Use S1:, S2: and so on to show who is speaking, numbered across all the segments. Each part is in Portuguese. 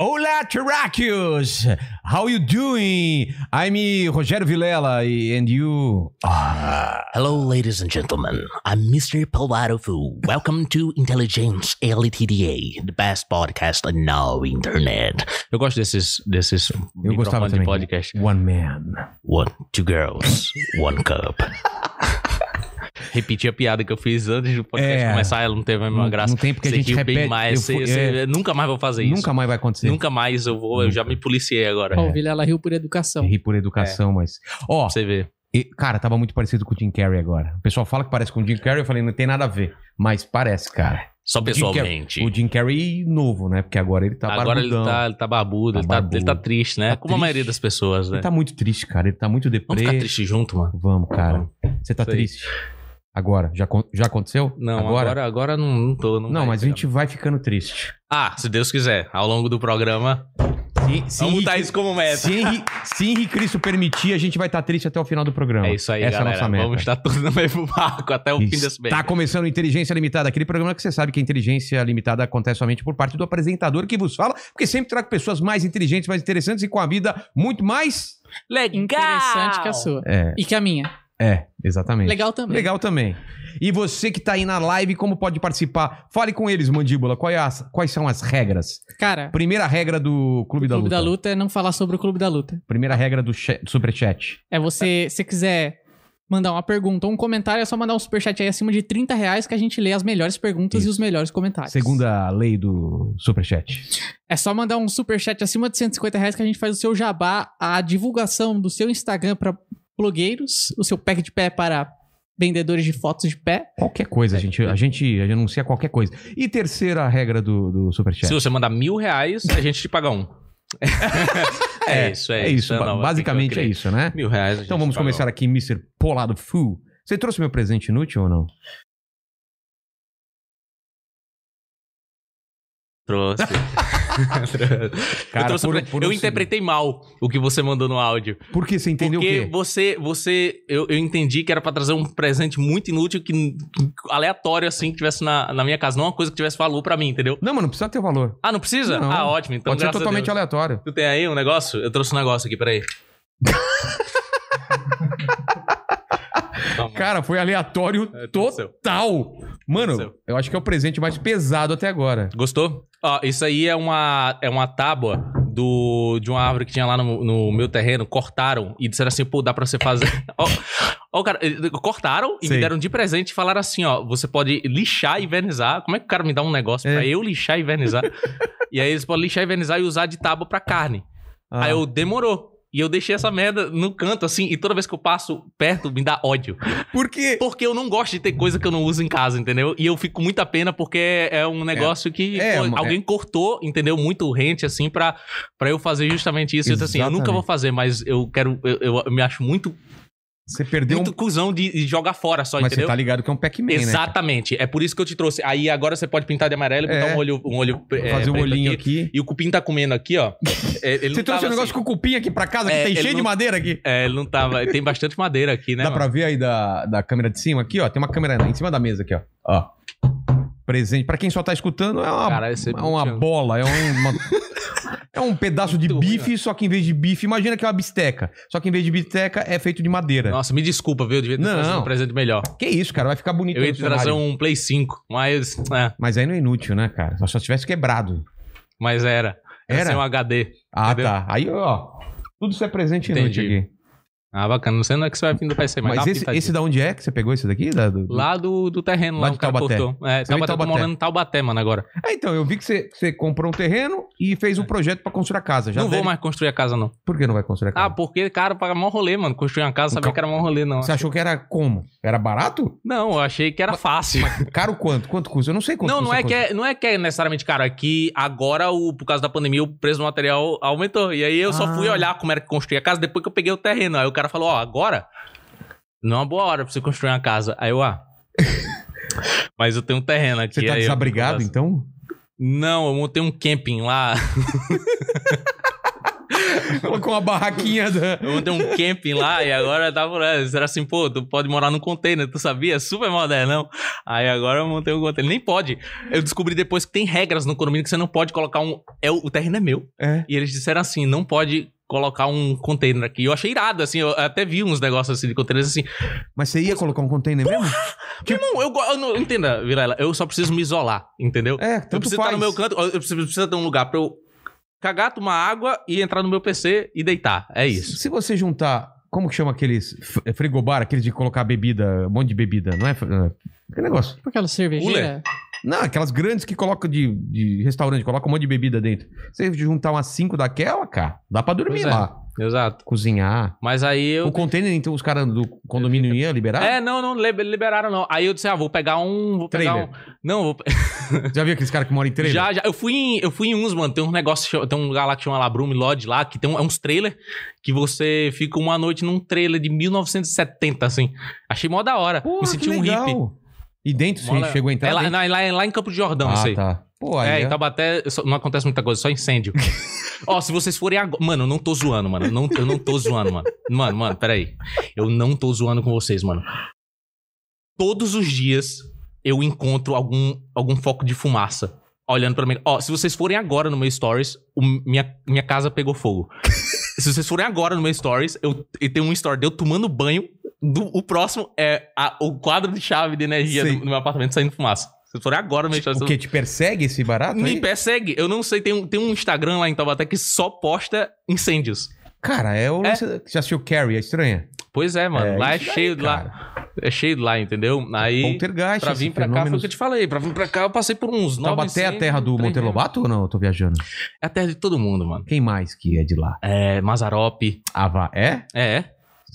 S1: Hola, Terráqueos! How you doing? I'm Rogério Vilela e- and you...
S2: Hello, ladies and gentlemen. I'm Mr. Povarofu. Welcome to Intelligence LTDA, the best podcast on now internet. Eu gosto desses, desses
S1: Eu gostava
S2: microfones
S1: também.
S2: de podcast.
S1: One man.
S2: One, two girls, one cup. Repetir a piada que eu fiz antes do podcast
S1: É.
S2: começar, ela não teve a mesma
S1: Não-
S2: graça.
S1: não tem porque a
S2: Você
S1: gente
S2: riu bem
S1: repete.
S2: mais.
S1: Eu fui-
S2: você-
S1: é.
S2: você- nunca mais vou fazer isso.
S1: Nunca mais vai acontecer.
S2: Nunca mais eu vou. Eu já me policiei agora.
S3: Ó, o Vilela riu por educação.
S1: Ri por educação,
S2: É.
S1: mas... Ó,
S2: Pra você ver.
S1: e- cara, tava muito parecido com o Jim Carrey agora. O pessoal fala que parece com o Jim Carrey, eu falei, não tem nada a ver. Mas parece, cara.
S2: Só pessoalmente.
S1: O Jim Carrey novo, né? Porque agora ele é tá
S2: Agora ele
S1: barbudão.
S2: tá, ele tá barbudo,
S1: Tá
S2: ele, tá,
S1: barbudo.
S2: ele tá triste, né?
S1: Tá
S2: Como a maioria
S1: triste.
S2: das pessoas, né?
S1: Ele tá muito triste, cara. Ele tá muito
S2: Vamos
S1: deprê.
S2: ficar triste junto, mano.
S1: Tipo, Vamos, cara. Você tá
S2: Sei.
S1: triste? Agora? Já, con- já aconteceu?
S2: Não, agora, agora, não, não tô. Não,
S1: Não,
S2: vai
S1: mas um- a
S2: pegar.
S1: gente vai ficando triste.
S2: Ah, se Deus quiser, ao longo do programa.
S1: Se, se,
S2: vamos botar
S1: Henrique,
S2: isso como meta.
S1: se, Henri- se Henrique Cristo permitir, a gente vai estar triste até o final do programa.
S2: É isso aí,
S1: Essa
S2: galera.
S1: é a nossa meta. Tá
S2: Vamos estar todos no mesmo barco até o fim desse mês.
S1: Está começando o Inteligência Limitada, aquele programa que você sabe que a inteligência limitada acontece somente por parte do apresentador que vos fala, porque sempre trago pessoas mais inteligentes, mais interessantes e com a vida muito mais.
S2: Legal!
S3: Interessante que a sua.
S1: É,
S3: E que a minha.
S1: é, exatamente.
S3: Legal também.
S1: Legal também. E você que tá aí na live, como pode participar? Fale com eles, Mandíbula. Quais, as- quais são as regras?
S3: Cara,
S1: Primeira regra do Clube,
S3: o
S1: da,
S3: Clube
S1: Luta.
S3: da Luta é não falar sobre o Clube da Luta.
S1: Primeira regra do, che- do Superchat.
S3: É
S1: Tá.
S3: você, se quiser mandar uma pergunta ou um comentário, é só mandar um superchat aí acima de 30 reais que a gente lê as melhores perguntas
S1: Isso.
S3: e os melhores comentários.
S1: Segunda lei do Superchat.
S3: É só mandar um superchat acima de 150 reais que a gente faz o seu jabá, a divulgação do seu Instagram para blogueiros, o seu pack de pé para vendedores de fotos de pé.
S1: Qualquer coisa, a, gente, a gente anuncia qualquer coisa. E terceira regra do, do Superchat.
S2: Se você mandar mil reais, a gente te paga um. é, isso, é,
S1: É isso,
S2: Não,
S1: ba-
S2: não,
S1: basicamente
S2: que eu
S1: é
S2: criei.
S1: isso, né?
S2: Mil reais. a
S1: Então
S2: gente
S1: vamos
S2: te paga um.
S1: começar aqui, Mr. Polado Fu. Você trouxe meu presente inútil ou não?
S2: um. Trouxe.
S1: Cara,
S2: eu, trouxe
S1: por-
S2: pra-
S1: por um
S2: eu
S1: segundo.
S2: interpretei mal o que você mandou no áudio.
S1: Por que você entendeu
S2: Porque
S1: o quê?
S2: você, você, eu, eu entendi que era pra trazer um presente muito inútil, que, que- aleatório assim, que tivesse na, na minha casa, não uma coisa que tivesse valor pra mim, entendeu?
S1: Não, mas não precisa ter valor.
S2: Ah, não precisa?
S1: Não.
S2: Ah, ótimo. Então,
S1: Pode ser
S2: graças a
S1: totalmente
S2: Deus.
S1: aleatório.
S2: Tu tem aí um negócio? Eu trouxe um negócio aqui, peraí. Calma.
S1: Cara, foi aleatório
S2: É, aconteceu.
S1: total. Mano,
S2: Aconteceu.
S1: eu acho que é o presente mais pesado até agora.
S2: Gostou? Ó, isso aí é uma, é uma tábua do, de uma árvore que tinha lá no, no meu terreno, cortaram e disseram assim, pô, dá pra você fazer. ó, ó, cara, eh, cortaram e
S1: Sei.
S2: me deram de presente e falaram assim, ó, você pode lixar e vernizar. Como é que o cara me dá um negócio
S1: É.
S2: pra eu lixar e vernizar? e aí eles podem lixar e vernizar e usar de tábua pra carne.
S1: Ah,
S2: Aí eu demorou. E eu deixei essa merda no canto, assim, e toda vez que eu passo perto, me dá ódio.
S1: Por quê?
S2: Porque eu não gosto de ter coisa que eu não uso em casa, entendeu? E eu fico com muita pena porque é um negócio que
S1: É,
S2: pô,
S1: uma-
S2: alguém cortou, entendeu? Muito rente, assim, pra, pra eu fazer justamente isso. Eu disse assim, eu nunca
S1: Exatamente.
S2: vou fazer, mas eu quero. Eu, eu- eu me acho muito,
S1: Você perdeu
S2: muito
S1: um...
S2: cuzão de, de jogar fora só,
S1: Mas você
S2: entendeu?
S1: tá ligado que é um Pac-Man, né?
S2: Exatamente. É por isso que eu te trouxe. Aí agora você pode pintar de amarelo e botar
S1: É.
S2: um olho. Um olho é,
S1: Fazer um
S2: preto
S1: olhinho
S2: aqui.
S1: aqui.
S2: E o cupim tá comendo aqui, ó. É, ele
S1: Você
S2: não
S1: trouxe um
S2: tava
S1: negócio
S2: assim.
S1: com o cupim aqui pra casa,
S2: É,
S1: que tem
S2: ele
S1: cheio de
S2: não-
S1: madeira aqui.
S2: É, ele não tava. Tem bastante madeira aqui, né?
S1: Dá
S2: mano?
S1: pra ver aí da, da câmera de cima aqui, ó. Tem uma câmera em cima da mesa aqui, ó. Ó. Presente. Pra quem só tá escutando, é uma,
S2: Caralho, esse
S1: é uma
S2: bicho-
S1: bola, é um, uma- é um pedaço de
S2: Muito ruim,
S1: bife, só que em vez de bife, imagina que é uma bisteca. Só que em vez de bisteca é feito de madeira.
S2: Nossa, me desculpa, viu? Eu devia ter
S1: Não.
S2: trazido um presente melhor.
S1: Que isso, cara, vai ficar bonito.
S2: Eu
S1: no
S2: ia te
S1: cenário.
S2: trazer um Play 5, mas. é,
S1: Mas aí não é inútil, né, cara? Só se tivesse quebrado.
S2: mas era.
S1: Era?
S2: Era sem um HD.
S1: Ah,
S2: Entendeu?
S1: tá. Aí, ó. Tudo isso é presente inútil
S2: Entendi.
S1: aqui.
S2: Ah, bacana. Não sei onde é que você vai vindo pra ser, mas,
S1: Mas
S2: dá uma
S1: esse,
S2: pitadinha.
S1: esse da onde é que você pegou esse daqui? Da, do- do-
S2: Lá do, do terreno,
S1: Lá
S2: lá,
S1: de
S2: o cara
S1: Taubaté.
S2: cortou.
S1: Você veio
S2: É,
S1: de
S2: Taubaté, eu tô
S1: Taubaté.
S2: morando em Taubaté, mano, agora.
S1: Ah, então, eu vi que você, que você comprou um terreno e fez um projeto pra construir a casa. Já
S2: É. não vou
S1: deve-
S2: mais construir a casa, não.
S1: Por que não vai construir a casa?
S2: Ah, porque, cara, paga mó rolê, mano. Construir uma casa, sabia que era mó rolê, não.
S1: Então- Você achou que era como? Era barato?
S2: Não, eu achei que era fácil.
S1: Caro quanto? Quanto custa? Eu não sei quanto
S2: Não, não
S1: custa
S2: é,
S1: a
S2: que
S1: coisa.
S2: é, não é que é necessariamente caro. É que agora, o, por causa da pandemia, o preço do material aumentou. E aí eu só
S1: Ah.
S2: fui olhar como era que construía a casa depois que eu peguei o terreno. Aí o cara cara falou, ó, agora não é uma boa hora pra você construir uma casa. Aí eu, ah. Mas eu tenho um terreno aqui.
S1: Você tá
S2: aí eu-
S1: desabrigado, então?
S2: Não, eu montei um camping lá.
S1: Colocou uma barraquinha da...
S2: Eu montei um camping lá e agora eu tava. né, Era assim, pô, tu pode morar num container, tu sabia? Super modernão. Aí agora eu montei um container. Nem pode. Eu descobri depois que tem regras no condomínio que você não pode colocar um. É, o o terreno é meu.
S1: É.
S2: E eles disseram assim: não pode colocar um container aqui. Eu achei irado, assim, eu até vi uns negócios assim de containers assim.
S1: Mas você ia colocar um container mesmo?
S2: Meu irmão, eu, go- eu não entenda, Virela, eu só preciso me isolar, entendeu?
S1: É,
S2: eu
S1: tanto
S2: preciso
S1: faz.
S2: estar no meu canto, eu preciso, preciso ter um lugar pra eu cagar, tomar água e entrar no meu PC e deitar. É isso.
S1: Se você juntar, como que chama aqueles f- é, frigobar, aqueles de colocar bebida, um monte de bebida, não é? F- é, Que negócio?
S3: Por aquela cervejeira.
S1: Não, aquelas grandes que colocam de, de restaurante, colocam um monte de bebida dentro. Você juntar umas cinco daquela, cara, dá pra dormir
S2: Pois é.
S1: lá.
S2: Exato.
S1: Cozinhar.
S2: Mas aí eu.
S1: O container, então, os caras do condomínio iam liberar?
S2: É, não, não lib- liberaram não. Aí eu disse, ah, vou pegar um, vou pegar
S1: Trailer.
S2: um. Não, vou...
S1: Já viu aqueles caras que moram em trailer?
S2: já, já. Eu fui, em, eu fui em uns, mano. Tem um negócio, que chama- tem um lugar lá que chama Labrume Lodge lá, que tem um, é uns trailer que você fica uma noite num trailer de 1970, assim. Achei mó da hora.
S1: Pô,
S2: Me senti um hippie.
S1: E dentro, você
S2: Mola-
S1: chegou a entrar
S2: É lá,
S1: dentro?
S2: não, é lá, é lá em Campo de Jordão,
S1: ah,
S2: isso aí.
S1: tá. Pô, aí,
S2: É,
S1: é.
S2: em Taubaté só- não acontece muita coisa, só incêndio. Ó, se vocês forem agora. Mano, eu não tô zoando, mano. Não, eu não tô zoando, mano. Mano, mano, peraí. Eu não tô zoando com vocês, mano. Todos os dias eu encontro algum, algum foco de fumaça olhando pra mim. Ó, se vocês forem agora no meu Stories, o- minha, minha casa pegou fogo. se vocês forem agora no meu Stories, eu, e tem um story de eu tomando banho. do- o próximo é a- o quadro de chave de energia
S1: Sei.
S2: do, do meu apartamento saindo fumaça. Se vocês forem agora no meu Stories,
S1: O que, te persegue esse barato
S2: me
S1: aí?
S2: Ah, persegue. Eu não sei, tem um, tem um Instagram lá em Taubaté que só posta incêndios.
S1: Cara, é o...
S2: É.
S1: Já assistiu Carrie, é estranha?
S2: Pois é, mano.
S1: É,
S2: lá é
S1: isso daí,
S2: cheio de lá.
S1: cara.
S2: É cheio de lá, entendeu? Aí,
S1: Poltergeist,
S2: pra
S1: esse
S2: vir pra cá, foi
S1: fenômeno.
S2: o que eu te falei. Pra vir pra cá, eu passei por uns nove
S1: Taubaté é a
S2: incêndios,
S1: terra do
S2: três
S1: Monteiro
S2: dias.
S1: Lobato ou não? Eu tô viajando.
S2: É a terra de todo mundo, mano.
S1: Quem mais que é de lá?
S2: É, Mazarope.
S1: Ava, é?
S2: É, é.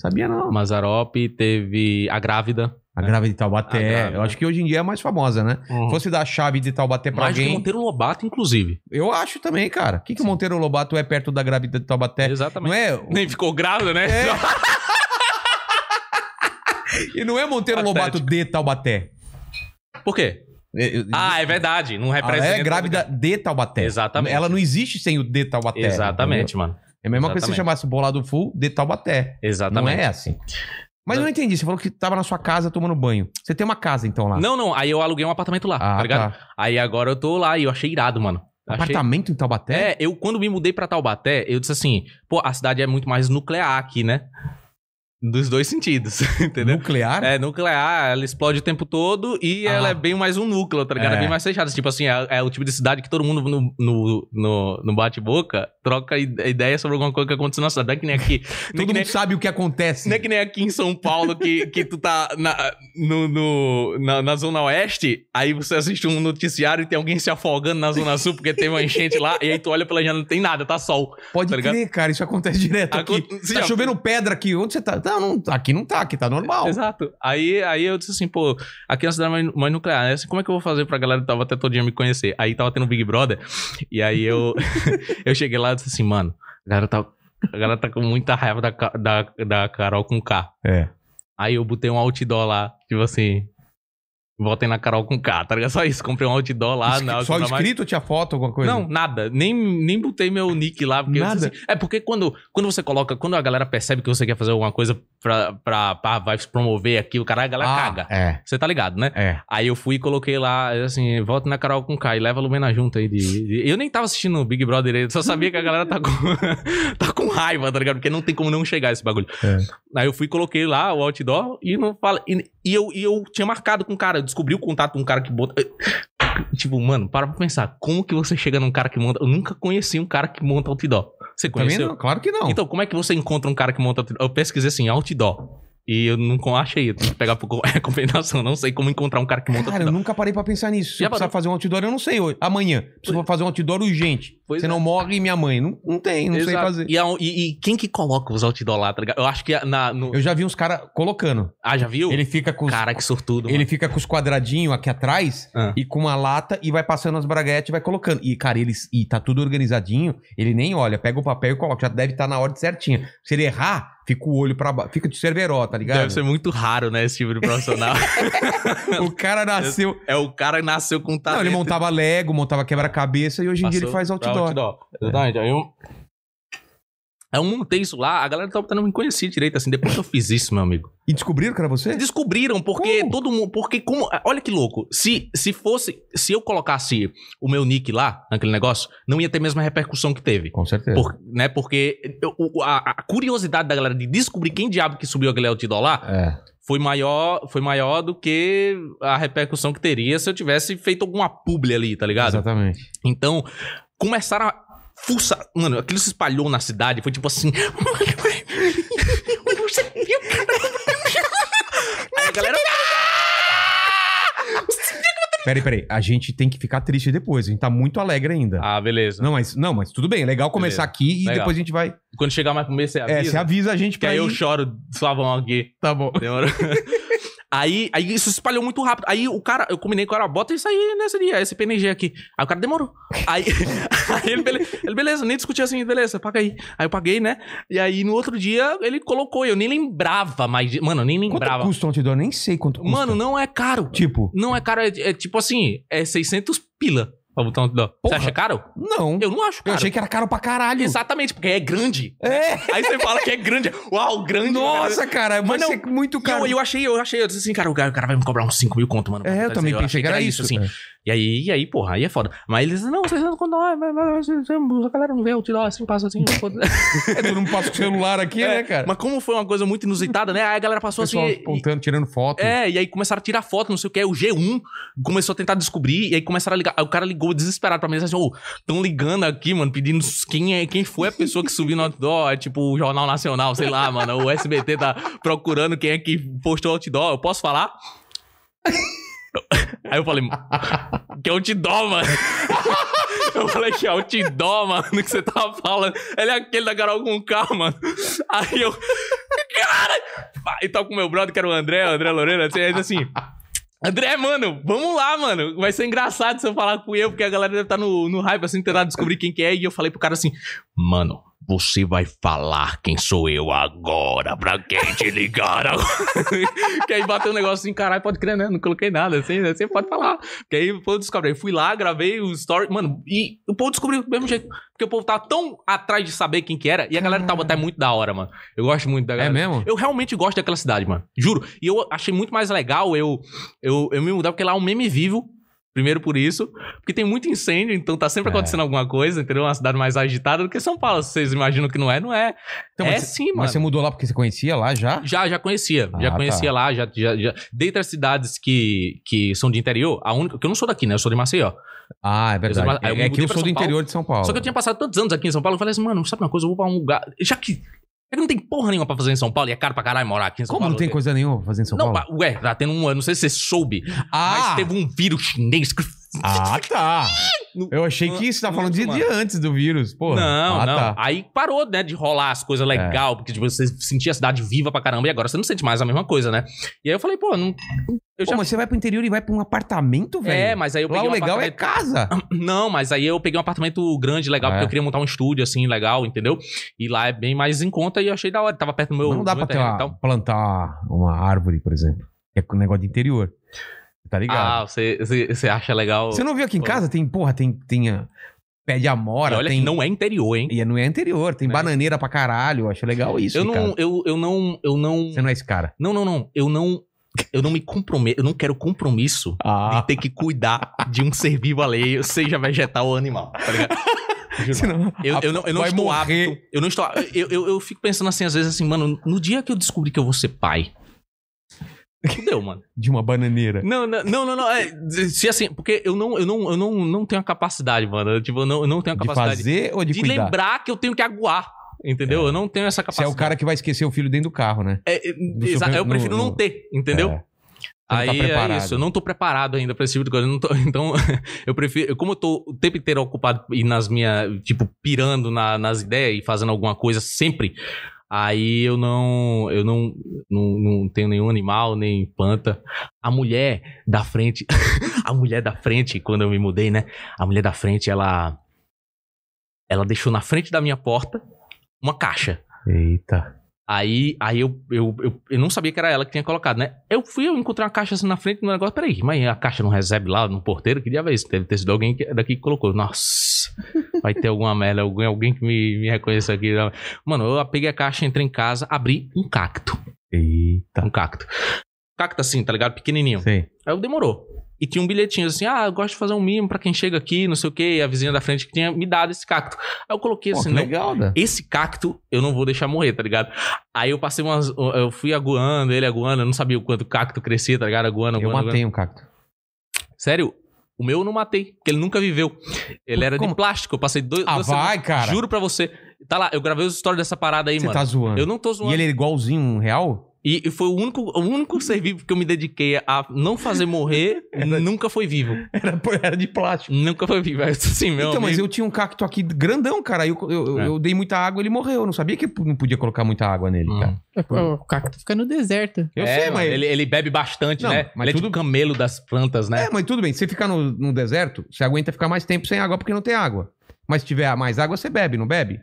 S1: Sabia não.
S2: Mazarope teve a grávida.
S1: A grávida de
S2: É. A né?
S1: Taubaté.
S2: grávida.
S1: Eu acho que hoje em dia é a mais famosa, né? Se fosse dar a chave de Taubaté pra
S2: Mais do que
S1: alguém...
S2: Monteiro Lobato, inclusive.
S1: Eu acho também, cara. O que, que o
S2: Sim.
S1: Monteiro Lobato é perto da grávida de Taubaté?
S2: Exatamente.
S1: Não é...
S2: Nem ficou grávida, né?
S1: E não é Monteiro Lobato de Taubaté.
S2: Por quê?
S1: É-
S2: Ah, é verdade. Não
S1: Ela
S2: representa.
S1: é grávida de Taubaté.
S2: Exatamente.
S1: Ela não existe sem o de Taubaté.
S2: Exatamente, mano.
S1: entendeu? É a mesma coisa que
S2: Exatamente.
S1: você chamasse bolado full de Taubaté.
S2: Exatamente.
S1: Não é assim. Mas eu não entendi. Você falou que tava na sua casa tomando banho. Você tem uma casa, então, lá?
S2: Não, não. Aí eu aluguei um apartamento lá,
S1: Ah,
S2: tá ligado?
S1: tá.
S2: Aí agora eu tô lá e eu achei irado, mano. Achei...
S1: Apartamento em Taubaté?
S2: É, eu quando me mudei pra Taubaté, eu disse assim, pô, a cidade é muito mais nuclear aqui, né? Dos dois sentidos, entendeu?
S1: Nuclear?
S2: É, nuclear, ela explode o tempo todo e
S1: Ah.
S2: ela é bem mais um núcleo, tá ligado? É,
S1: É.
S2: bem mais fechada. Tipo assim, é, é o tipo de cidade que todo mundo no, no, no, no bate-boca troca ide- ideia sobre alguma coisa que aconteceu na cidade. Não é que nem aqui. não é
S1: Todo
S2: que
S1: mundo
S2: nem
S1: sabe o que acontece.
S2: não é que nem aqui em São Paulo que, que tu tá na, no, no- na, na Zona Oeste, aí você assiste um noticiário e tem alguém se afogando na Zona Sul porque tem uma enchente lá, e aí tu olha pela janela não tem nada, tá sol.
S1: Pode
S2: tá ligado?
S1: crer, cara. Isso acontece direto
S2: Acon-
S1: aqui.
S2: Você
S1: Tá
S2: já-
S1: chovendo pedra aqui. Onde você tá? Não, não, aqui não tá. Aqui tá normal.
S2: Exato. Aí, aí eu disse assim, pô, aqui na cidade é mais- mais nuclear, né? Assim, como é que eu vou fazer pra galera que tava até todo dia me conhecer? Aí tava tendo um Big Brother, e aí eu, eu cheguei lá e disse assim, mano, a galera tá, a galera tá com muita raiva da, Ca- da, da Carol com K.
S1: É.
S2: Aí eu botei um outdoor lá, tipo assim. Votem na Carol com K, tá ligado? Só isso, comprei um outdoor lá.
S1: Escri-
S2: na,
S1: Só
S2: na-
S1: escrito, tinha foto, alguma coisa?
S2: Não, nada. Nem, nem botei meu nick lá. Porque eu disse
S1: Nada?
S2: assim- é porque quando, quando você coloca, quando a galera percebe que você quer fazer alguma coisa pra, pra, pra vai se promover aqui, o cara, a galera
S1: Ah,
S2: caga.
S1: É,
S2: Você tá ligado, né?
S1: é.
S2: Aí eu fui e coloquei lá, assim, volta na Carol com K e leva a Lumena junto aí. De, de- Eu nem tava assistindo o Big Brother, eu só sabia que a galera tá com, tá com raiva, tá ligado? Porque não tem como não chegar esse bagulho.
S1: É.
S2: Aí eu fui e coloquei lá o outdoor e não fala. E, e eu, e eu tinha marcado com o cara, eu descobri o contato de um cara que bota. Tipo, mano, para pra pensar, como que você chega num cara que monta. Eu nunca conheci um cara que monta outdoor. Você
S1: Também
S2: conheceu?
S1: não, claro que não.
S2: Então, como é que você encontra um cara que monta outdoor? Eu pesquisei assim, outdoor. E eu não con- achei. Eu tenho que pegar por co- recomendação. Não sei como encontrar um cara que monta
S1: Cara, eu
S2: outdoor.
S1: nunca parei pra pensar nisso. Se
S2: Já
S1: eu precisar
S2: parou?
S1: fazer um outdoor, eu não sei hoje. Amanhã. Preciso fazer um outdoor urgente.
S2: Pois é.
S1: Você não morre e minha mãe. Não, não tem, não sei
S2: Exato.
S1: fazer.
S2: E, a- e- e quem que coloca os autoidolatra? Eu acho que a- na, no-
S1: Eu já vi uns caras colocando.
S2: Ah, já viu?
S1: Ele fica com os,
S2: Cara, que sortudo.
S1: ele
S2: mano.
S1: fica com os quadradinhos aqui atrás
S2: Ah.
S1: e com uma lata e vai passando as braguetes e vai colocando. E, cara, eles e tá tudo organizadinho, ele nem olha, pega o papel e coloca. Já deve estar na ordem certinha. Se ele errar, fica o olho pra baixo. Fica de cerveró, tá ligado?
S2: Deve ser muito raro, né, esse tipo de profissional.
S1: O cara nasceu.
S2: é o cara que nasceu com
S1: Não,
S2: talento.
S1: ele montava Lego, montava quebra-cabeça e hoje em dia ele
S2: tá Passou
S1: faz
S2: pra
S1: outdoor.
S2: Exatamente. Aí eu... Aí eu montei isso lá, a galera tava tentando me conhecer direito, assim, depois que eu fiz isso, meu amigo.
S1: E descobriram que era você?
S2: Eles descobriram, porque
S1: É. Como?
S2: todo mundo. Porque como. ah, Olha que louco. Se, se fosse. Se eu colocasse o meu nick lá, naquele negócio, não ia ter a mesma repercussão que teve.
S1: Com certeza.
S2: Por- né, porque eu- o- a, a curiosidade da galera de descobrir quem diabo que subiu aquele outdoor lá
S1: É.
S2: foi maior, foi maior do que a repercussão que teria se eu tivesse feito alguma publi ali, tá ligado?
S1: Exatamente.
S2: Então, começaram a fuçar. Mano, aquilo se espalhou na cidade, foi tipo assim. Aí a galera.
S1: Peraí, peraí. A gente tem que ficar triste depois. A gente tá muito alegre ainda.
S2: Ah, beleza.
S1: Não, mas, não, mas tudo bem. É legal começar
S2: Beleza.
S1: aqui e
S2: Legal.
S1: depois a gente vai.
S2: Quando chegar mais pro mês, você
S1: É, você
S2: avisa.
S1: avisa a gente
S2: que
S1: pra
S2: aí eu
S1: ir.
S2: choro suavão aqui.
S1: Tá bom.
S2: Demorou? aí, aí isso se espalhou muito rápido. Aí o cara, eu combinei com o cara, bota isso aí nesse dia, esse PNG aqui. Aí o cara demorou. Aí, aí ele, bele- ele, beleza, nem discutiu assim, beleza, paga aí. Aí eu paguei, né? E aí no outro dia ele colocou, eu nem lembrava mais. de- Mano, eu nem
S1: Quanto
S2: lembrava.
S1: custa um outdoor? Nem sei quanto custa.
S2: Mano, não é caro.
S1: Tipo,
S2: Não é caro, é, é tipo assim, é 600 pila pra botar um outdoor. Você
S1: Porra.
S2: acha caro?
S1: não. Eu,
S2: Eu não acho caro.
S1: achei que era caro pra caralho.
S2: Exatamente, porque é grande.
S1: É.
S2: Aí você fala que é grande. Uau, grande.
S1: Nossa, cara. Mas
S2: Mas
S1: é muito caro.
S2: E eu, eu achei, eu achei, eu disse assim, cara, o cara, o cara vai me cobrar uns 5 mil conto, mano.
S1: é, eu também pensei
S2: achei
S1: que era isso.
S2: assim. E aí, e aí, porra, aí é foda. Mas eles, não, vocês não contam, ah, mas- mas- mas a galera não vê, eu te dou assim, passa assim, foda.
S1: É, todo mundo passa com o celular aqui, né, cara?
S2: É, Mas como foi uma coisa muito inusitada, né? Aí a galera passou
S1: o pessoal tipo,
S2: assim. e-
S1: apontando, tirando foto.
S2: É, e aí começaram a tirar foto, não sei o que. O G1 começou a tentar descobrir, e aí começaram a ligar. Aí o cara ligou desesperado pra mim, assim, ô, tão ligando aqui, mano, pedindo quem, é, quem foi a pessoa que subiu no outdoor. É tipo o Jornal Nacional, sei lá, mano. O SBT tá procurando quem é que postou outdoor. Eu posso falar? Aí eu falei, que outdoor, mano. Eu falei que é outdoor, mano, que você tava falando. Ele é aquele da Carol com K, mano. Aí eu, cara! E tal com meu brother, que era o André, o André Lorena, assim, aí ele assim. André, mano, vamos lá, mano. Vai ser engraçado se eu falar com eu, porque a galera deve estar no, no hype, assim, tentar descobrir quem que é. E eu falei pro cara assim, mano, você vai falar quem sou eu agora, pra quem te ligar agora. que aí bateu um negócio assim, caralho, pode crer, né? Não coloquei nada, assim, né? Você pode falar. Que aí o povo descobriu. Eu fui lá, gravei o story, mano, e o povo descobriu do mesmo jeito. Porque o povo tava tão atrás de saber quem que era, e a galera tava até muito da hora, mano. Eu gosto muito da
S1: É
S2: galera.
S1: mesmo?
S2: Eu realmente gosto daquela cidade, mano. Juro. E eu achei muito mais legal eu, eu, eu me mudar, porque lá é um meme vivo. Primeiro por isso. Porque tem muito incêndio, então tá sempre
S1: É.
S2: acontecendo alguma coisa, entendeu? Uma cidade mais agitada do que São Paulo. Se vocês imaginam que não é, não é.
S1: Então,
S2: é
S1: mas, você-
S2: sim, mano.
S1: mas você mudou lá porque você conhecia lá já?
S2: Já, já conhecia.
S1: Ah,
S2: já
S1: tá.
S2: conhecia lá, já, já, já. Dentre as cidades que, que são de interior, a única. Que eu não sou daqui, né? Eu sou de Maceió.
S1: Ah, é
S2: Eu
S1: verdade.
S2: sou- eu
S1: é que
S2: mudei
S1: eu
S2: pra
S1: sou do
S2: São Paulo.
S1: interior de São Paulo.
S2: Só que eu tinha passado tantos anos aqui em São Paulo, eu falei assim, mano, sabe uma coisa? Eu vou pra um lugar. Já que. Já que não tem porra nenhuma pra fazer em São Paulo, e é caro pra caralho morar aqui em São
S1: Como
S2: Paulo.
S1: não tem coisa nenhuma pra fazer em São
S2: não,
S1: Paulo?
S2: pa- ué, tá tendo um ano, não sei se você soube, mas teve um vírus chinês que.
S1: Ah, tá. Eu achei que você tá
S2: Não,
S1: falando de,
S2: não,
S1: de antes do vírus, pô.
S2: não,
S1: ah,
S2: não.
S1: Tá. É.
S2: Aí parou, né, de rolar as coisas legal, porque tipo, você sentia a cidade viva pra caramba e agora você não sente mais a mesma coisa, né? E aí eu falei, pô, não.
S1: Tá
S2: Eu
S1: Pô,
S2: já...
S1: mas você vai pro interior e vai pra um apartamento, velho?
S2: É, mas aí eu
S1: Lá
S2: peguei
S1: o
S2: um
S1: legal é casa.
S2: apartamento. Não, mas aí eu peguei um apartamento grande, legal,
S1: É.
S2: porque eu queria montar um estúdio, assim, legal, entendeu? E lá é bem mais em conta e eu achei da hora. Tava perto do meu.
S1: não dá
S2: do
S1: pra
S2: meu
S1: ter
S2: terreno então.
S1: uma-
S2: e tal.
S1: plantar uma árvore, por exemplo. É com negócio de interior. Tá ligado?
S2: Ah, você, você, você acha legal.
S1: você não viu aqui em
S2: pô.
S1: casa? Tem, porra, tem, tem a- pé de
S2: E
S1: amora,
S2: olha
S1: tem...
S2: que não é interior, hein?
S1: E não é interior, tem
S2: Né?
S1: bananeira pra caralho. Eu acho legal isso,
S2: eu,
S1: cara.
S2: não, eu, eu não. Eu não.
S1: Você não é esse cara.
S2: Não, não, não. Eu não. Eu não me comprometo. Eu não quero compromisso de
S1: Ah,
S2: ter que cuidar de um ser vivo alheio, seja vegetal ou animal, tá ligado? Juro.
S1: senão...
S2: Eu, eu não, eu não
S1: Vai
S2: estou
S1: morrer.
S2: apto. Eu não estou. Eu, eu, eu fico pensando assim, às vezes, assim, mano, no dia que eu descobrir que eu vou ser pai. Fudeu, mano.
S1: de uma bananeira.
S2: Não, não, não, não. não, é, se assim, porque eu não, eu não, eu não, não tenho a capacidade, mano. Eu, tipo, eu não, eu não tenho a
S1: De
S2: capacidade de,
S1: fazer ou de, cuidar?
S2: lembrar que eu tenho que aguar. Entendeu? Eu não tenho essa
S1: Você é
S2: capacidade.
S1: o cara que vai esquecer o filho dentro do carro, né?
S2: É, é,
S1: No
S2: exa-
S1: super-
S2: eu prefiro
S1: no-
S2: não
S1: no-
S2: ter, entendeu?
S1: É. não tá
S2: Aí é
S1: preparado.
S2: isso, eu não tô preparado ainda pra esse tipo de coisa. eu não tô- então, eu prefiro. Como eu tô o tempo inteiro ocupado e nas minhas. Tipo, pirando na- nas ideias e fazendo alguma coisa sempre. Aí eu não. Eu não, não, não tenho nenhum animal, nem planta. A mulher da frente. a mulher da frente, quando eu me mudei, né? A mulher da frente, ela. Ela deixou na frente da minha porta uma caixa.
S1: Eita.
S2: Aí, aí eu, eu, eu, eu não sabia que era ela que tinha colocado, né? Eu fui, eu encontrei uma caixa assim na frente do negócio. Peraí, mas a caixa não recebe lá no porteiro? Que diabo é isso? Deve ter sido alguém que- daqui que colocou. Nossa, vai ter alguma merda, alguém, alguém que me, me reconheça aqui. Mano, eu peguei a caixa, entrei em casa, abri um cacto.
S1: Eita.
S2: Um cacto. Cacto assim, tá ligado? Pequenininho.
S1: Sei.
S2: Aí eu demorou. E tinha um bilhetinho assim, ah, eu gosto de fazer um mimo pra quem chega aqui, não sei o quê. E a vizinha da frente que tinha me dado esse cacto. Aí eu coloquei
S1: Pô,
S2: assim,
S1: que
S2: não,
S1: legal, né?
S2: esse cacto eu não vou deixar morrer, tá ligado? Aí eu passei umas. Eu fui aguando, ele aguando, eu não sabia o quanto o cacto crescia, tá ligado? Aguando,
S1: Eu
S2: aguando.
S1: matei um cacto.
S2: aguando. Sério, o meu eu não matei, porque ele nunca viveu. Ele era
S1: Como?
S2: de plástico, eu passei dois.
S1: Ah,
S2: duas semanas-
S1: vai, cara.
S2: Juro pra você. Tá lá, eu gravei os stories dessa parada aí,
S1: Você
S2: mano.
S1: tá zoando.
S2: Eu não tô
S1: E
S2: zoando.
S1: ele é igualzinho um real?
S2: E, e foi o único, o único ser vivo que eu me dediquei a não fazer morrer,
S1: É
S2: nunca foi vivo.
S1: Era, era de plástico.
S2: Nunca foi vivo. É Assim, meu
S1: então,
S2: amigo.
S1: mas eu tinha um cacto aqui grandão, cara. Eu, eu, eu-
S2: É.
S1: eu dei muita água, ele morreu. Eu não sabia que eu não podia colocar muita água nele,
S2: Hum.
S1: cara.
S3: O cacto fica no deserto.
S1: Eu
S2: É,
S1: sei,
S2: mano,
S1: mas.
S2: Ele, ele bebe bastante,
S1: Não,
S2: né?
S1: mas
S2: ele é
S1: tudo-
S2: tipo camelo das plantas, né?
S1: É, mas tudo bem. Se você ficar no, no deserto, você aguenta ficar mais tempo sem água porque não tem água. Mas se tiver mais água, você bebe, não bebe?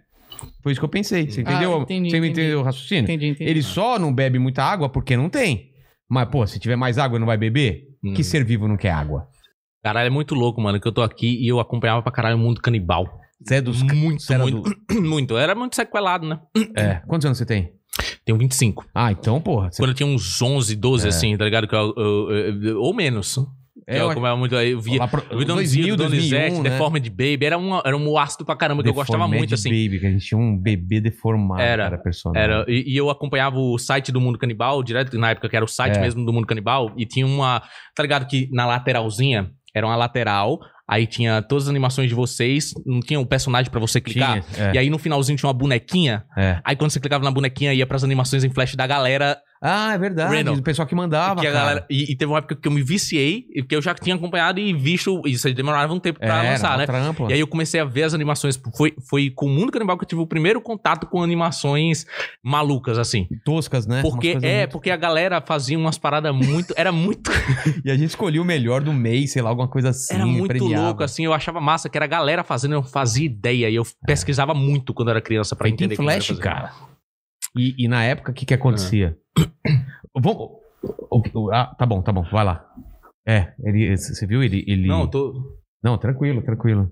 S1: Foi isso que eu pensei. Você
S2: Ah,
S1: entendeu?
S3: entendi,
S1: você me
S3: entendi.
S1: entendeu o raciocínio?
S3: Entendi, entendi.
S1: Ele só não bebe muita água porque não tem. Mas, pô, se tiver mais água, não vai beber?
S2: Hum.
S1: Que ser vivo não quer água?
S2: Caralho, é muito louco, mano, que eu tô aqui e eu acompanhava pra caralho o mundo canibal.
S1: Você é dos... Muito,
S2: muito. muito. Eu era muito sequelado, né?
S1: É. Quantos anos você tem?
S2: Tenho 25.
S1: Ah, então, porra. Você...
S2: Quando eu tinha uns 11, 12, assim, tá ligado? Que eu- eu- eu- ou menos.
S1: É,
S2: eu
S1: eu-
S2: acompanhava muito. Aí eu via.
S1: lá pro-
S2: Eu vi
S1: 2000,
S2: Donizio, Donizete,
S1: 2001, né?
S2: Deformed Baby. Era um, era um ácido pra caramba que eu gostava
S1: Deformed
S2: muito, assim.
S1: Baby, que a gente tinha um bebê deformado.
S2: Era,
S1: Cara, personagem.
S2: Era, e, e eu acompanhava o site do Mundo Canibal, direto na época que era o site
S1: É.
S2: mesmo do Mundo Canibal, e tinha uma. Tá ligado que na lateralzinha era uma lateral, aí tinha todas as animações de vocês, não tinha um personagem pra você clicar.
S1: Tinha, é.
S2: E aí no finalzinho tinha uma bonequinha.
S1: É.
S2: Aí quando você clicava na bonequinha, ia pras animações em flash da galera.
S1: Ah, é verdade.
S2: Reynolds.
S1: O pessoal que mandava,
S2: que a
S1: cara.
S2: galera e, e teve uma época que eu me viciei, e que eu já tinha acompanhado e visto. Isso aí demorava um tempo
S1: É,
S2: pra
S1: era
S2: lançar,
S1: uma
S2: né?
S1: trampa.
S2: E aí eu comecei a ver as animações. Foi, foi com o Mundo Canibal que eu tive o primeiro contato com animações malucas, assim.
S1: Toscas, né? Umas
S2: Porque
S1: coisas
S2: é,
S1: muito-
S2: porque a galera fazia umas paradas muito. Era muito.
S1: E a gente escolhia o melhor do mês, sei lá, alguma coisa assim.
S2: era muito
S1: premiava.
S2: louco, assim. Eu achava massa que era a galera fazendo, eu não fazia ideia. E eu pesquisava muito quando era criança pra
S1: É. Feito
S2: entender.
S1: em
S2: como era
S1: flash,
S2: fazer.
S1: cara. E, e na época, o que que acontecia?
S2: Ah.
S1: Vamos... o- o- ah, tá bom, tá bom, vai lá. É, ele, c- você viu ele... ele...
S2: Não, eu tô.
S1: Não, tranquilo, tranquilo.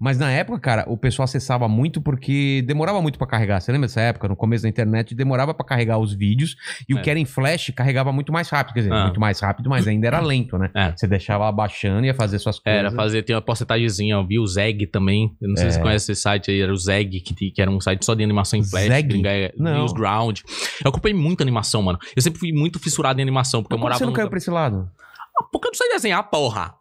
S1: Mas na época, cara, o pessoal acessava muito porque demorava muito pra carregar. Você lembra dessa época? No começo da internet, demorava pra carregar os vídeos e
S2: É.
S1: o que era em flash carregava muito mais rápido. Quer dizer,
S2: Ah.
S1: muito mais rápido, mas ainda era lento, né?
S2: É.
S1: Você deixava abaixando e ia fazer suas coisas.
S2: Era fazer, tem uma porcentagemzinha, eu vi o Zeg também. Eu não
S1: É.
S2: sei se você conhece esse site aí, era o Zeg, que, ti- que era um site só de animação em flash.
S1: Zeg?
S2: gringa, é,
S1: Não.
S2: Newsground. Eu acompanhei muita animação, mano. Eu sempre fui muito fissurado em animação, porque
S1: Mas
S2: eu
S1: como
S2: morava.
S1: você não
S2: num-
S1: caiu pra esse lado?
S2: Ah, Porque eu não sei desenhar, porra.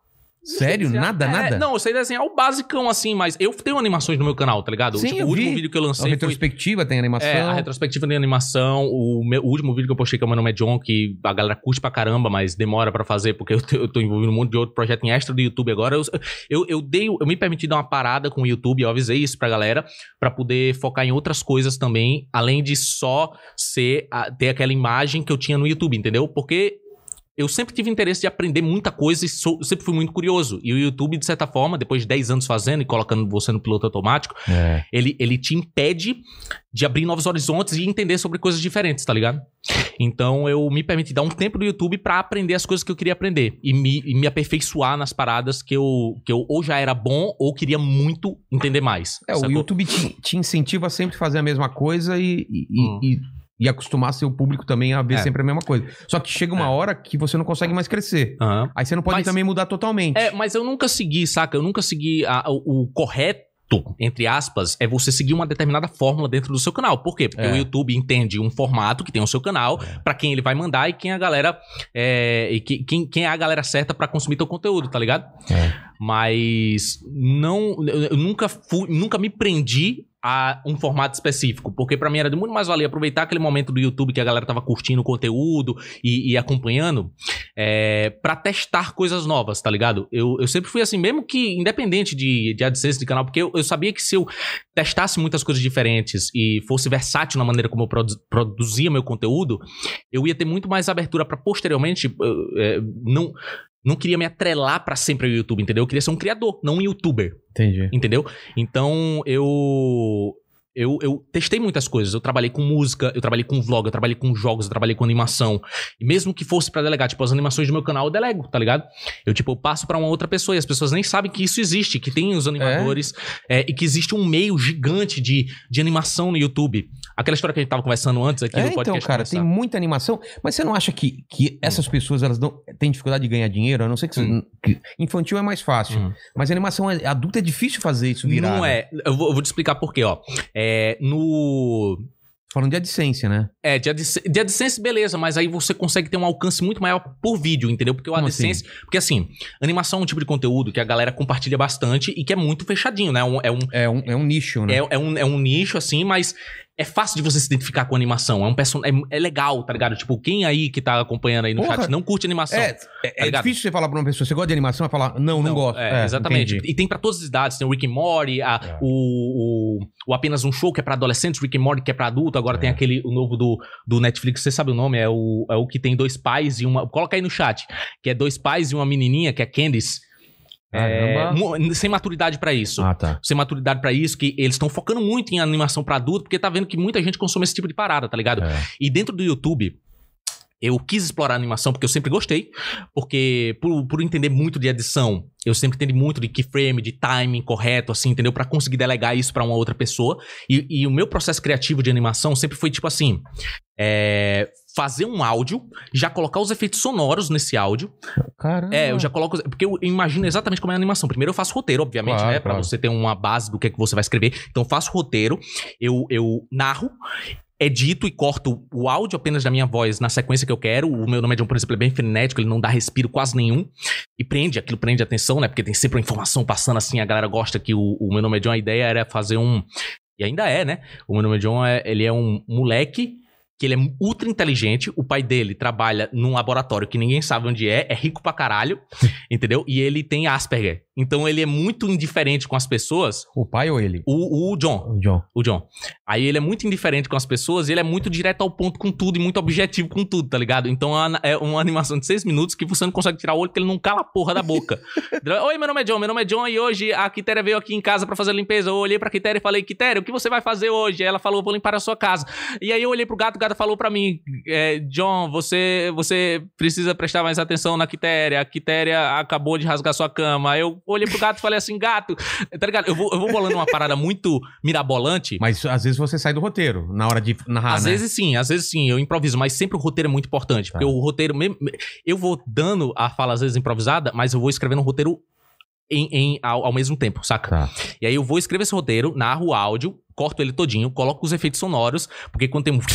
S1: Sério? Nada,
S2: É,
S1: nada?
S2: Não, eu sei desenhar o basicão assim, mas eu tenho animações no meu canal, tá ligado?
S1: Sim,
S2: tipo,
S1: eu
S2: o último
S1: vi. É
S2: vídeo que eu
S1: a
S2: lancei foi
S1: retrospectiva tem animação.
S2: É, a retrospectiva de animação, o, meu- o último vídeo que eu postei, que é o Meu Nome é John, que a galera curte pra caramba, mas demora pra fazer, porque eu, tô- eu tô envolvido em um monte de outro projeto em extra do YouTube agora. Eu, eu, eu dei, eu me permiti dar uma parada com o YouTube, eu avisei isso pra galera, pra poder focar em outras coisas também, além de só ser, a- ter aquela imagem que eu tinha no YouTube, entendeu? Porque... Eu sempre tive interesse de aprender muita coisa e sou- sempre fui muito curioso. E o YouTube, de certa forma, depois de 10 anos fazendo e colocando você no piloto automático,
S1: É.
S2: ele, ele te impede de abrir novos horizontes e entender sobre coisas diferentes, tá ligado? Então eu me permiti dar um tempo no YouTube pra aprender as coisas que eu queria aprender e me, e me aperfeiçoar nas paradas que eu, que eu ou já era bom ou queria muito entender mais.
S1: É, o
S2: sacou?
S1: YouTube te, te incentiva a sempre fazer a mesma coisa e, e, e-
S2: Hum.
S1: e, e acostumar seu público também a ver
S2: É.
S1: sempre a mesma coisa. Só que chega uma
S2: É.
S1: hora que você não consegue mais crescer.
S2: Aham.
S1: Aí você não pode
S2: Mas-
S1: também mudar totalmente.
S2: É, mas eu nunca segui, saca? Eu nunca segui a- o, o correto. Entre aspas, é você seguir uma determinada fórmula dentro do seu canal. Por quê? Porque
S1: É.
S2: o YouTube entende um formato que tem o seu canal, pra quem ele vai mandar e quem a galera é, e que- quem, quem é a galera certa pra consumir teu conteúdo, tá ligado?
S1: É.
S2: Mas não, eu eu nunca fui, nunca me prendi a um formato específico, porque pra mim era de muito mais valer aproveitar aquele momento do YouTube que a galera tava curtindo o conteúdo e, e acompanhando é, para testar coisas novas, tá ligado? Eu, eu sempre fui assim, mesmo que independente de, de AdSense de canal, porque eu, eu sabia que se eu testasse muitas coisas diferentes e fosse versátil na maneira como eu produ- produzia meu conteúdo, eu ia ter muito mais abertura pra posteriormente eu, é, não não queria me atrelar pra sempre ao YouTube, entendeu? Eu queria ser um criador, não um youtuber.
S1: Entendi.
S2: Entendeu? Então eu. Eu, eu testei muitas coisas. Eu trabalhei com música, eu trabalhei com vlog, eu trabalhei com jogos, eu trabalhei com animação. E mesmo que fosse pra delegar, tipo, as animações do meu canal eu delego, tá ligado? Eu, tipo, eu passo pra uma outra pessoa e as pessoas nem sabem que isso existe, que tem os animadores é, e que existe um meio gigante de, de animação no YouTube. Aquela história que a gente tava conversando antes aqui
S1: É,
S2: no
S1: então,
S2: podcast.
S1: cara,
S2: começar.
S1: tem muita animação, mas você não acha que, que essas pessoas elas não têm dificuldade de ganhar dinheiro? A não ser que,
S2: Hum.
S1: que infantil é mais fácil,
S2: Hum.
S1: mas animação é- adulta é difícil fazer isso virar.
S2: Não
S1: né?
S2: é. Eu vou, eu vou te explicar por quê, ó. É, no.
S1: Falando de AdSense, né?
S2: É, de AdSense, de AdSense, beleza, mas aí você consegue ter um alcance muito maior por vídeo, entendeu? Porque o
S1: Como
S2: AdSense. Porque assim, animação é um tipo de conteúdo que a galera compartilha bastante e que é muito fechadinho, né? É um, é um,
S1: É um, é um nicho, né?
S2: é, é um, é um nicho, assim, mas é fácil de você se identificar com animação. É um person... é, é legal, tá ligado? Tipo, quem aí que tá acompanhando aí no
S1: Porra.
S2: chat não curte animação?
S1: É, é, é
S2: Tá ligado?
S1: difícil você falar pra uma pessoa, você gosta de animação? Ela falar, não, não, gosto.
S2: É, exatamente.
S1: entendi.
S2: E tem pra todas as idades. Tem o Rick and Morty, a-
S1: É.
S2: o, o, o Apenas Um Show, que é pra adolescentes, Rick and Morty, que é pra adulto. Agora
S1: É.
S2: tem aquele o novo do, do Netflix, você sabe o nome? É o, é o que tem dois pais e uma... Coloca aí no chat. Que é dois pais e uma menininha, que é Candice. É,
S1: Caramba.
S2: mu- sem maturidade pra isso
S1: Ah, tá.
S2: sem maturidade pra isso, que eles estão focando muito em animação pra adulto, porque tá vendo que muita gente consome esse tipo de parada, tá ligado?
S1: É.
S2: E dentro do YouTube. Eu quis explorar animação porque eu sempre gostei, porque por, por entender muito de edição, eu sempre entendi muito de keyframe, de timing correto, assim, entendeu? Pra conseguir delegar isso pra uma outra pessoa. E, e o meu processo criativo de animação sempre foi tipo assim: é, fazer um áudio, já colocar os efeitos sonoros nesse áudio,
S1: Caramba.
S2: é, eu já coloco. Porque eu imagino exatamente como é a animação. Primeiro eu faço roteiro, obviamente,
S1: Claro,
S2: né? Pra
S1: claro.
S2: você ter uma base do que é que você vai escrever. Então eu faço roteiro, eu, eu narro. Edito e corto o áudio apenas da minha voz na sequência que eu quero. O meu nome é John, por exemplo, é bem frenético, ele não dá respiro quase nenhum. E prende, aquilo prende a atenção, né? Porque tem sempre uma informação passando assim, a galera gosta que o, o meu nome é John. A ideia era fazer um. E ainda é, né? O meu nome é John, é- ele é um moleque que ele é ultra inteligente. O pai dele trabalha num laboratório que ninguém sabe onde é, é rico pra caralho, entendeu? E ele tem Asperger. Então ele é muito indiferente com as pessoas.
S1: O pai ou ele?
S2: O, o John,
S1: O John.
S2: o John. Aí ele é muito indiferente com as pessoas e ele é muito direto ao ponto com tudo e muito objetivo com tudo, tá ligado? Então é uma- é uma animação de seis minutos que você não consegue tirar o olho porque ele não cala a porra da boca. Oi, meu nome é John, meu nome é John e hoje a Quitéria veio aqui em casa pra fazer a limpeza. Eu olhei pra Quitéria e falei, Quitéria, o que você vai fazer hoje? Ela falou, vou limpar a sua casa. E aí eu olhei pro gato, o gato falou pra mim, é, John, você, você precisa prestar mais atenção na Quitéria. A Quitéria acabou de rasgar sua cama. Aí Eu olhei pro gato e falei assim, gato, tá ligado? Eu vou, eu vou bolando uma parada muito mirabolante.
S1: Mas às vezes você sai do roteiro na hora de narrar,
S2: Às
S1: né?
S2: vezes sim, às vezes sim, eu improviso, mas sempre o roteiro é muito importante. Porque
S1: Tá.
S2: o roteiro. mesmo- Eu vou dando a fala, às vezes, improvisada, mas eu vou escrevendo um roteiro em, em- ao, ao mesmo tempo, saca?
S1: Tá.
S2: E aí eu vou escrever esse roteiro, narro o áudio, corto ele todinho, coloco os efeitos sonoros, porque quando tem um.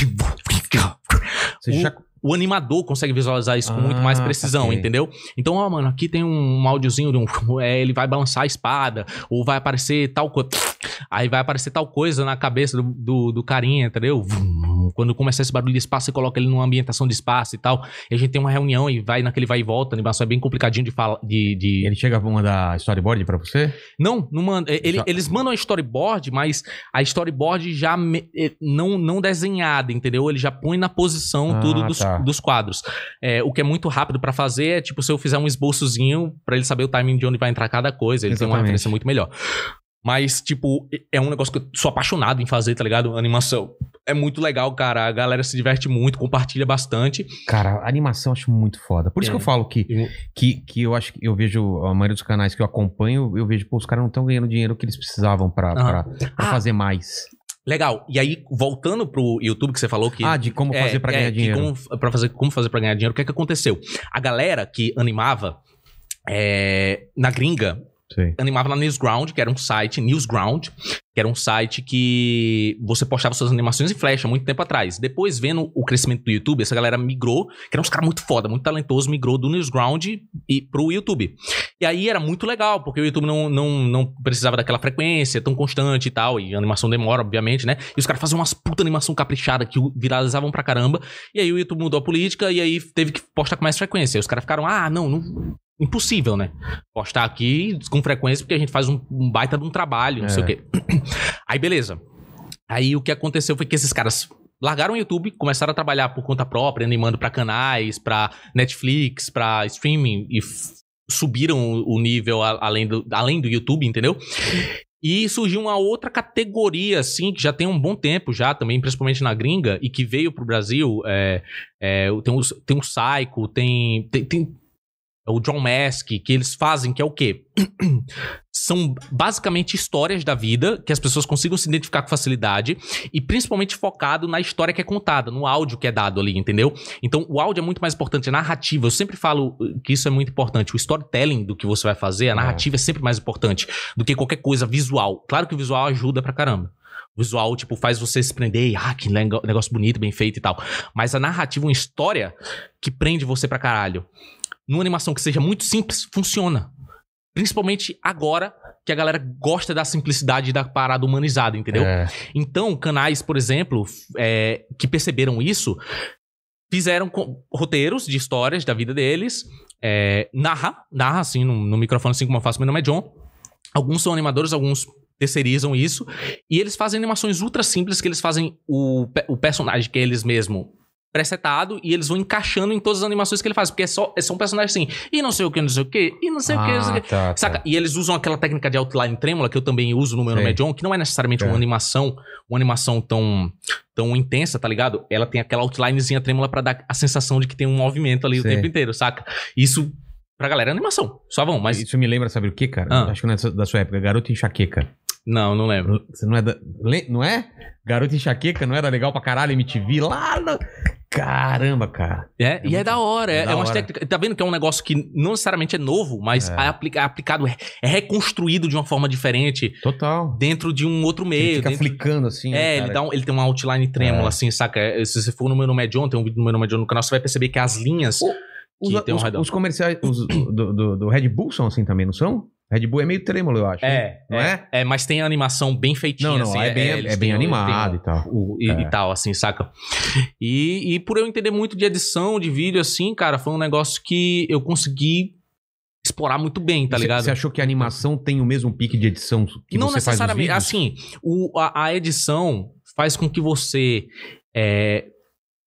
S1: Você já...
S2: O animador consegue visualizar isso com muito
S1: Ah,
S2: mais precisão,
S1: saquei.
S2: entendeu? Então, ó, mano, aqui tem um áudiozinho de um. é, ele vai balançar a espada, ou vai aparecer tal coisa. Aí vai aparecer tal coisa na cabeça do, do, do carinha, entendeu? Vum. Quando começar esse barulho de espaço, você coloca ele numa ambientação de espaço e tal. E a gente tem uma reunião e vai naquele vai e volta, a animação é bem complicadinho de falar. De, de-
S1: Ele chega a mandar storyboard pra você?
S2: Não, não manda. é, ele-
S1: Já-
S2: eles mandam a storyboard, mas a storyboard já me- é, não, não desenhada, entendeu? Ele já põe na posição
S1: Ah,
S2: tudo dos,
S1: tá.
S2: dos quadros. É, o que é muito rápido pra fazer é, tipo, se eu fizer um esboçozinho pra ele saber o timing de onde vai entrar cada coisa, ele tem uma
S1: Exatamente.
S2: referência muito melhor. Mas, tipo, é um negócio que eu sou apaixonado em fazer, tá ligado? Animação. É muito legal, cara. A galera se diverte muito, compartilha bastante.
S1: Cara, a animação eu acho muito foda. Por isso
S2: É.
S1: que eu falo que,
S2: E-
S1: que, que eu acho que eu vejo a maioria dos canais que eu acompanho, eu vejo, pô, os caras não estão ganhando dinheiro que eles precisavam pra,
S2: Ah.
S1: pra- pra
S2: Ah.
S1: fazer mais.
S2: Legal. E aí, voltando pro YouTube que você falou que.
S1: ah, de como
S2: É,
S1: fazer pra
S2: é,
S1: ganhar
S2: que
S1: dinheiro.
S2: Como, pra fazer, como fazer pra ganhar dinheiro? O que é que aconteceu? A galera que animava é, na gringa
S1: Sei.
S2: animava na Newsground, que era um site, Newsground, que era um site que você postava suas animações em flash há muito tempo atrás. Depois, vendo o crescimento do YouTube, essa galera migrou, que era uns caras muito foda, muito talentoso, migrou do Newsground e pro YouTube. E aí era muito legal, porque o YouTube não, não, não precisava daquela frequência tão constante e tal, e a animação demora, obviamente, né? E os caras faziam umas puta animação caprichada que viralizavam pra caramba. E aí o YouTube mudou a política e aí teve que postar com mais frequência. E os caras ficaram, ah, não, não. Impossível, né? Postar aqui com frequência porque a gente faz um, um baita de um trabalho, não sei
S1: É.
S2: o quê. Aí, beleza. Aí o que aconteceu foi que esses caras largaram o YouTube, começaram a trabalhar por conta própria, animando pra canais, pra Netflix, pra streaming e f- subiram o o nível a- além do, além do YouTube, entendeu? E surgiu uma outra categoria, assim, que já tem um bom tempo já também, principalmente na gringa, e que veio pro Brasil. É, é, tem, os- tem um Psycho, tem, tem, tem É o John Mask, que eles fazem, que é o quê? São basicamente histórias da vida que as pessoas consigam se identificar com facilidade e principalmente focado na história que é contada, no áudio que é dado ali, entendeu? Então o áudio é muito mais importante, a narrativa. Eu sempre falo uh, que isso é muito importante. O storytelling do que você vai fazer, a narrativa é sempre mais importante do que qualquer coisa visual. Claro que o visual ajuda pra caramba. O visual, tipo, faz você se prender, e, ah, que nego- negócio bonito, bem feito e tal. Mas a narrativa, uma história que prende você pra caralho. Numa animação que seja muito simples, funciona. Principalmente agora que a galera gosta da simplicidade e da parada humanizada, entendeu?
S1: É.
S2: Então, canais, por exemplo, f- é, que perceberam isso, fizeram co- roteiros de histórias da vida deles, é, narra, narra assim no, no microfone, assim como eu faço, meu nome é John. Alguns são animadores, alguns terceirizam isso, e eles fazem animações ultra simples, que eles fazem o, pe- o personagem que é eles mesmo presetado, e eles vão encaixando em todas as animações que ele faz, porque é só, é só um personagem assim, e não sei o que, não sei o que, e não sei o é que, não sei o que.
S1: Ah, tá, tá.
S2: Saca? E eles usam aquela técnica de outline trêmula que eu também uso no meu
S1: Sei.
S2: nome é John, que não é necessariamente
S1: É.
S2: uma animação, uma animação tão, tão intensa, tá ligado? Ela tem aquela outlinezinha trêmula pra dar a sensação de que tem um movimento ali
S1: Sei.
S2: o tempo inteiro, saca? Isso pra galera é animação, só vão, mas
S1: Isso me lembra, sabe o que, cara?
S2: Ah.
S1: Acho que não é da sua- da sua época. Garoto Enxaqueca.
S2: não, não lembro.
S1: Você não é da... le- Não é? Garoto Enxaqueca não era legal pra caralho? MTV lá no... Caramba, cara.
S2: É, e é
S1: muito-
S2: da hora,
S1: é
S2: é,
S1: da
S2: é umas
S1: hora.
S2: técnicas. Tá vendo que é um negócio que não necessariamente é novo, mas
S1: É.
S2: é, aplica- é aplicado, é, é reconstruído de uma forma diferente
S1: Total.
S2: dentro de um outro meio.
S1: Ele fica
S2: dentro-
S1: flicando assim. né,
S2: É,
S1: cara?
S2: ele, dá um- ele tem uma outline trêmula,
S1: É.
S2: assim, saca? É, Se você for no meu nome é John, tem um vídeo do meu nome é John no canal, você vai perceber que as linhas.
S1: O- Os,
S2: que tem um
S1: os-
S2: redor.
S1: os comerciais os do, do- do Red Bull são assim também, não são? Red Bull é meio trêmulo, eu acho. hein?
S2: É,
S1: Não é?
S2: é, mas tem a animação bem feitinha,
S1: Não, não,
S2: assim.
S1: é, bem, é,
S2: eles
S1: bem
S2: têm- um
S1: animado e tal.
S2: tem o- e,
S1: É.
S2: e tal, assim, saca? E, e por eu entender muito de edição, de vídeo, assim, cara, foi um negócio que eu consegui explorar muito bem, tá
S1: Você-
S2: ligado?
S1: Você achou que a animação tem o mesmo pique de edição que
S2: não
S1: você faz nos
S2: necessariamente.
S1: vídeos?
S2: Assim, o- a, a edição faz com que você é,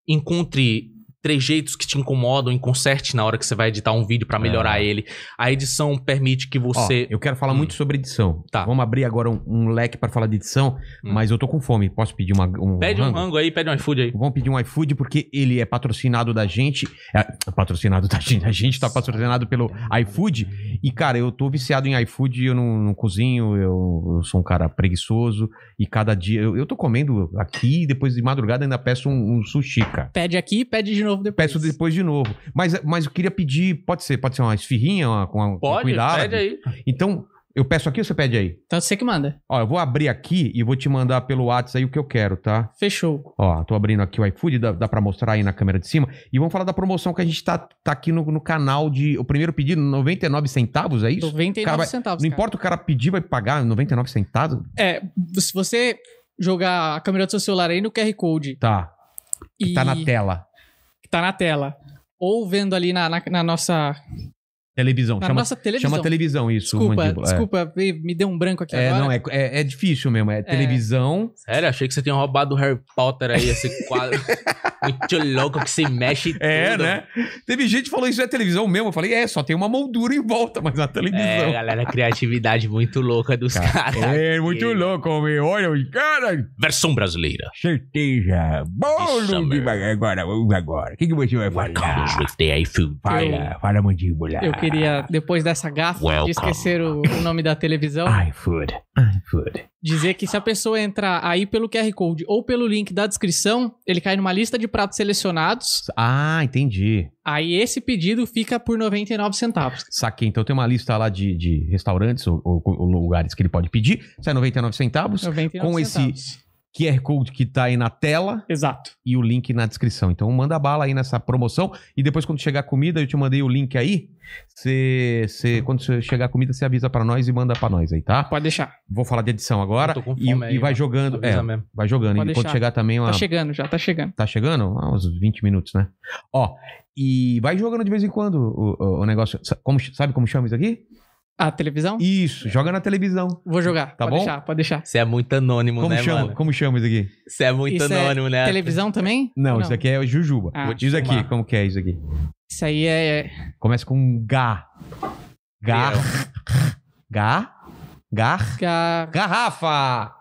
S2: encontre trejeitos que te incomodam e conserte na hora que você vai editar um vídeo pra melhorar
S1: É.
S2: ele. A edição permite que
S1: Ó,
S2: você.
S1: eu quero falar
S2: Hum.
S1: muito sobre edição.
S2: Tá.
S1: Vamos abrir agora um, um leque pra falar de edição,
S2: Hum.
S1: mas eu tô com fome. Posso pedir uma, um
S2: pede um
S1: rango?
S2: rango aí, pede um iFood aí.
S1: Vamos pedir um iFood porque ele é patrocinado da gente. É, patrocinado da gente. A gente tá patrocinado pelo iFood. E, cara, eu tô viciado em iFood, eu não, não cozinho, eu, eu sou um cara preguiçoso. E cada dia. Eu, eu tô comendo aqui e depois de madrugada ainda peço um, um sushi, cara.
S3: Pede aqui, pede de novo depois.
S1: Peço depois de novo. Mas, mas eu queria pedir. Pode ser, pode ser uma esfirrinha, uma, com uma,
S2: Pode,
S1: cuidado.
S2: pede aí.
S1: Então, eu peço aqui ou você pede aí?
S3: Então você que manda.
S1: Ó, eu vou abrir aqui e vou te mandar pelo WhatsApp aí o que eu quero, tá?
S3: Fechou.
S1: Ó, tô abrindo aqui o iFood, dá, dá pra mostrar aí na câmera de cima. E vamos falar da promoção que a gente tá, tá aqui no, no canal de. O primeiro pedido, 99 centavos, é isso?
S3: 99
S1: Cara, vai-
S3: centavos.
S1: Não
S3: cara.
S1: importa o cara pedir, vai pagar 99 centavos?
S3: É, se você jogar a câmera do seu celular aí no QR Code
S1: Tá.
S3: e
S1: Tá na tela.
S3: que tá na tela. Ou vendo ali na, na, na nossa,
S1: Televisão.
S3: Tá na
S1: chama,
S3: nossa televisão.
S1: chama televisão, isso.
S3: Desculpa,
S1: Mandíbula, é.
S3: desculpa, me- me deu um branco aqui
S1: É,
S3: agora.
S1: não, é, é, é difícil mesmo. É, televisão.
S2: Sério, achei que você tinha roubado o Harry Potter aí, esse quadro. muito louco que se mexe e
S3: É,
S2: tudo.
S1: É, né? Teve gente que falou isso é televisão mesmo. Eu falei, é, só tem uma moldura em volta, mas na
S2: É,
S1: televisão.
S2: galera, criatividade muito louca dos
S1: Cara,
S2: caras.
S1: É, muito
S2: Aqui.
S1: louco, meu. Olha os caras.
S2: Versão brasileira.
S1: Certeza. Bolo
S2: Summer.
S1: de... Agora, vamos agora. O que, que você vai falar?
S2: Comes with the iFood.
S1: Fala, fala mandíbula.
S3: Eu queria, depois dessa gafa de
S2: Welcome.
S3: esquecer o, o nome da televisão,
S1: iFood, iFood.
S3: dizer que se a pessoa entrar aí pelo QR Code ou pelo link da descrição, ele cai numa lista de pratos selecionados.
S1: Ah, entendi.
S3: Aí esse pedido fica por 99 centavos.
S1: Saquei. Então tem uma lista lá de, de restaurantes ou, ou- ou lugares que ele pode pedir. é Sai 99 centavos.
S3: 99
S1: Com esse-
S3: centavos.
S1: QR Code que tá aí na tela
S3: Exato.
S1: e o link na descrição. Então manda bala aí nessa promoção. E depois, quando chegar a comida, eu te mandei o link aí. Cê, cê- quando cê chegar a comida, você avisa pra nós e manda pra nós aí, tá?
S3: Pode deixar.
S1: Vou falar de edição agora.
S2: Eu tô com
S1: E,
S2: fome
S1: e
S2: aí,
S1: vai
S2: ó.
S1: jogando. É,
S2: Avisa mesmo.
S1: vai jogando.
S3: Pode
S1: e quando
S3: deixar.
S1: chegar também uma.
S3: Tá chegando já, tá chegando.
S1: Tá chegando? Ah, uns 20 minutos, né? Ó, e vai jogando de vez em quando o, o- o negócio. Sa- como- sabe como chama isso aqui?
S3: A Ah, televisão?
S1: Isso, joga na televisão.
S3: Vou jogar.
S1: Tá
S3: pode
S1: bom?
S3: deixar, pode deixar.
S2: Você é muito anônimo,
S1: Como,
S2: né,
S1: chama,
S2: mano?
S1: como chama isso aqui?
S2: Você é muito
S3: Isso é
S2: anônimo, né?
S3: Televisão também?
S1: Não, isso aqui é Jujuba.
S3: Ah.
S2: Vou te
S1: isso aqui,
S2: fumar.
S1: como que é isso aqui?
S3: Isso aí é.
S1: Começa com Gá. Gá.
S2: Eu.
S1: Gá. Gá.
S3: é-
S1: Garrafa!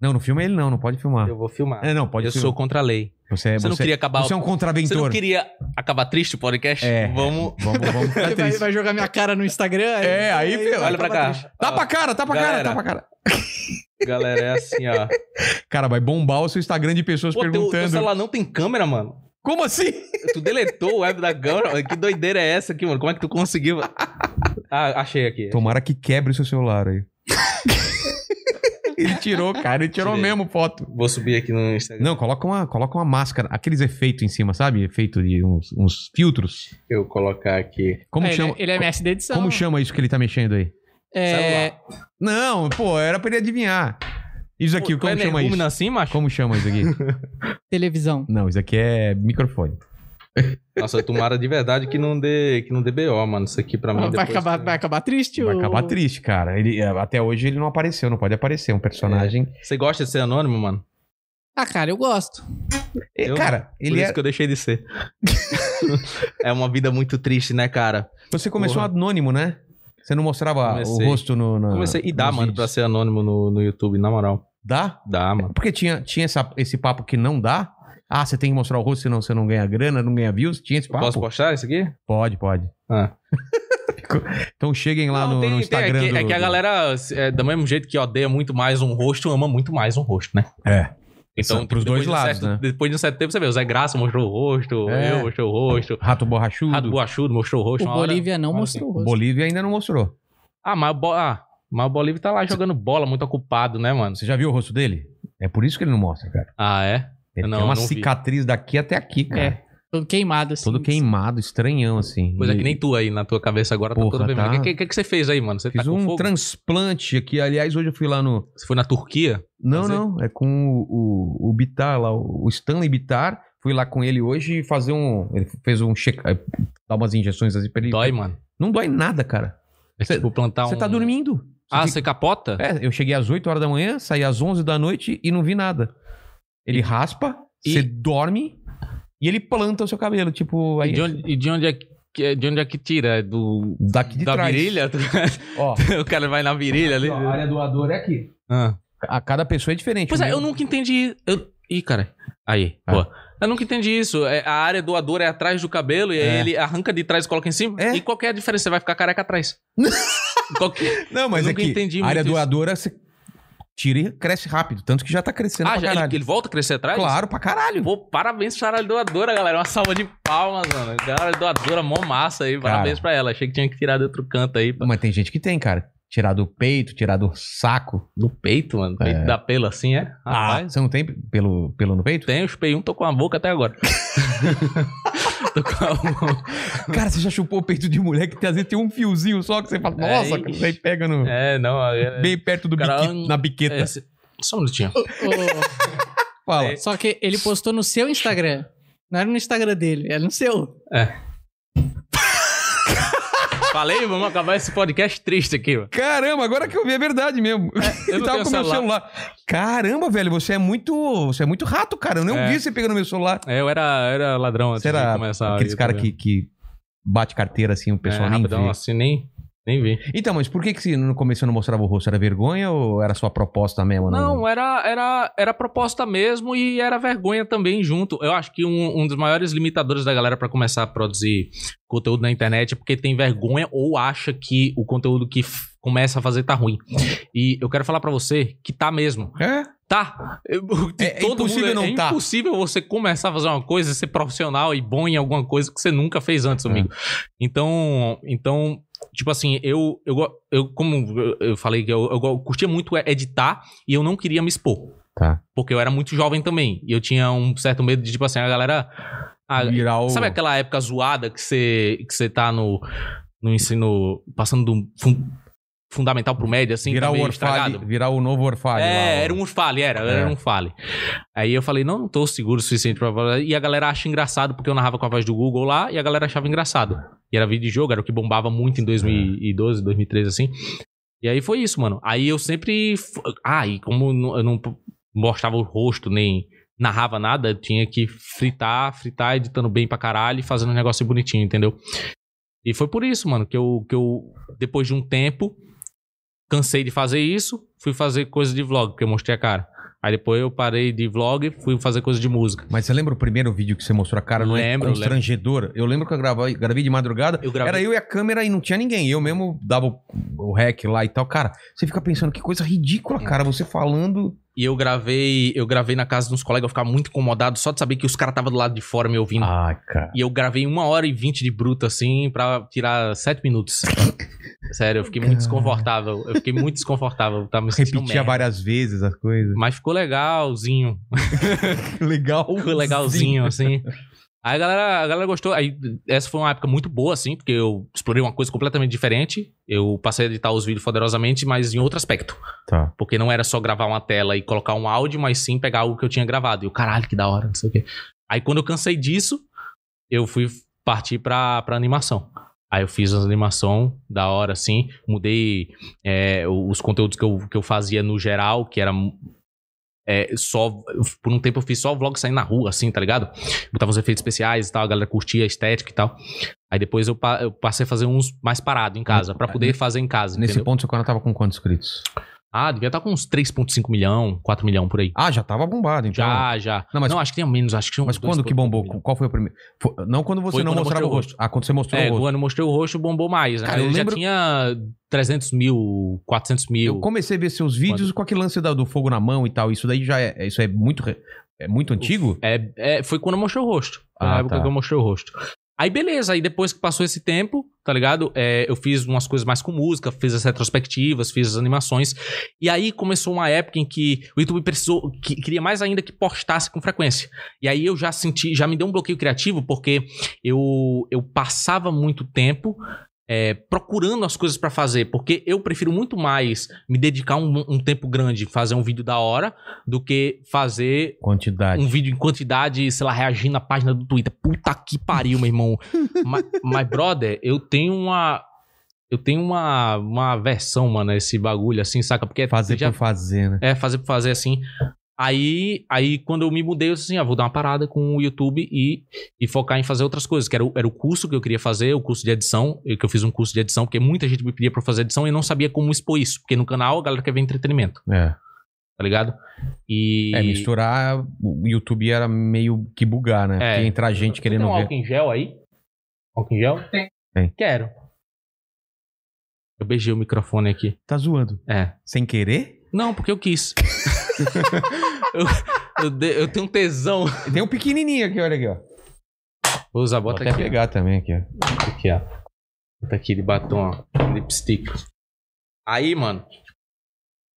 S1: Não, não filma ele não, não pode filmar.
S2: Eu vou filmar.
S1: É, não, pode
S2: eu
S1: filmar.
S2: sou contra a lei.
S1: Você, é-
S2: Você, não
S1: você-
S2: queria acabar...
S1: você é um
S2: Você não
S1: contraventor.
S2: queria acabar triste o podcast?
S1: É.
S2: Vamos...
S1: Vamos, vamos ficar
S3: Vai,
S1: triste.
S3: vai jogar minha cara no Instagram?
S1: É, aí, meu,
S2: Olha pra cá.
S1: Tapa a cara, tapa a cara,
S2: Galera.
S1: tapa a cara.
S2: Ó, Galera, é assim, ó.
S1: Cara, vai bombar o seu Instagram de pessoas
S2: Pô, teu, teu
S1: perguntando.
S2: celular não tem câmera, mano.
S1: Como assim?
S2: Tu deletou o app da câmera? Que doideira é essa aqui, mano? Como é que tu conseguiu? Ah, achei aqui.
S1: Tomara que quebre o seu celular aí. ele tirou, cara, ele tirou
S2: Tirei.
S1: mesmo foto.
S2: Vou subir aqui no Instagram.
S1: Não, coloca uma, coloca uma máscara, aqueles efeitos em cima, sabe? Efeito de uns, uns filtros.
S2: Eu colocar aqui.
S1: Como
S3: É, ele-
S1: chama?
S3: Ele, é mestre da edição.
S1: Como chama isso que ele tá mexendo aí?
S3: É,
S2: Celular.
S1: Não, pô, era pra ele adivinhar. Isso Tá aqui,
S2: Pô, tu
S1: como
S2: é
S1: chama isso?
S2: energúmeno assim, macho?
S1: Como chama isso aqui?
S3: televisão.
S1: não, isso aqui é microfone.
S2: Nossa, tomara de verdade que não dê, que não dê BO, mano. Isso aqui pra mim
S3: vai,
S2: depois...
S3: acabar, vai acabar triste?
S1: Vai
S3: o-
S1: acabar triste, cara. Ele, é, até hoje ele não apareceu, não pode aparecer um personagem.
S2: Você gosta de ser anônimo, mano?
S3: Ah, cara, eu gosto.
S1: E,
S2: Eu-
S1: cara,
S2: Por
S1: ele
S2: isso
S1: é-
S2: que eu deixei de ser. é uma vida muito triste, né, cara?
S1: Você começou
S2: Porra.
S1: anônimo, né? Você não mostrava
S2: Comecei.
S1: o rosto no. na-
S2: Comecei... E dá,
S1: nos
S2: mano, pra
S1: vídeos.
S2: ser anônimo no, no YouTube, na moral.
S1: Dá?
S2: Dá, mano.
S1: Porque tinha, tinha essa- esse papo que não dá. Ah, você tem que mostrar o rosto, senão você não ganha grana, não ganha views. Tinha esse
S2: Eu
S1: papo?
S2: posso postar isso aqui?
S1: Pode, pode.
S2: Ah.
S1: Ficou- então cheguem lá
S2: Não,
S1: no,
S2: tem-
S1: no
S2: tem-
S1: Instagram.
S2: é, que, é
S1: do-
S2: que a galera, é, do mesmo jeito que odeia muito mais um rosto, ama muito mais um rosto, né?
S1: É. São
S2: Então,
S1: pros
S2: depois
S1: dois
S2: de um
S1: lados,
S2: certo-
S1: né?
S2: Depois de um certo tempo, você vê, o Zé Graça mostrou o rosto,
S1: É.
S2: eu mostrou o rosto,
S1: Rato borrachudo.
S2: Rato Guachudo mostrou o rosto.
S3: O
S2: uma hora-
S3: Bolívia não
S2: uma hora
S3: mostrou o rosto.
S1: Bolívia ainda não mostrou.
S2: Ah, mas o, Bo- ah, mas o Bolívia tá lá jogando bola, muito ocupado, né, mano?
S1: Você já viu o rosto dele? É por isso que ele não mostra, cara.
S2: Ah, é?
S1: Ele
S2: Não,
S1: tem uma
S2: não vi.
S1: cicatriz daqui até aqui, cara.
S3: É. Todo queimado, assim.
S1: Todo queimado, estranhão, assim.
S2: Coisa
S1: E-
S2: que nem tu aí na tua cabeça agora,
S1: Porra,
S2: tá toda vermelha.
S1: tá.
S2: O que, que, que você fez aí, mano? Você
S1: Fiz
S2: tá com
S1: um
S2: fogo?
S1: transplante aqui. Aliás, hoje eu fui lá no,
S2: Você foi na Turquia?
S1: Não,
S2: Fazer?
S1: não. É com o, o, o Bitar lá, o, o Stanley Bitar. Fui lá com ele hoje e fazer um. Ele fez um check. Dar umas injeções assim pra ele.
S2: Dói, mano.
S1: Não dói nada, cara.
S2: É
S1: Cê-
S2: tipo plantar um...
S1: Você tá dormindo. Você
S2: Ah,
S1: fica-
S2: você capota?
S1: É, eu cheguei às 8 horas da manhã, saí às 11 da noite e não vi nada. Ele raspa,
S2: E-
S1: você dorme e ele planta o seu cabelo. Tipo,
S2: E
S1: aí.
S2: de onde, e de onde é que... De onde é que tira? É Do...
S1: Daqui de
S2: da
S1: trás.
S2: virilha?
S1: Ó,
S2: o cara vai na virilha ali.
S1: doadora é aqui.
S2: Ah.
S1: A cada pessoa é diferente.
S2: Pois
S1: O
S2: é,
S1: meu-
S2: eu nunca entendi. Eu... Ih, cara. Aí,
S1: Ah.
S2: pô. Eu nunca entendi isso. É, a área doadora é atrás do cabelo e aí
S1: É.
S2: ele arranca de trás e coloca em cima.
S1: É.
S2: E qual que é a diferença? Você vai ficar careca atrás. qual que...
S1: Não, mas
S2: eu
S1: é
S2: nunca
S1: que
S2: entendi
S1: a área
S2: muito isso.
S1: doadora você tira e cresce rápido. Tanto que já tá crescendo
S2: Ah,
S1: pra
S2: já,
S1: caralho.
S2: ele, ele volta a crescer atrás?
S1: Claro, pra caralho.
S2: Pô, parabéns pra área doadora, galera. Uma salva de palmas, mano. Galera doadora, mó massa aí.
S1: Cara.
S2: Parabéns pra ela. Achei que tinha que tirar de outro canto aí. pô.
S1: Mas tem gente que tem, cara. Tirar do peito, tirar do saco.
S2: Do peito, mano. Peito
S1: É. Ah,
S2: da pelo assim, é? Rapaz,
S1: você não tem pelo, pelo no peito?
S2: tem os peitos, tô com a boca até agora. tô com a boca.
S1: Cara, você já chupou o peito de mulher que às vezes tem um fiozinho só que você fala,
S2: É,
S1: nossa, cara,
S2: ixi.
S1: daí pega no,
S2: É, não. É,
S1: bem perto do
S2: Cara,
S1: biqui-
S2: hum,
S1: na biqueta.
S2: é, esse- só um minutinho.
S3: Ô,
S1: Fala.
S2: é.
S3: só que ele postou no seu Instagram. Não era no Instagram dele, era no seu.
S2: Falei, vamos acabar esse podcast triste aqui, mano.
S1: Caramba, agora que eu vi é verdade mesmo.
S2: eu não
S1: tava
S2: tenho
S1: com meu celular. Caramba, velho, você é muito. Você é muito rato, cara. Eu não
S2: É.
S1: vi você pegando meu celular.
S2: É, eu era, era ladrão antes
S1: Você era
S2: de começar.
S1: aqueles
S2: eu
S1: caras
S2: tô
S1: que, que bate carteira assim, o
S2: vendo.
S1: pessoal
S2: é,
S1: nem
S2: rapidão,
S1: vê.
S2: assim, nem... Nem vi.
S1: Então, mas por que, que você, no começo você não mostrava o rosto? Era vergonha ou era sua proposta mesmo?
S2: Não, era, era, era proposta mesmo e era vergonha também junto. Eu acho que um, um dos maiores limitadores da galera pra começar a produzir conteúdo na internet é porque tem vergonha ou acha que o conteúdo que f- começa a fazer tá ruim. E eu quero falar pra você que tá mesmo.
S1: É?
S2: Tá. Eu-
S1: É- é impossível não
S2: é
S1: tá.
S2: impossível você começar a fazer uma coisa, ser profissional e bom em alguma coisa que você nunca fez antes,
S1: É.
S2: amigo. Então, então, tipo assim, eu, eu, go- eu como eu- eu falei que eu, eu go- curtia muito editar e eu não queria me expor.
S1: Tá.
S2: Porque eu era muito jovem também. E eu tinha um certo medo de, tipo assim, a galera. ah,
S1: Virar o...
S2: Sabe aquela época zoada que você que você tá no, no ensino. passando do fun- fundamental pro médio, assim,
S1: virar,
S2: tá
S1: o
S2: meio
S1: orfale,
S2: estragado?
S1: virar o novo orfalho. lá,
S2: É,
S1: o-
S2: era um fale, era, era
S1: É.
S2: um fale. Aí eu falei, não, não tô seguro o suficiente pra falar. E a galera acha engraçado, porque eu narrava com a voz do Google lá, e a galera achava engraçado. E era vídeo de jogo, era o que bombava muito
S1: É.
S2: em 2012, 2013, assim. E aí foi isso, mano. Aí eu sempre. f- Ah, e como não- eu não p- mostrava o rosto, nem narrava nada, eu tinha que fritar, fritar, editando bem pra caralho e fazendo um negócio bonitinho, entendeu? E foi por isso, mano, que eu, que eu depois de um tempo, cansei de fazer isso, fui fazer coisa de vlog, porque eu mostrei a cara. Aí depois eu parei de vlog, fui fazer coisa de música.
S1: Mas você lembra o primeiro vídeo que você mostrou a cara? Não
S2: Lembro,
S1: é constrangedor? Eu lembro que eu gravei, gravei de madrugada.
S2: Eu gravei.
S1: Era eu e a câmera e não tinha ninguém. Eu mesmo dava o, o rec lá e tal. Cara, você fica pensando que coisa ridícula,
S2: É.
S1: cara. Você falando.
S2: E eu gravei, eu gravei na casa dos colegas, eu ficava muito incomodado só de saber que os caras estavam do lado de fora me ouvindo.
S1: Ai, cara.
S2: E eu gravei uma hora e vinte de bruto, assim, pra tirar sete minutos. Sério, eu fiquei muito
S1: Cara.
S2: desconfortável. Eu fiquei muito desconfortável. eu Tava me sentindo
S1: Repetia
S2: merda.
S1: várias vezes as coisas.
S2: Mas ficou legalzinho.
S1: Legal.
S2: Ficou legalzinho, assim. Aí a galera, a galera gostou. Aí essa foi uma época muito boa, assim, porque eu explorei uma coisa completamente diferente. Eu passei a editar os vídeos poderosamente, mas em outro aspecto.
S1: Tá.
S2: Porque não era só gravar uma tela e colocar um áudio, mas sim pegar algo que eu tinha gravado. E o caralho, que da hora, não sei o quê. Aí quando eu cansei disso, eu fui partir pra, pra animação. Aí eu fiz as animação da hora, assim. Mudei é, os conteúdos que eu, que eu fazia no geral, que era é, só. Por um tempo eu fiz só vlog saindo na rua, assim, tá ligado? Botava uns efeitos especiais e tal, a galera curtia a estética e tal. Aí depois eu, pa- eu passei a fazer uns mais parado em casa, pra poder fazer em casa.
S1: Nesse
S2: entendeu?
S1: ponto, seu canal tava com quantos inscritos?
S2: Ah, devia estar com uns 3,5 milhão, 4 milhão por aí.
S1: Ah, já tava bombado, então.
S2: Já, já.
S1: Não,
S2: Não,
S1: mas-
S2: acho que tem menos, acho que tinha uns
S1: Mas
S2: dois
S1: quando que
S2: ponto-
S1: bombou? Qual foi o primeiro? Foi- Não quando você
S2: Foi
S1: não
S2: quando eu
S1: mostrava
S2: mostrei
S1: o
S2: o
S1: rosto. Ah, quando você mostrou
S2: É,
S1: o rosto.
S2: quando mostrei o rosto, bombou mais. né?
S1: Cara, eu
S2: Ele
S1: lembro-
S2: já tinha 300 mil, 400 mil.
S1: Eu comecei a ver seus vídeos com aquele lance da- do fogo na mão e tal. Isso daí já é. Isso é muito, re- é muito antigo?
S2: É, é, foi quando eu mostrei o rosto. Foi na
S1: Ah,
S2: época
S1: tá.
S2: que eu mostrei o rosto. Aí beleza, aí depois que passou esse tempo, tá ligado? É, eu fiz umas coisas mais com música, fiz as retrospectivas, fiz as animações. E aí começou uma época em que o YouTube precisou, que- queria mais ainda que postasse com frequência. E aí eu já senti, já me deu um bloqueio criativo, porque eu, eu passava muito tempo é, procurando as coisas pra fazer, porque eu prefiro muito mais me dedicar um, um tempo grande, fazer um vídeo da hora, do que fazer
S1: Quantidade.
S2: um vídeo em quantidade, sei lá, reagindo na página do Twitter. Puta que pariu, meu irmão. my, my brother, eu tenho uma. Eu tenho uma, uma versão, mano, a esse bagulho, assim, saca? Porque
S1: Fazer
S2: já,
S1: por fazer, né?
S2: é, fazer por fazer assim. Aí, aí, quando eu me mudei, eu disse assim: ah, vou dar uma parada com o YouTube e, e focar em fazer outras coisas. Que era, o- era o curso que eu queria fazer, o curso de edição, eu- que eu fiz um curso de edição, porque muita gente me pedia pra fazer edição e eu não sabia como expor isso. Porque no canal a galera quer ver entretenimento,
S1: É.
S2: tá ligado? E.
S1: É, misturar. O YouTube era meio que bugar, né?
S2: É.
S1: Porque entra gente querendo
S2: Tem um
S1: ver.
S2: álcool em gel aí? Álcool em gel? Tem.
S1: Tem.
S2: Quero. Eu beijei o microfone aqui.
S1: Tá zoando.
S2: É.
S1: Sem querer?
S2: Não, porque eu quis. eu, eu, dei- eu tenho um tesão.
S1: Tem um pequenininho aqui, olha aqui, ó.
S2: Vou usar,
S1: Vou
S2: bota
S1: até
S2: aqui.
S1: pegar também aqui, ó.
S2: ó. Aqui, ó. Bota aqui de batom, ó. Lipstick. Aí, mano.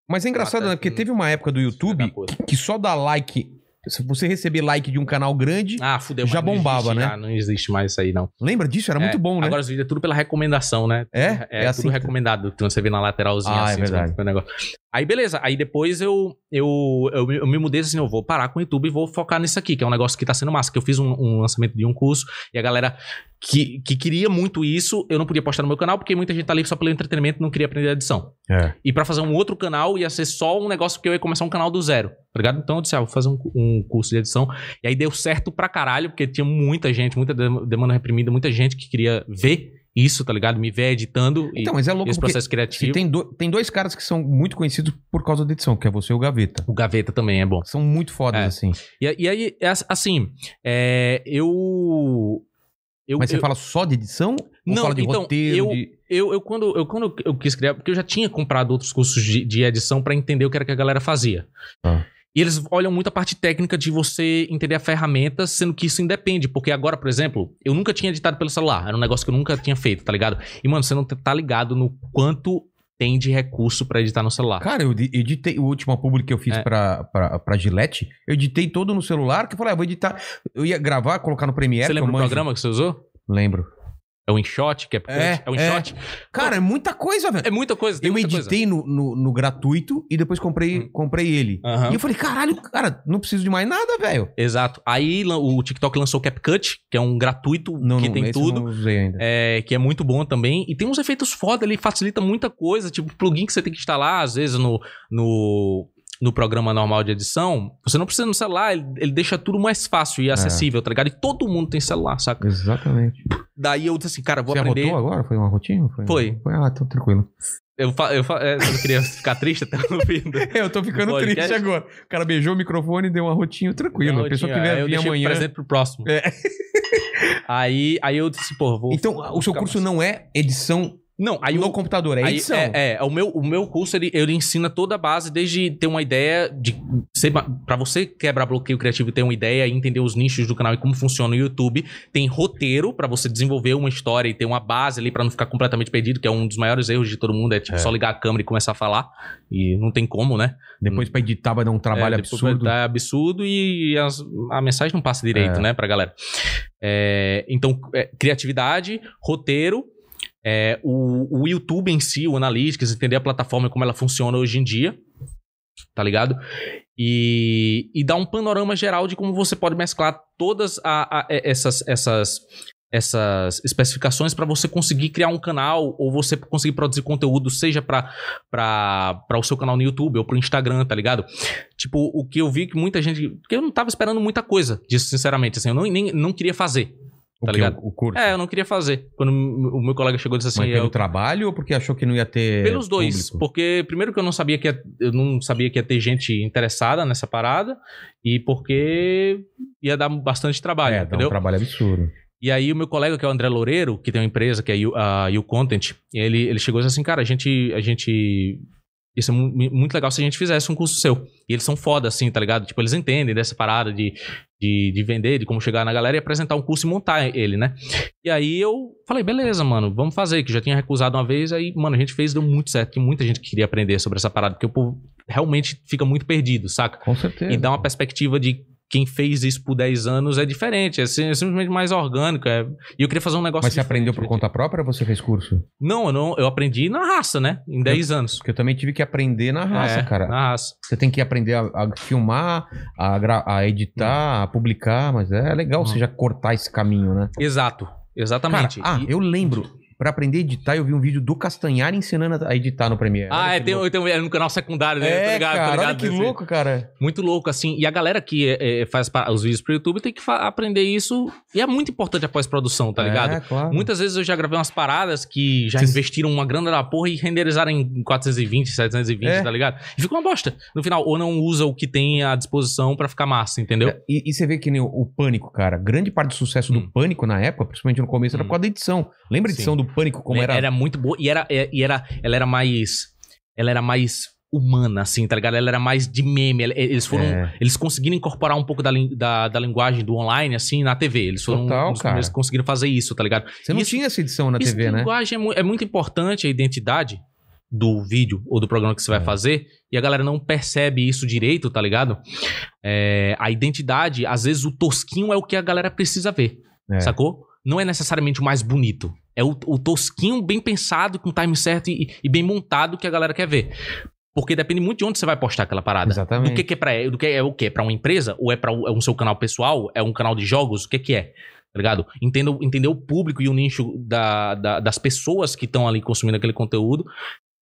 S1: Mas é engraçado,
S2: Bota-
S1: né? Porque teve uma época do
S2: filha
S1: YouTube
S2: da puta.
S1: que só dá like. Se você receber like de um canal grande.
S2: Ah, fudeu.
S1: Já
S2: mas não
S1: bombava,
S2: existe,
S1: né?
S2: Ah, não existe mais isso aí, não.
S1: Lembra disso? Era
S2: É,
S1: muito bom, né?
S2: Agora os vídeos é tudo pela recomendação, né?
S1: É?
S2: É, tudo
S1: que-
S2: recomendado. Então você vê na lateralzinha
S1: Ah, é
S2: assim,
S1: verdade.
S2: o negócio. Aí beleza, aí depois eu, eu, eu, me- eu me mudei assim, eu vou parar com o YouTube e vou focar nisso aqui, que é um negócio que tá sendo massa, que eu fiz um, um lançamento de um curso e a galera que, que queria muito isso, eu não podia postar no meu canal, porque muita gente tá ali só pelo entretenimento e não queria aprender a edição.
S1: É.
S2: E pra fazer um outro canal ia ser só um negócio que eu ia começar um canal do zero, tá ligado? Então eu disse, ah, vou fazer um, cu- um curso de edição. E aí deu certo pra caralho, porque tinha muita gente, muita dem- demanda reprimida, muita gente que queria ver isso, tá ligado? Me vê editando e
S1: Então, mas é louco
S2: esse
S1: porque
S2: processo
S1: se
S2: criativo.
S1: tem, do- tem dois caras que são muito conhecidos por causa da edição, que é você e o Gaveta.
S2: O Gaveta também é bom.
S1: São muito fodas,
S2: É.
S1: assim.
S2: E, e aí, é as- assim, é, eu. Eu,
S1: Mas você
S2: eu,
S1: fala só de edição?
S2: Não,
S1: ou fala de
S2: então,
S1: roteiro?
S2: eu-
S1: de-
S2: eu, eu quando, eu quando eu quis criar, porque eu já tinha comprado outros cursos de, de edição pra entender o que era que a galera fazia.
S1: Ah.
S2: E eles olham muito a parte técnica de você entender a ferramenta, sendo que isso independe. Porque agora, por exemplo, eu nunca tinha editado pelo celular. Era um negócio que eu nunca tinha feito, tá ligado? E, mano, você não tá ligado no quanto tem de recurso pra editar no celular.
S1: Cara, eu de- editei o último publi que eu fiz
S2: É.
S1: pra, pra, pra Gillette. Eu editei todo no celular, que eu falei, ah, vou editar. Eu ia gravar, colocar no Premiere.
S2: você
S1: que eu
S2: lembra o
S1: manjo.
S2: programa que você usou?
S1: Lembro.
S2: É o InShot, que é,
S1: É,
S2: é o
S1: é.
S2: InShot.
S1: Cara, é muita coisa, velho.
S2: É muita coisa, tem
S1: eu
S2: muita coisa. Hum.
S1: editei no, no, no gratuito e depois comprei, comprei ele.
S2: Aham.
S1: E eu falei, caralho, cara, não preciso de mais nada, velho.
S2: Exato. Aí lan- o TikTok lançou o CapCut, que é um gratuito
S1: Não,
S2: que
S1: não,
S2: tem
S1: esse eu
S2: tudo.
S1: não usei ainda.
S2: É, que é muito bom também. E tem uns efeitos foda, ele facilita muita coisa. Tipo, plugin que você tem que instalar, às vezes, no, no, no programa normal de edição. Você não precisa no celular, ele, ele deixa tudo mais fácil
S1: É.
S2: e acessível, tá ligado? E todo mundo tem celular, saca?
S1: Exatamente.
S2: Daí eu disse assim, cara, vou
S1: Você
S2: aprender.
S1: arrotou agora? Foi uma rotina? Foi.
S2: Foi.
S1: Ah, tô tranquilo.
S2: Eu, fa- eu, fa- é, eu não queria ficar triste até o fim do-
S1: Eu tô ficando
S2: Podcast?
S1: triste agora. O cara beijou o microfone e deu uma rotinha tranquilo. A pessoa que
S2: Aí
S1: vier
S2: é, eu
S1: vir
S2: deixei
S1: amanhã. É.
S2: o presente pro próximo. Aí, aí eu disse, pô, vou.
S1: Então, o seu
S2: ficar
S1: curso
S2: mais-
S1: não é edição
S2: Não, aí
S1: no
S2: o,
S1: computador, é
S2: Aí,
S1: edição.
S2: é, é, o meu, o meu curso ele, ele ensina toda a base, desde ter uma ideia de ser ba- pra você quebrar bloqueio criativo, e ter uma ideia e entender os nichos do canal e como funciona o YouTube, tem roteiro pra você desenvolver uma história e ter uma base ali pra não ficar completamente perdido, que é um dos maiores erros de todo mundo, é tipo
S1: É.
S2: só ligar a câmera e começar a falar e não tem como, né?
S1: Depois pra editar vai dar um trabalho
S2: É, depois
S1: absurdo.
S2: vai dar absurdo e as- a mensagem não passa direito,
S1: É.
S2: né, pra galera. É, então, é, criatividade, roteiro, é, o, o YouTube em si, o Analytics, entender a plataforma e como ela funciona hoje em dia, tá ligado? E, e dar um panorama geral de como você pode mesclar todas a- a- é- essas, essas, essas especificações para você conseguir criar um canal ou você conseguir produzir conteúdo, seja pra- pra pra o seu canal no YouTube ou pro Instagram, tá ligado? Tipo, o que eu vi que muita gente. Porque eu não tava esperando muita coisa disso, sinceramente. Assim, eu não, nem, não queria fazer.
S1: o,
S2: tá
S1: que,
S2: ligado?
S1: o curso.
S2: É, eu não queria fazer. Quando o meu colega chegou e disse assim.
S1: Mas pelo
S2: eu-
S1: trabalho ou porque achou que não ia ter.
S2: pelos dois.
S1: público?
S2: Porque, primeiro, que eu não sabia que ia, eu não sabia que ia ter gente interessada nessa parada. E porque ia dar bastante trabalho,
S1: é, dá
S2: entendeu?
S1: um trabalho absurdo.
S2: E aí o meu colega, que é o André Loureiro, que tem uma empresa, que é You- a YouContent, ele, ele chegou e disse assim, cara, a gente... A gente ia ser mu- muito legal se a gente fizesse um curso seu. E eles são foda, assim, tá ligado? Tipo, eles entendem dessa parada de, de, de vender, de como chegar na galera e apresentar um curso e montar ele, né? E aí eu falei, beleza, mano, vamos fazer, que eu já tinha recusado uma vez, aí, mano, a gente fez, deu muito certo, que muita gente queria aprender sobre essa parada, porque o povo realmente fica muito perdido, saca?
S1: Com certeza.
S2: e dá uma Então, perspectiva de quem fez isso por 10 anos é diferente, é sim- é simplesmente mais orgânico. é- E eu queria fazer um negócio.
S1: Mas você
S2: diferente,
S1: aprendeu por
S2: né?
S1: conta própria ou você fez curso?
S2: Não, eu não, eu aprendi na raça, né? Em 10 anos.
S1: Porque eu também tive que aprender na raça,
S2: É,
S1: cara.
S2: Na raça.
S1: Você tem que aprender a, a filmar, a, gra- a editar, a publicar, mas é legal
S2: Hum.
S1: você já cortar esse caminho, né?
S2: Exato. Exatamente.
S1: Cara, ah,
S2: E-
S1: eu lembro. Pra aprender a editar, eu vi um vídeo do Castanhar ensinando a editar no Premiere.
S2: Ah,
S1: Olha
S2: é,
S1: que
S2: tem,
S1: louco.
S2: tem, é no canal secundário, né?
S1: É,
S2: Tá ligado, tá
S1: cara, olha
S2: ligado?
S1: que
S2: Assim,
S1: louco, cara.
S2: Muito louco, assim. E a galera que é, é, faz pa- os vídeos pro YouTube tem que fa- aprender isso. E é muito importante a pós-produção, tá ligado?
S1: É, claro.
S2: Muitas vezes eu já gravei umas paradas que já
S1: Cês-
S2: investiram uma grana da porra e renderizaram em 420, 720,
S1: É.
S2: tá ligado? E fica uma bosta. No final, ou não usa o que tem à disposição pra ficar massa, entendeu?
S1: É, E, e você vê que nem o, o Pânico, cara. Grande parte do sucesso
S2: Hum.
S1: do Pânico na época, principalmente no começo, era
S2: Hum.
S1: por causa da edição. Lembra a edição do Pânico como era?
S2: muito boa e É, era, é- e era ela era mais ela era mais humana assim, tá ligado? Ela era mais de meme, ela- eles foram
S1: É.
S2: eles conseguiram incorporar um pouco da, lin- da, da linguagem do online assim na TV. Eles foram
S1: Total,
S2: os primeiros
S1: cara.
S2: que conseguiram fazer isso, tá ligado?
S1: Você não
S2: Isso-
S1: tinha essa edição na
S2: Isso
S1: TV,
S2: de
S1: né?
S2: linguagem é mu- é, muito importante, a identidade do vídeo ou do programa que você vai
S1: É.
S2: fazer, e a galera não percebe isso direito, tá ligado? É, a identidade, às vezes o tosquinho é o que a galera precisa ver,
S1: É.
S2: sacou? Não é necessariamente o mais bonito. É o, o tosquinho bem pensado, com o time certo e, e bem montado que a galera quer ver. Porque depende muito de onde você vai postar aquela parada.
S1: Exatamente.
S2: Do que, que é pra. Do que é o quê? Pra uma empresa? Ou é pra um, é um seu canal pessoal? É um canal de jogos? O que, que é? Tá ligado? Entenda, o- entender o público e o nicho da, da- das pessoas que estão ali consumindo aquele conteúdo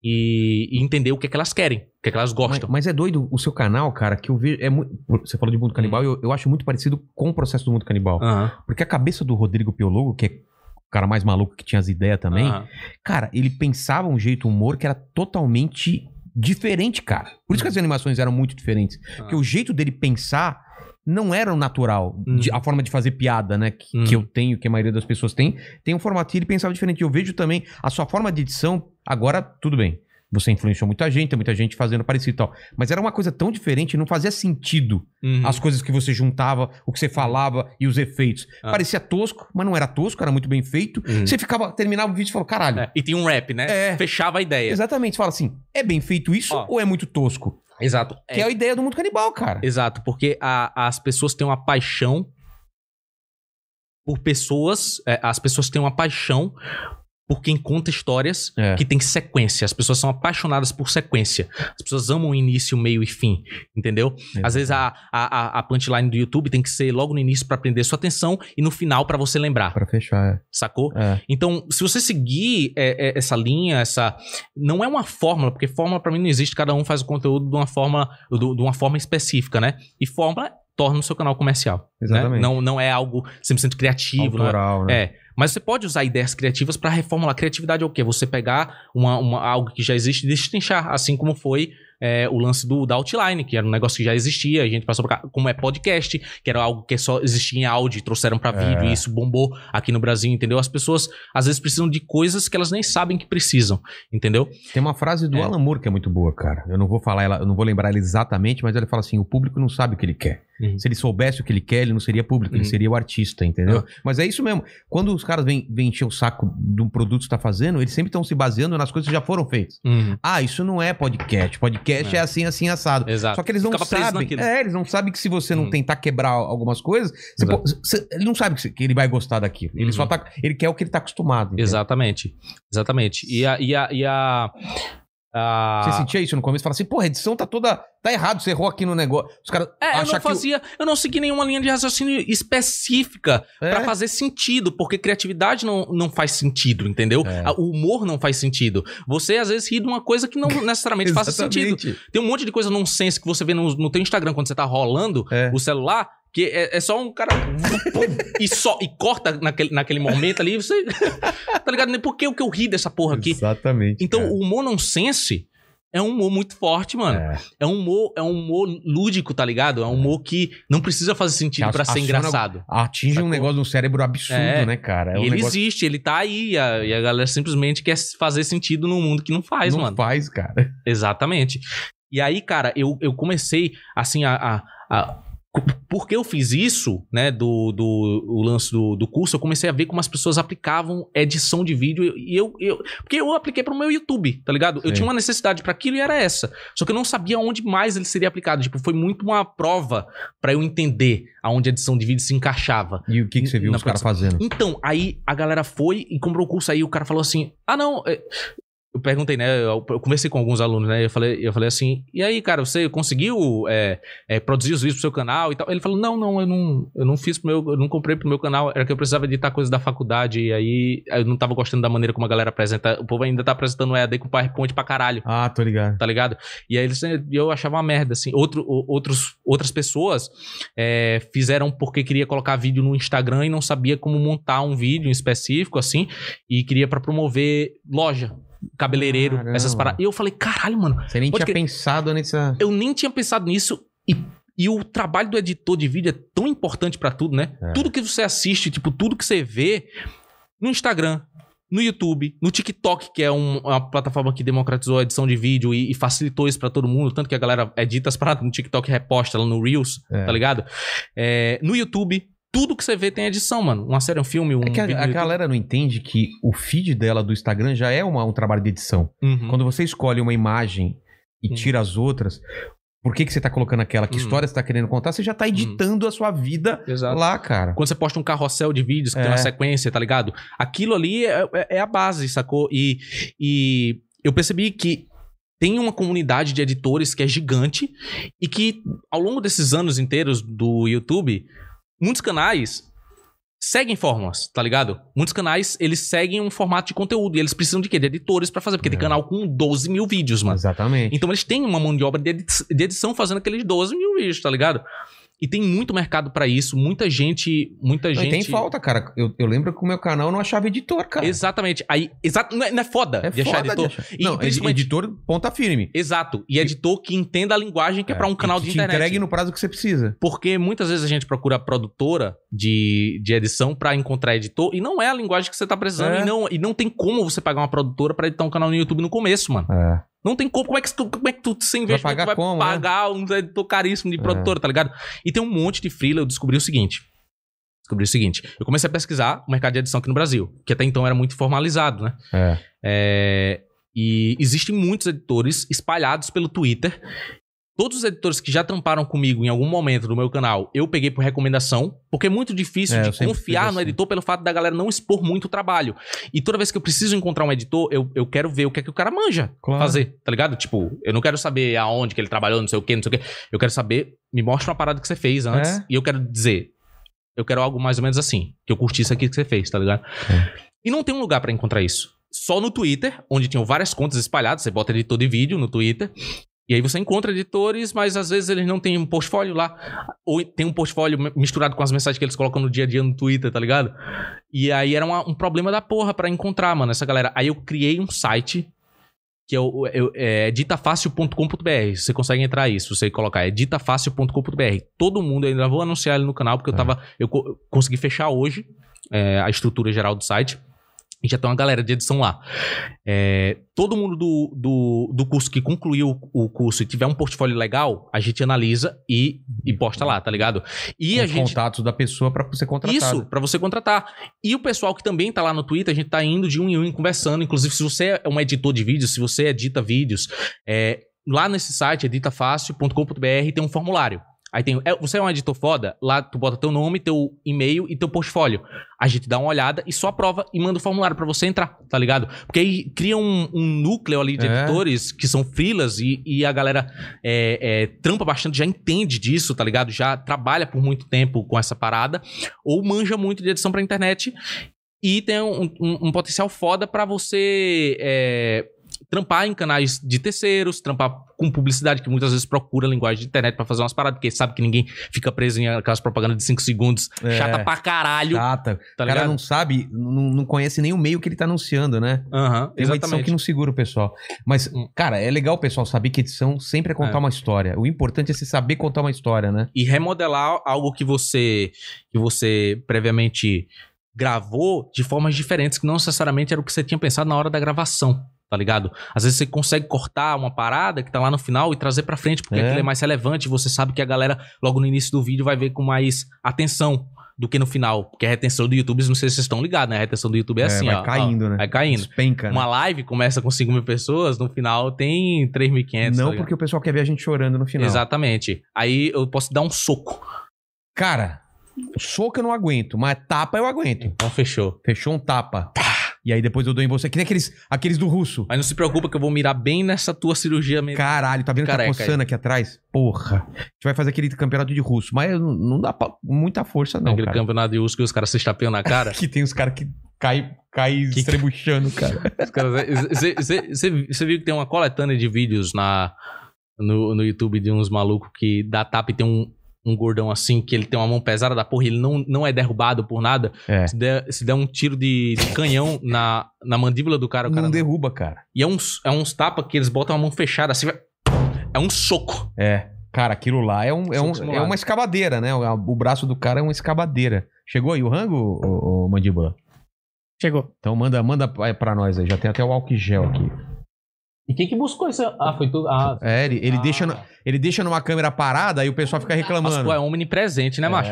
S2: e, e entender o que é que elas querem, o que é que elas
S1: Mas,
S2: gostam.
S1: mas é doido o seu canal, cara, que eu vejo. É muito, você falou de mundo canibal, eu, eu acho muito parecido com o processo do mundo canibal.
S2: Aham.
S1: Porque a cabeça do Rodrigo Piologo, que é cara mais maluco que tinha as ideias também.
S2: Aham.
S1: Cara, ele pensava um jeito, um humor que era totalmente diferente, cara. Por isso que
S2: Uhum.
S1: as animações eram muito diferentes. Porque
S2: Ah.
S1: o jeito dele pensar não era o natural.
S2: Hum.
S1: De- a forma de fazer piada, né? Que,
S2: Hum.
S1: que eu tenho, que a maioria das pessoas tem. Tem um formatinho, ele pensava diferente. Eu vejo também a sua forma de edição. Agora, tudo bem. Você influenciou muita gente, tem muita gente fazendo parecido e tal. Mas era uma coisa tão diferente, não fazia sentido
S2: Uhum.
S1: as coisas que você juntava, o que você falava e os efeitos.
S2: Ah.
S1: Parecia tosco, mas não era tosco, era muito bem feito.
S2: Uhum.
S1: Você ficava, terminava o vídeo e falava, caralho.
S2: É, E tinha um rap, né?
S1: É.
S2: Fechava a ideia.
S1: Exatamente, você fala assim, é bem feito isso
S2: Ó.
S1: ou é muito tosco?
S2: Exato. É,
S1: Que é a ideia do mundo canibal, cara.
S2: Exato, porque a- as pessoas têm uma paixão por pessoas, é, as pessoas têm uma paixão por quem conta histórias
S1: É.
S2: que tem sequência. As pessoas são apaixonadas por sequência. As pessoas amam o início, o meio e fim, entendeu? Às vezes a, a, a- a punchline do YouTube tem que ser logo no início pra prender sua atenção e no final pra você lembrar,
S1: Pra fechar,
S2: sacou?
S1: é. é.
S2: Então, se você seguir é, é, essa linha, essa. Não é uma fórmula, porque fórmula pra mim não existe, cada um faz o conteúdo de uma forma, do- de uma forma específica, né? E fórmula torna o seu canal comercial. né?
S1: Exatamente.
S2: Não, não é algo 100% criativo, não é-
S1: Autoral, né?
S2: é. Mas você pode usar ideias criativas pra reformular. Criatividade é o quê? Você pegar uma, uma- algo que já existe e destrinchar, assim como foi é, o lance do, da Outline, que era um negócio que já existia, a gente passou pra cá, como é podcast, que era algo que só existia em áudio, e trouxeram pra
S1: É.
S2: vídeo e isso bombou aqui no Brasil, entendeu? As pessoas às vezes precisam de coisas que elas nem sabem que precisam, entendeu?
S1: Tem uma frase do
S2: É.
S1: Alan Moore que é muito boa, cara. Eu não vou falar ela, eu não vou lembrar ela exatamente, mas ele fala assim: o público não sabe o que ele quer.
S2: Uhum.
S1: Se ele soubesse o que ele quer, ele não seria público, ele
S2: Uhum.
S1: seria o artista, entendeu? Mas é isso mesmo. Quando os caras vêm vêm encher o saco de um produto que está fazendo, eles sempre estão se baseando nas coisas que já foram feitas. Ah, isso não é podcast. Podcast é,
S2: É.
S1: assim, assim, assado.
S2: Exato.
S1: Só que eles não
S2: Ficava preso
S1: sabem.
S2: naquilo.
S1: É, eles não sabem que se você não
S2: Hum.
S1: tentar quebrar algumas coisas, você
S2: Exato.
S1: pô- você- ele não sabe que, você- que ele vai gostar daquilo. Ele
S2: Uhum.
S1: só tá. Ele quer o que ele tá acostumado. entendeu?
S2: Exatamente. Exatamente. E a. E a, e a, a-
S1: Você sentia isso no começo? Fala assim, porra, a edição tá toda. Tá errado, você errou aqui no negócio. Os caras
S2: É, eu
S1: acham
S2: não fazia, eu não segui nenhuma linha de raciocínio específica
S1: que. o- É,
S2: pra fazer sentido, porque criatividade não, não faz sentido, entendeu?
S1: É.
S2: A- O humor não faz sentido. Você às vezes ri de uma coisa que não necessariamente faz sentido.
S1: exatamente.
S2: Tem um monte de coisa nonsense que você vê no, no teu Instagram quando você tá rolando
S1: É.
S2: o celular, que é, é só um cara pum, e só e corta naquele, naquele momento ali, você tá ligado? Nem Por que o que eu ri dessa porra aqui?
S1: Exatamente.
S2: Então,
S1: cara.
S2: o humor nonsense é um humor muito forte, mano.
S1: É.
S2: É um humor, é um humor lúdico, tá ligado? É um humor que não precisa fazer sentido
S1: Que
S2: pra ser
S1: aciona-
S2: engraçado.
S1: Atinge um
S2: Sacou?
S1: negócio no cérebro absurdo,
S2: É.
S1: né, cara? É um
S2: e ele
S1: negócio
S2: existe, ele tá aí. E a, e a galera simplesmente quer fazer sentido num mundo que não
S1: que
S2: faz,
S1: não
S2: mano.
S1: faz, cara.
S2: Exatamente. E aí, cara, eu, eu comecei, assim, a... a, a porque eu fiz isso, né, do, do o lance do, do curso, eu comecei a ver como as pessoas aplicavam edição de vídeo e eu, eu porque eu apliquei pro meu YouTube, tá ligado? Eu
S1: Sim.
S2: tinha uma necessidade pra aquilo e era essa. Só que eu não sabia onde mais ele seria aplicado, tipo, foi muito uma prova pra eu entender aonde a edição de vídeo se encaixava.
S1: E o que, que você viu
S2: Na
S1: os caras fazendo?
S2: Então, aí a galera foi e comprou o curso. Aí o cara falou assim: Ah, não. é- Eu perguntei, né? Eu eu conversei com alguns alunos, né? Eu falei, eu falei assim: E aí, cara, você conseguiu é, é, produzir os vídeos pro seu canal e tal? Ele falou: Não, não, eu não, eu não fiz pro meu, eu não comprei pro meu canal. Era que eu precisava editar coisas da faculdade. E aí eu não tava gostando da maneira como a galera apresenta. O povo ainda tá apresentando o EAD com PowerPoint pra caralho
S1: Ah, tô ligado.
S2: tá ligado? E aí eles, eu achava uma merda, assim. Outro, o- outros, outras pessoas é, fizeram porque queria colocar vídeo no Instagram e não sabia como montar um vídeo em específico, assim, e queria pra promover loja, cabeleireiro,
S1: Caramba.
S2: essas paradas. E eu falei, caralho, mano,
S1: Você nem
S2: Pode
S1: tinha
S2: crer.
S1: pensado nessa.
S2: eu nem tinha pensado nisso e. E o trabalho do editor de vídeo é tão importante pra tudo, né?
S1: É.
S2: Tudo que você assiste, tipo, tudo que você vê no Instagram, no YouTube, no TikTok, que é um- uma plataforma que democratizou a edição de vídeo e, e facilitou isso pra todo mundo, tanto que a galera edita as paradas no TikTok e reposta lá no Reels,
S1: É.
S2: tá ligado? É, no YouTube, tudo que você vê tem edição, mano. Uma série, um filme, um
S1: É que a,
S2: vídeo
S1: a
S2: no YouTube.
S1: galera não entende que o feed dela do Instagram já é uma- um trabalho de edição.
S2: Uhum.
S1: Quando você escolhe uma imagem e
S2: Hum.
S1: tira as outras, por que, que você tá colocando aquela? Que
S2: Hum.
S1: história você tá querendo contar? Você já tá editando a sua vida
S2: Uhum. Exato.
S1: lá, cara.
S2: Quando você posta um carrossel de vídeos que
S1: É.
S2: tem uma sequência, tá ligado? Aquilo ali é, é- é a base, sacou? E, e eu percebi que tem uma comunidade de editores que é gigante e que ao longo desses anos inteiros do YouTube, muitos canais seguem fórmulas, tá ligado? Muitos canais, eles seguem um formato de conteúdo e eles precisam de quê? De editores pra fazer, porque tem
S1: É.
S2: canal com 12 mil vídeos, mano.
S1: Exatamente.
S2: Então eles têm uma mão de obra de edi- de edição fazendo aqueles 12 mil vídeos, tá ligado? E tem muito mercado pra isso, muita gente, muita
S1: Não, e
S2: gente.
S1: Tem falta, cara. Eu, eu lembro que o meu canal não achava editor, cara.
S2: Exatamente. Aí, exato, não é, não é foda de achar
S1: foda
S2: editor.
S1: de achar.
S2: E
S1: não,
S2: principalmente-
S1: editor ponta firme.
S2: Exato. E editor que entenda a linguagem que é, pra um canal
S1: que
S2: de
S1: te
S2: internet.
S1: entregue no prazo que você precisa.
S2: Porque muitas vezes a gente procura a produtora de, de edição pra encontrar editor e não é a linguagem que você tá precisando.
S1: É.
S2: E, não, e não tem como você pagar uma produtora pra editar um canal no YouTube no começo, mano.
S1: É.
S2: Não tem como. Como é que tu, como é que tu sem investimento
S1: pagar
S2: tu vai
S1: como, né? É.
S2: pagar um editor caríssimo de produtora, tá ligado? E tem um monte de freela, eu descobri o seguinte. Descobri o seguinte. Eu comecei a pesquisar o mercado de edição aqui no Brasil, que até então era muito formalizado, né?
S1: É.
S2: É, e existem muitos editores espalhados pelo Twitter. Todos os editores que já tramparam comigo em algum momento do meu canal, eu peguei por recomendação, porque é muito difícil
S1: É, eu
S2: de
S1: sempre
S2: confiar
S1: fiz
S2: no
S1: assim.
S2: editor pelo fato da galera não expor muito o trabalho. E toda vez que eu preciso encontrar um editor, eu, eu quero ver o que é que o cara manja
S1: Claro.
S2: fazer, tá ligado? Tipo, eu não quero saber aonde que ele trabalhou, não sei o que, não sei o que. Eu quero saber, me mostra uma parada que você fez antes.
S1: É.
S2: E eu quero dizer, eu quero algo mais ou menos assim, que eu curti isso aqui que você fez, tá ligado?
S1: É.
S2: E não tem um lugar pra encontrar isso. Só no Twitter, onde tinham várias contas espalhadas, você bota editor de vídeo no Twitter. E aí você encontra editores, mas às vezes eles não têm um portfólio lá. Ou tem um portfólio mi- misturado com as mensagens que eles colocam no dia a dia no Twitter, tá ligado? E aí era uma- um problema da porra pra encontrar, mano, essa galera. Aí eu criei um site que é, o, é o- é ditafácil.com.br. Você consegue entrar aí, se você colocar. É ditafácil.com.br. Todo mundo eu ainda vou anunciar ele no canal, porque eu
S1: Tá.
S2: tava. Eu, co- eu consegui fechar hoje é, a estrutura geral do site. E já tem uma galera de edição lá. É, todo mundo do, do, do curso que concluiu o curso e tiver um portfólio legal, a gente analisa e, e posta lá, tá ligado? E
S1: Com
S2: a
S1: os
S2: gente.
S1: contatos da pessoa pra ser contratado.
S2: Isso, pra você contratar. E o pessoal que também tá lá no Twitter, a gente tá indo de um em um conversando. Inclusive, se você é um editor de vídeos, se você edita vídeos, é, lá nesse site, editafácil.com.br, tem um formulário. Aí tem, é, você é um editor foda? Lá tu bota teu nome, teu e-mail e teu portfólio. A gente dá uma olhada e só aprova e manda o formulário pra você entrar, tá ligado? Porque aí cria um, um núcleo ali de
S1: É.
S2: editores que são freelas e, e a galera é, é, trampa bastante, já entende disso, tá ligado? Já trabalha por muito tempo com essa parada ou manja muito de edição pra internet e tem um, um- um potencial foda pra você é, trampar em canais de terceiros, trampar com publicidade que muitas vezes procura a linguagem de internet pra fazer umas paradas, porque sabe que ninguém fica preso em aquelas propagandas de 5 segundos,
S1: É.
S2: chata pra caralho,
S1: Chata.
S2: tá
S1: o cara
S2: ligado?
S1: não sabe, não, não conhece nem o meio que ele tá anunciando, né?
S2: Aham,
S1: Tem uma edição que não segura o pessoal. Mas,
S2: Hum.
S1: cara, é legal o pessoal saber que edição sempre é contar
S2: É.
S1: uma história. O importante é você saber contar uma história, né?
S2: e remodelar algo que você que você previamente gravou de formas diferentes que não necessariamente era o que você tinha pensado na hora da gravação. Tá ligado? Às vezes você consegue cortar uma parada que tá lá no final e trazer pra frente, porque
S1: É.
S2: aquilo é mais relevante. Você sabe que a galera, logo no início do vídeo, vai ver com mais atenção do que no final. Porque a retenção do YouTube, não sei se vocês estão ligados, né? A retenção do YouTube é, assim,
S1: vai
S2: ó. ó,
S1: caindo, né?
S2: Vai caindo.
S1: Despenca, né?
S2: Uma live começa com 5 mil pessoas, no final tem 3.500. tá
S1: Não
S2: ligado?
S1: porque o pessoal quer ver a gente chorando no final.
S2: Exatamente. Aí eu posso dar um soco.
S1: Cara, soco eu não aguento, mas tapa eu aguento.
S2: Então fechou.
S1: Fechou um tapa. E aí depois eu dou em você. Que nem aqueles, aqueles do russo.
S2: Mas não se preocupa que eu vou mirar bem nessa tua cirurgia mesmo.
S1: Caralho, tá vendo que tá
S2: Careca
S1: coçando aqui atrás? Porra. A gente vai fazer aquele campeonato de russo. Mas eu não- não dá pra, muita força, não,
S2: Naquele
S1: cara.
S2: campeonato de uso que os caras se estapeiam na cara.
S1: Que tem os caras que caem cai
S2: Que-
S1: estrebuchando, cara.
S2: Você viu que tem uma coletânea de vídeos na, no, no YouTube de uns malucos que dá tapa e tem um, um gordão assim, que ele tem uma mão pesada da porra e ele não, não é derrubado por nada.
S1: É.
S2: Se der, se der um tiro de, de canhão na, na mandíbula do cara, o
S1: não
S2: cara.
S1: derruba, cara.
S2: E é uns, é uns tapa que eles botam a mão fechada assim, vai- é um soco.
S1: É. Cara, aquilo lá é, um, é,
S2: Soco
S1: um-
S2: simulado.
S1: é uma escavadeira, né? O, o braço do cara é uma escavadeira. Chegou aí o rango, ô, ô, mandíbula?
S3: Chegou.
S1: Então manda, manda pra pra nós aí. Já tem até o álcool gel aqui.
S2: E quem que buscou isso? Ah, foi tu. Ah,
S1: É, ele, ele deixa, na- ele deixa numa câmera parada e o pessoal fica
S2: Mas tu é
S1: reclamando.
S2: omnipresente, né, macho?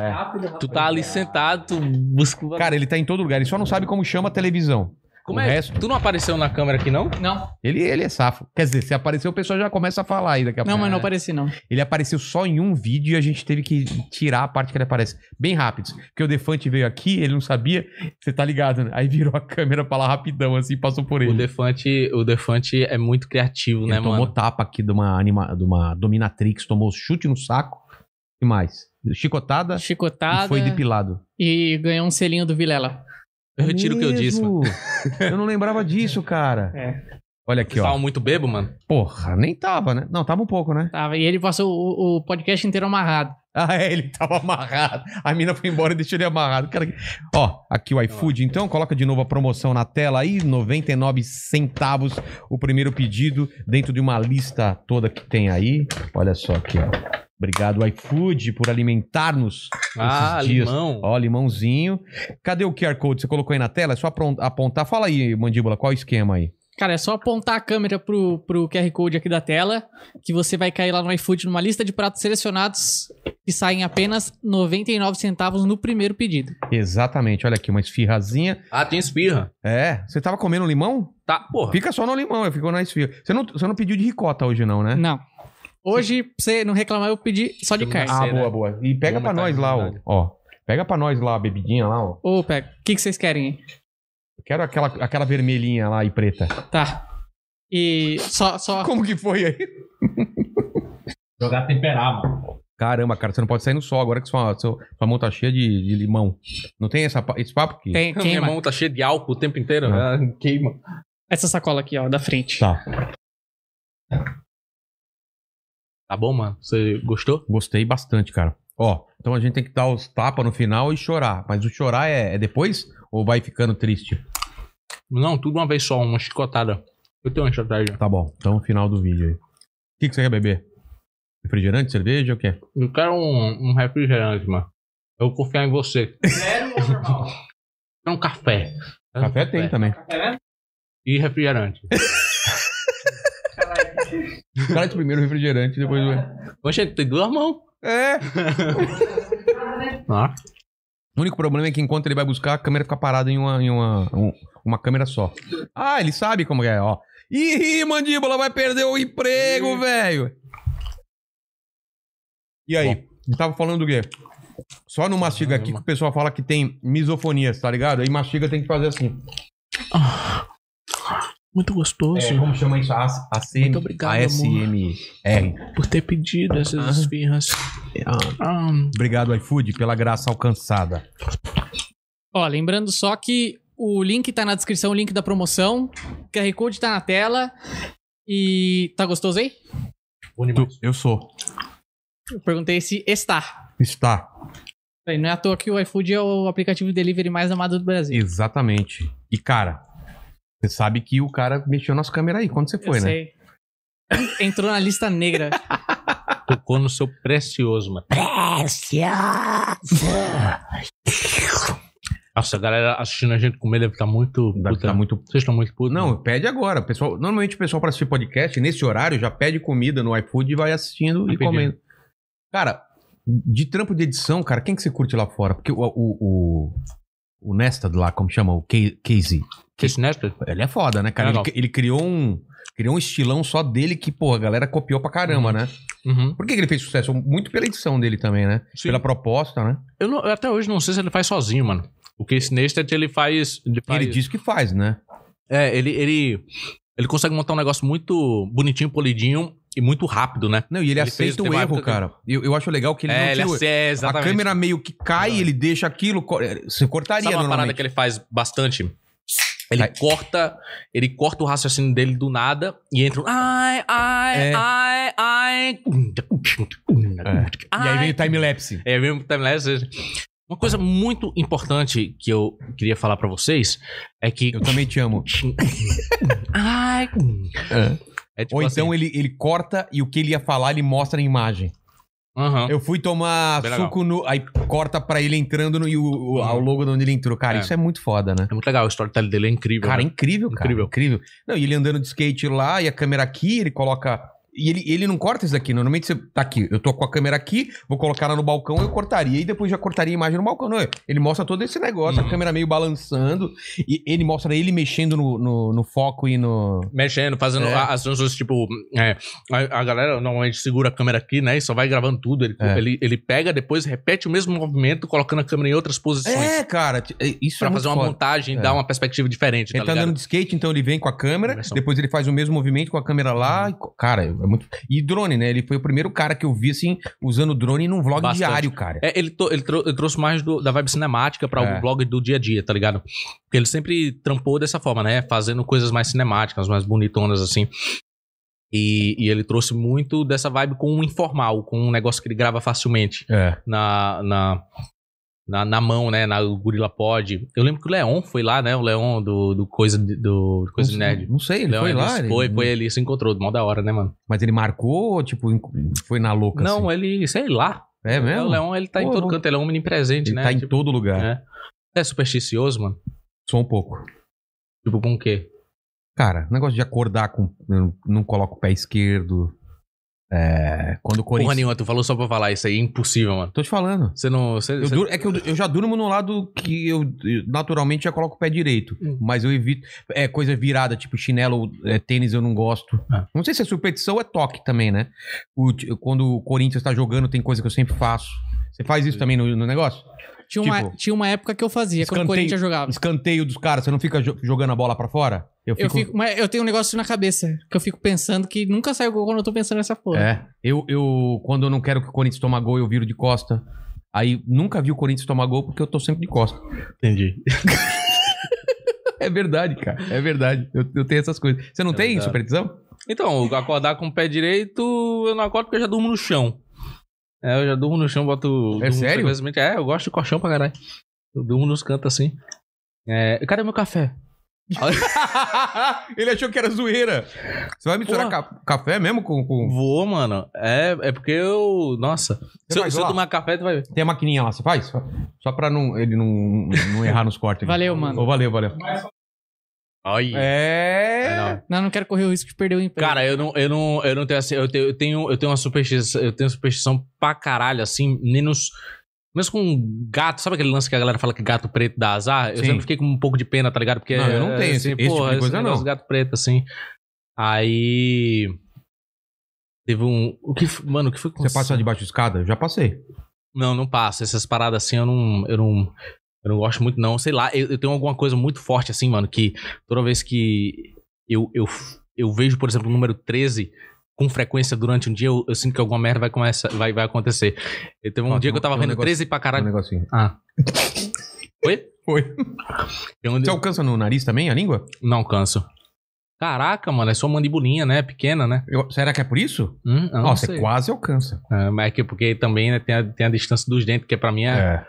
S2: Tu tá ali sentado, tu busca.
S1: Cara, ele tá em todo lugar, ele só não sabe como chama a televisão.
S2: como
S1: o
S2: é?
S1: resto-
S2: Tu não apareceu na câmera aqui, não?
S3: Não,
S1: Ele, ele é safo. Quer dizer, se aparecer, o pessoal já começa a falar aí daqui a
S3: não,
S1: pouco.
S3: mas
S2: É.
S3: não apareci, não.
S1: Ele apareceu só em um vídeo e a gente teve que tirar a parte que ele aparece. Bem rápido. Porque o Defante veio aqui, ele não sabia. Você tá ligado, né? Aí virou a câmera pra lá rapidão, assim, passou por ele.
S2: O Defante, o Defante é muito criativo,
S1: ele
S2: né,
S1: tomou
S2: mano?
S1: tapa aqui de uma, anima... de uma dominatrix, tomou chute no saco. E mais? Chicotada
S3: Chicotada
S1: Tá. e foi depilado.
S3: e ganhou um selinho do Vilela.
S2: Eu retiro o que eu disse, mano.
S1: Eu não lembrava disso, cara.
S3: É.
S1: Olha
S2: Vocês
S1: aqui, ó.
S2: estavam muito bebo, mano?
S1: Porra, nem tava, né? Não, tava um pouco, né?
S3: Tava. E ele passou o, o podcast inteiro amarrado.
S1: Ah, é, ele tava amarrado. A mina foi embora e deixou ele amarrado. Cara, que- ó, aqui o iFood, então, coloca de novo a promoção na tela aí, 99 centavos o primeiro pedido dentro de uma lista toda que tem aí. Olha só aqui, ó. Obrigado, iFood, por alimentar-nos.
S2: Ah,
S1: esses dias.
S2: limão.
S1: Ó, limãozinho. Cadê o QR Code? Você colocou aí na tela? É só apron- apontar. Fala aí, mandíbula, qual o esquema aí?
S3: Cara, é só apontar a câmera pro, pro QR Code aqui da tela, que você vai cair lá no iFood numa lista de pratos selecionados que saem apenas 99 centavos no primeiro pedido.
S1: Exatamente, olha aqui, uma esfirrazinha.
S2: Ah, tem espirra.
S1: É, você tava comendo limão?
S2: Tá, porra.
S1: Fica só no limão, eu fico na esfirra. Você não, você não pediu de ricota hoje, não, né?
S3: Não. Hoje, pra você não reclamar, eu pedi só de
S2: Não
S3: carne.
S2: dá.
S1: Ah,
S2: sei, né?
S1: boa, boa. E pega pra
S2: Boa
S1: nós
S2: metade,
S1: lá, ó.
S2: verdade.
S1: ó. Pega pra nós lá a bebidinha lá, ó.
S3: Ô, pega, o que, que vocês querem?
S1: Quero aquela, aquela vermelhinha lá e preta.
S3: Tá. E só, só
S1: Como que foi aí?
S2: Jogar temperar, mano.
S1: Caramba, cara, você não pode sair no sol agora que sua, sua, sua mão tá cheia de, de limão. Não tem essa, pa- esse papo aqui?
S3: tem,
S2: Minha
S3: queima
S2: mão tá cheia de álcool o tempo inteiro.
S1: Não.
S2: Ah, Queima.
S3: essa sacola aqui, ó, da frente.
S1: Tá.
S2: Tá bom, mano? Você gostou?
S1: Gostei bastante, cara. Ó, então a gente tem que dar os tapas no final e chorar. Mas o chorar é, é depois ou vai ficando triste?
S2: Não, tudo uma vez só, uma chicotada. Eu tenho uma chicotada já.
S1: Tá bom, então final do vídeo aí. O que, que você quer beber? Refrigerante, cerveja ou o quê?
S2: Eu quero um, um refrigerante, mano. Eu vou confiar em você.
S3: Zero ou normal?
S2: Quero um café. Quero um
S1: Café tem também.
S2: E refrigerante.
S1: Cara, de primeiro refrigerante, depois.
S2: Oxe, tem duas mãos.
S1: É!
S2: Ah,
S1: O único problema é que enquanto ele vai buscar, a câmera fica parada em uma, em uma, um- uma câmera só. Ah, ele sabe como é, ó. Ih, ih, mandíbula, vai perder o emprego, velho! E aí? eu tava falando do quê? Só no mastiga aqui que o pessoal fala que tem misofonias, tá ligado? Aí mastiga tem que fazer assim.
S2: Ah, muito gostoso
S1: É, como chama isso? A- ACM.
S2: Muito obrigado, amor.
S1: ASMR.
S2: por ter pedido essas esfirras. Ah,
S1: Obrigado, iFood, pela graça alcançada.
S3: Ó, lembrando só que o link tá na descrição, o link da promoção. O QR Code tá na tela. E tá gostoso aí?
S2: bom demais.
S1: Eu sou.
S3: Eu perguntei se está.
S1: Está.
S3: Bem, Não é à toa que o iFood é o aplicativo de delivery mais amado do Brasil.
S1: Exatamente. E, cara, você sabe que o cara mexeu nas câmeras aí quando você foi,
S3: Eu
S1: né?
S3: sei. Entrou na lista negra.
S2: Tocou no seu precioso, mano. Nossa, a galera assistindo a gente comer deve estar muito.
S1: Deve
S2: puta.
S1: tá muito.
S2: Vocês estão muito putos.
S1: Não, pede agora. O Pessoal, normalmente o pessoal para assistir podcast, nesse horário, já pede comida no iFood e vai assistindo
S2: Vai
S1: e
S2: pedindo.
S1: comendo. Cara, de trampo de edição, cara, quem que você curte lá fora? Porque o. O, o, o Nesta lá, como chama? O Ke- Casey.
S2: Que esse Nestor?
S1: Ele é foda, né, cara?
S2: Legal.
S1: Ele, ele criou um. Criou um estilão só dele que, porra, a galera copiou pra caramba, né?
S2: Uhum.
S1: Por que, que ele fez sucesso? Muito pela edição dele também, né?
S2: Sim.
S1: Pela proposta, né?
S2: Eu, não- eu até hoje não sei se ele faz sozinho, mano. Porque esse Nestor, ele faz. Ele, faz,
S1: Ele diz que faz, né?
S2: É, ele, ele. Ele consegue montar um negócio muito bonitinho, polidinho e muito rápido, né?
S1: Não, e ele,
S2: Ele fez
S1: aceita o
S2: uma
S1: erro,
S2: época que-
S1: cara. Eu, eu acho legal que ele não tira o-
S2: é,
S1: A câmera meio que cai, ele deixa aquilo. co- Você cortaria
S2: Sabe uma parada
S1: normalmente.
S2: que ele faz bastante? Ele
S1: Ai.
S2: corta, ele corta o raciocínio dele do nada e entra um ai, ai,
S1: É.
S2: ai, ai.
S1: E aí vem o time-lapse.
S2: É mesmo timelapse. Uma coisa muito importante que eu queria falar pra vocês é que
S1: Eu também te amo.
S2: ai. É
S1: Ou
S2: assim,
S1: então ele, ele corta e o que ele ia falar, ele mostra na imagem.
S2: aham.
S1: Eu fui tomar
S2: Bem legal.
S1: suco no. Aí corta pra ele entrando no, e o, o,
S2: Uhum.
S1: ao logo de onde ele entrou. Cara,
S2: É.
S1: isso é muito foda, né?
S2: É muito legal, o storytelling dele é incrível.
S1: Cara, é
S2: né?
S1: incrível, cara.
S2: Incrível.
S1: Incrível. Não, e ele andando de skate lá e a câmera aqui, ele coloca. E ele, ele não corta isso aqui. Normalmente você tá aqui. Eu tô com a câmera aqui, vou colocar ela no balcão, eu cortaria e depois já cortaria a imagem no balcão. Não, ele mostra todo esse negócio,
S2: Uhum.
S1: a câmera meio balançando. E ele mostra ele mexendo no, no, no foco e no.
S2: mexendo, fazendo
S1: É.
S2: a- as transições, tipo, é, a, a galera normalmente segura a câmera aqui, né? E só vai gravando tudo. Ele,
S1: É.
S2: ele, ele pega, depois repete o mesmo movimento, colocando a câmera em outras posições.
S1: É, cara. t- é- Isso
S2: Pra
S1: é
S2: fazer uma
S1: muito foda.
S2: montagem e
S1: É.
S2: dar uma perspectiva diferente,
S1: Ele
S2: tá
S1: tá
S2: ligado?
S1: andando de skate, então ele vem com a câmera,
S2: Inversão.
S1: depois ele faz o mesmo movimento com a câmera
S2: Uhum.
S1: lá. e co- cara, é muito. E drone, né? Ele foi o primeiro cara que eu vi, assim, usando drone num vlog
S2: Bastante.
S1: diário, cara.
S2: É, ele, to- ele tro- ele trouxe mais do- da vibe cinemática pra
S1: É.
S2: o blog do dia a dia, tá ligado? Porque ele sempre trampou dessa forma, né? Fazendo coisas mais cinemáticas, mais bonitonas, assim. E, e ele trouxe muito dessa vibe com o informal, com um negócio que ele grava facilmente
S1: É.
S2: na, na, na, na mão, né? Na Gorila Pod. Eu lembro que o Leon foi lá, né? O Leon do, do Coisa, de- do, do coisa de
S1: não,
S2: Nerd.
S1: Não sei, ele
S2: Leon,
S1: foi
S2: ele
S1: lá. ele-
S2: Foi, foi, ele se encontrou, mó da hora, né, mano?
S1: Mas ele marcou, tipo, em- foi na louca.
S2: Não,
S1: assim.
S2: ele, sei lá.
S1: é
S2: O
S1: mesmo?
S2: Leon, ele tá em
S1: Pô,
S2: todo
S1: não-
S2: canto, ele é um omnipresente,
S1: ele
S2: né?
S1: tá em
S2: Tipo,
S1: todo lugar.
S2: é. É supersticioso, mano?
S1: Só um pouco.
S2: Tipo, com o quê?
S1: Cara, negócio de acordar com. eu Não coloca o pé esquerdo. É. Quando o
S2: Porra
S1: Corinthians.
S2: nenhuma, tu falou só pra falar isso aí, é impossível, mano.
S1: Tô te falando.
S2: Você não. Você,
S1: Eu
S2: você-
S1: dur- é que eu, eu já durmo no lado que eu eu naturalmente já coloco o pé direito.
S2: Hum.
S1: Mas eu evito. É coisa virada, tipo chinelo, é, tênis eu não gosto.
S2: Ah.
S1: Não sei se é superstição ou é toque também, né? O ti- quando o Corinthians tá jogando, tem coisa que eu sempre faço. Você faz isso também no, no negócio?
S3: Tinha, uma,
S1: Tipo,
S3: tinha uma época que eu fazia, quando
S1: escanteio.
S3: o Corinthians jogava.
S1: Escanteio dos caras, você não fica jo- jogando a bola pra fora?
S3: Eu, fico, mas eu tenho um negócio na cabeça que eu fico pensando que nunca sai gol quando eu tô pensando nessa porra.
S1: É. Eu, eu, quando eu não quero que o Corinthians toma gol, eu viro de costa. Aí nunca vi o Corinthians tomar gol porque eu tô sempre de costa.
S2: Entendi.
S1: É verdade, cara. É verdade. Eu, eu tenho essas coisas. Você não
S2: É
S1: tem
S2: verdade.
S1: superstição?
S2: Então, acordar com o pé direito, eu não acordo porque eu já durmo no chão. É, eu já durmo no chão, boto. durmo
S1: sério?
S2: frequentemente. É, eu gosto de colchão pra caralho. Eu durmo nos cantos assim. É, cadê meu café?
S1: Ele achou que era zoeira. Você vai misturar
S2: Porra.
S1: ca- café mesmo com, com-
S2: Vou, mano. É, é porque eu. Nossa. Se eu,
S1: faz
S2: se eu
S1: lá?
S2: tomar café, tu vai ver.
S1: Tem a maquininha lá, você faz? Só, só pra não, ele não, não errar nos cortes.
S3: Valeu, mano.
S1: Ô, valeu, valeu.
S2: Olha. É,
S1: É...
S2: não.
S3: Não, não quero correr o risco de perder o emprego.
S2: Cara, eu não, eu não, eu não tenho assim, eu tenho, eu tenho, eu tenho uma superstição, eu tenho superstição pra caralho, assim, menos, mesmo com gato, sabe aquele lance que a galera fala que gato preto dá azar? Eu
S1: Sim.
S2: sempre fiquei com um pouco de pena, tá ligado? Porque
S1: Não, eu não
S2: é,
S1: tenho esse- esse tipo de coisa,
S2: negócio
S1: não.
S2: de gato preto, assim, aí, teve um, o que, f- mano, o que foi que
S1: Você
S2: aconteceu?
S1: passa debaixo de escada? Eu já passei.
S2: Não, não passa. Essas paradas assim eu não. Eu não, eu não gosto muito, não. Sei lá, eu, eu tenho alguma coisa muito forte assim, mano, que toda vez que eu, eu, eu vejo, por exemplo, o número 13 com frequência durante um dia, eu, eu sinto que alguma merda vai, começar, vai, vai acontecer. Eu teve um
S1: Ó, tem
S2: dia que eu tava
S1: um
S2: vendo
S1: negócio-
S2: 13 pra
S1: Um
S2: caralho.
S1: negocinho.
S2: Ah. Oi?
S1: Foi.
S2: Tem um-
S1: Você alcança no nariz também a língua?
S2: Não canso. Caraca, mano, é só mandibulinha, né? Pequena, né?
S1: Eu- será que é por isso?
S2: Hum, eu não
S1: Ó, você
S2: sei.
S1: quase alcança.
S2: É, mas é que porque também né, tem, a, tem a distância dos dentes, que pra mim é.
S1: É.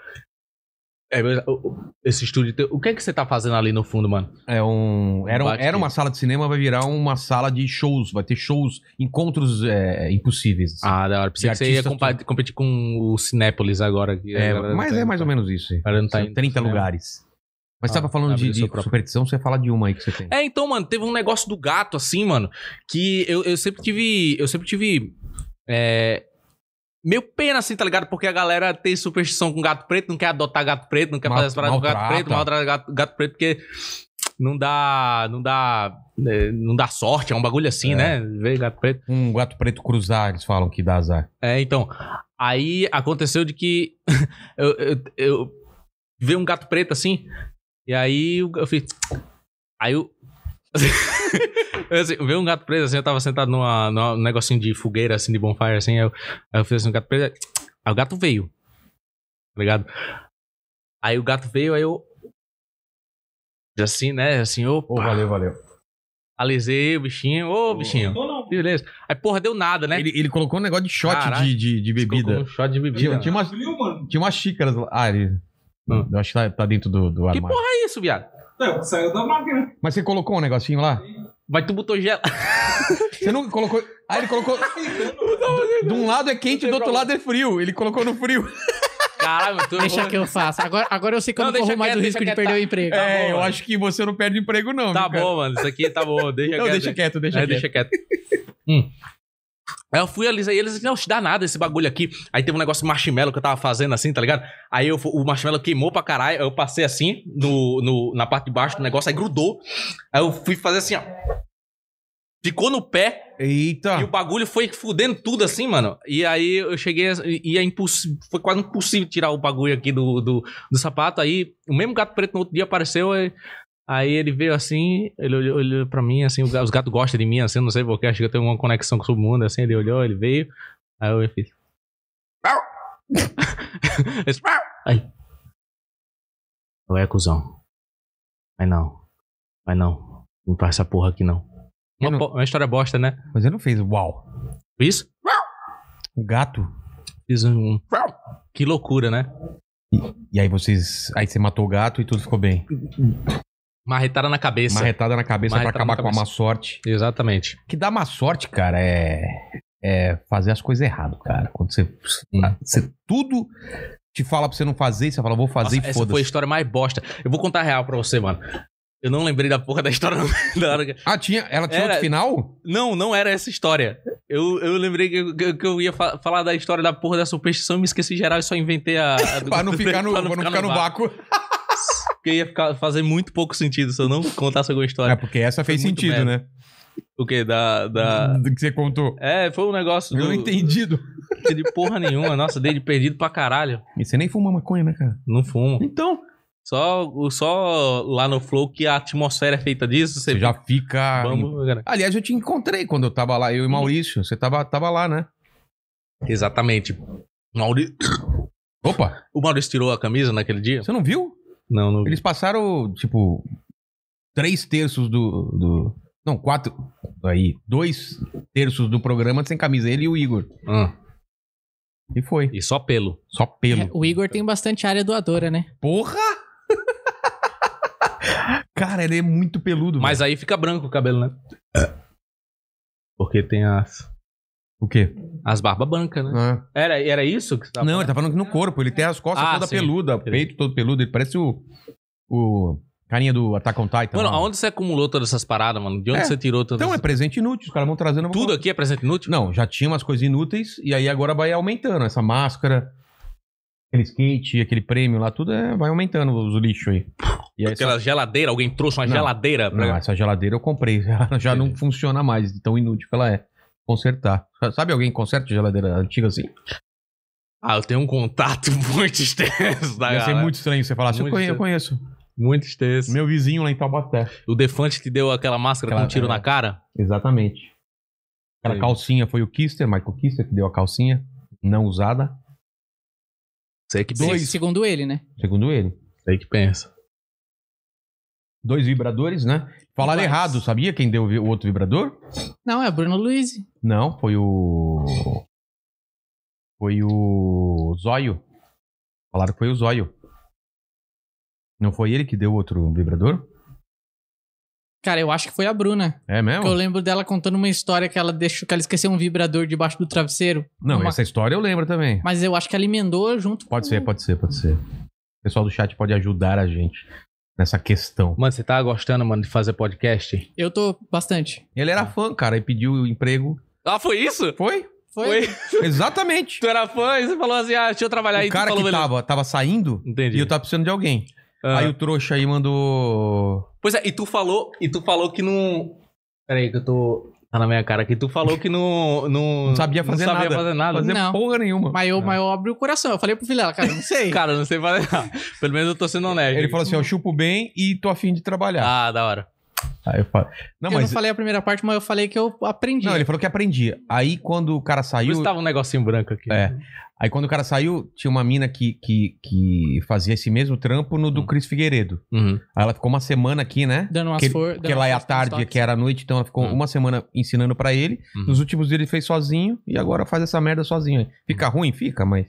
S2: é, mas, o- o- esse estúdio. teu- O que é que você tá fazendo ali no fundo, mano?
S1: É um, era, um-
S2: Bate
S1: era uma sala de cinema, vai virar uma sala de shows, vai ter shows, encontros é, impossíveis. assim.
S2: Ah, da hora. Pensei
S1: De
S2: que você ia
S1: artistas
S2: compa- competir com o Cinépolis agora. que a
S1: É,
S2: galera
S1: mas
S2: tá-
S1: é mais ou menos isso.
S2: galera não tá
S1: São
S2: indo
S1: 30
S2: pro
S1: lugares. Mas
S2: Ah,
S1: você tava falando
S2: abre
S1: de,
S2: o
S1: de
S2: seu próprio.
S1: superstição, você fala de uma aí que você tem.
S2: É, então, mano, teve um negócio do gato, assim, mano, que eu, eu sempre tive. Eu sempre tive. É. Meio pena, assim, tá ligado? Porque a galera tem superstição com gato preto, não quer adotar gato preto, não quer
S1: Mal-
S2: fazer as paradas com gato
S1: maltrata.
S2: preto, maltrata gato, gato preto, porque não dá. Não dá. é, Não dá sorte, é um bagulho assim,
S1: É.
S2: né? Ver gato preto.
S1: Um gato preto cruzar, eles falam que dá azar.
S2: É, então. Aí aconteceu de que eu, eu, eu vi um gato preto assim, e aí eu, eu fiz. Aí eu. eu assim, vi um gato preto assim, eu tava sentado numa, num negocinho de fogueira, assim, de bonfire, assim, aí eu, aí eu fiz assim, um gato preto, aí o gato veio. Tá ligado? Aí o gato veio, aí eu. Assim, né? Assim, opa.
S1: Ô, valeu, valeu.
S2: Alisei o bichinho, ô bichinho. Beleza. Aí, porra, deu nada, né?
S1: Ele, ele colocou um negócio de shot
S2: Caralho.
S1: de, de, de
S2: Colocou
S1: bebida.
S2: Um shot de
S1: Tinha,
S2: bebida.
S1: tinha, umas, tinha umas xícaras lá. Ah, ele.
S2: Hum.
S1: Eu acho que tá, tá dentro do, do
S2: Que
S1: armário.
S2: porra é isso, viado?
S1: Mas você colocou um negocinho lá?
S2: Mas tu botou gelo.
S1: Você nunca colocou. Ah, ele colocou. de um lado é quente, do outro lado é frio. Ele colocou no frio.
S2: Caralho, mas tu
S3: Deixa que eu faça. Agora, agora eu sei que eu
S2: Não,
S3: não corro
S2: deixa
S3: mais o
S2: quieto, tá.
S3: risco
S2: deixa
S3: de perder o emprego. Tá
S1: é,
S2: bom,
S1: eu
S2: mano.
S1: acho que você não perde emprego, não.
S2: Tá
S1: viu, cara?
S2: bom, mano. Isso aqui tá bom. Deixa
S1: Não,
S2: quieto.
S1: deixa quieto, deixa
S2: É,
S1: quieto.
S2: deixa quieto. Hum. Aí eu fui alisei eles não, te dá nada esse bagulho aqui. Aí teve um negócio de marshmallow que eu tava fazendo assim, tá ligado? Aí eu, fu- o marshmallow queimou pra caralho. Aí eu passei assim no, no- na parte de baixo do negócio, aí grudou. Aí eu fui fazer assim, ó. Ficou no pé
S1: Eita.
S2: e o bagulho foi fudendo tudo assim, mano. E aí eu cheguei e é impossível, foi quase impossível tirar o bagulho aqui do, do, do sapato. Aí o mesmo gato preto no outro dia apareceu, aí, aí ele veio assim, ele olhou, olhou pra mim, assim, o ga- os gatos gostam de mim, assim, não sei porquê, acho que eu tenho uma conexão com o submundo, assim, ele olhou, ele veio, aí eu fiz... "Pau!" Esse "Pau!" aí... é, Ué, cuzão. Vai não. Vai não. Não passa essa porra aqui não. Uma,
S1: Eu não-
S2: po- uma história bosta, né?
S1: Mas ele não fez uau.
S2: Isso?
S1: O gato.
S2: Fiz um. Que loucura, né?
S1: E aí vocês. Aí você matou o gato e tudo ficou bem.
S2: Marretada na cabeça.
S1: Marretada na cabeça pra
S2: Marretada
S1: acabar
S2: na
S1: com a má
S2: cabeça.
S1: sorte.
S2: Exatamente.
S1: O que dá má sorte, cara, é. É fazer as coisas errado, cara. Quando você.
S2: Hum.
S1: você- tudo te fala pra você não fazer, e você fala, vou fazer
S2: Nossa,
S1: e
S2: essa foi a
S1: foda-se.
S2: história mais bosta. Eu vou contar a real pra você, mano. Eu não lembrei da porra da história da hora que-
S1: Ah, tinha. Ela tinha
S2: Era-
S1: outro final?
S2: Não, não era essa história. Eu, eu lembrei que, eu- que eu- que eu ia fa- falar da história da porra da superstição, me esqueci geral e só inventei a. a do-
S1: Pra não ficar no, pra não ficar no vácuo.
S2: Porque ia ficar- fazer muito pouco sentido se eu não contasse alguma
S1: É,
S2: história.
S1: porque essa fez
S2: muito Ah.
S1: sentido, né?
S2: O quê? Da. da...
S1: Do que você contou.
S2: É, foi um negócio.
S1: Hum. Eu
S2: do-
S1: não entendido.
S2: De porra nenhuma. Nossa, dei de perdido pra caralho.
S1: E você nem fuma maconha, né, cara?
S2: Não fumo.
S1: Então.
S2: Só, o- só lá no Flow que a atmosfera é feita disso. Você
S1: Você já fica.
S2: Vamos, cara.
S1: Aliás, eu te encontrei quando eu tava lá, eu e Maurício. Você tava, tava lá, né?
S2: Exatamente. Mauri-
S1: Opa,
S2: O Maurício tirou a camisa naquele dia?
S1: você não viu?
S2: Não, não.
S1: Eles passaram, tipo, três terços do. do- não, quatro. Aí, dois terços do programa sem camisa, ele e o Igor.
S2: Ah,
S1: E foi.
S2: e só pelo.
S1: Só
S3: É,
S1: pelo.
S3: o Igor tem bastante área doadora, né?
S1: Porra! Cara, ele é muito peludo.
S2: Mas aí fica branco o cabelo, né? Porque tem as,
S1: velho. o quê?
S2: as barbas brancas, né?
S1: Ah.
S2: Era, era isso que você tava
S1: Não, ele tá falando que no corpo, ele tem as costas
S2: Ah,
S1: toda
S2: sim.
S1: peluda,
S2: Entendi.
S1: peito todo peludo, ele parece o. O carinha do Attack on Titan.
S2: Mano,
S1: lá.
S2: aonde você acumulou todas essas paradas, mano? De onde
S1: então- É.
S2: você tirou todas
S1: Então é
S2: essas...
S1: presente inútil, os caras vão trazendo. eu vou
S2: Tudo aqui é presente inútil?
S1: Não, já tinha umas coisas inúteis e aí agora vai aumentando. Essa máscara, aquele skate, aquele prêmio lá, tudo é, vai aumentando os lixos aí. E aí
S2: Aquela
S1: essa,
S2: geladeira, alguém trouxe uma
S1: Não.
S2: geladeira pra...
S1: não, essa geladeira eu comprei, já, já não funciona mais, de tão inútil que ela é. Consertar. Sabe alguém que conserta geladeira antiga assim?
S2: Ah, eu tenho um contato muito extenso da
S1: Ia ser
S2: galera.
S1: muito estranho você falar assim, eu
S2: Muito
S1: conhe- eu conheço.
S2: Muito extenso.
S1: Meu vizinho lá em Taubaté.
S2: O Defante te deu aquela máscara
S1: Aquela-
S2: com um tiro
S1: é.
S2: na cara? Hum,
S1: Exatamente. Aquela
S2: Aí.
S1: calcinha foi o Kister, Michael Kister, que deu a calcinha não usada,
S2: Sei que
S3: Se-
S2: pensa.
S3: Segundo ele, né?
S1: segundo ele.
S2: Sei que pensa.
S1: dois vibradores, né? Falaram
S3: Iguais.
S1: errado, sabia quem deu o vi- o outro vibrador?
S3: Não, é Bruno Luiz.
S1: Não, foi o. Foi o Zóio. Falaram que foi o Zóio. Não foi ele que deu o outro vibrador?
S3: Cara, eu acho que foi a Bruna.
S1: É
S3: Porque eu
S1: mesmo?
S3: lembro dela contando uma história que ela deixou que ela esqueceu um vibrador debaixo do travesseiro.
S1: Não,
S3: Uma-
S1: essa história eu lembro também.
S3: Mas eu acho que ela emendou junto
S1: Pode
S3: com-
S1: ser, pode ser, pode ser. O pessoal do chat pode ajudar a gente nessa questão.
S2: Mano, você tá gostando, mano, de fazer podcast?
S3: Eu tô bastante.
S1: Ele era fã, cara, e pediu emprego.
S2: Ah, foi isso?
S1: Foi?
S3: Foi.
S1: Exatamente.
S2: Tu era fã e você falou assim, ah, deixa eu trabalhar aí.
S1: o
S2: tu
S1: cara
S2: falou,
S1: que
S2: beleza.
S1: tava, tava saindo
S2: Entendi.
S1: e eu tava precisando de alguém.
S2: Ah.
S1: Aí o trouxa aí mandou.
S2: Pois é, e tu falou, e tu falou que não... Peraí que eu tô... Tá na minha cara aqui. Tu falou que não... Não,
S1: Não sabia fazer
S2: não sabia
S1: nada.
S2: fazer nada.
S1: Fazer
S3: Não.
S1: porra nenhuma.
S3: Mas eu,
S1: Ah.
S3: mas eu abri o coração. Eu falei pro Vilela, cara, não sei.
S2: é Cara, eu não sei fazer nada. Pelo menos eu tô sendo honesto.
S1: Ele falou assim: ó, eu chupo bem e tô afim de trabalhar.
S2: Ah, da hora.
S1: Aí eu falo. Não,
S3: eu não
S1: mas.
S3: falei a primeira parte, mas eu falei que eu aprendi.
S1: Não, ele falou que aprendi. Aí quando o cara
S2: Por
S1: saiu.
S2: isso tava um negocinho branco aqui.
S1: É. Aí quando o cara saiu, tinha uma mina que, que, que fazia esse mesmo trampo no do
S2: Hum.
S1: Cris Figueiredo.
S2: Uhum.
S1: Aí ela ficou uma semana aqui, né?
S3: Dando umas
S1: Que-
S3: for...
S1: Porque lá é à tarde, aqui era à noite, então ela ficou
S2: Hum.
S1: uma semana ensinando pra ele.
S2: Uhum.
S1: Nos últimos dias ele fez sozinho e agora faz essa merda sozinho. Fica
S2: Uhum.
S1: ruim? Fica, mas.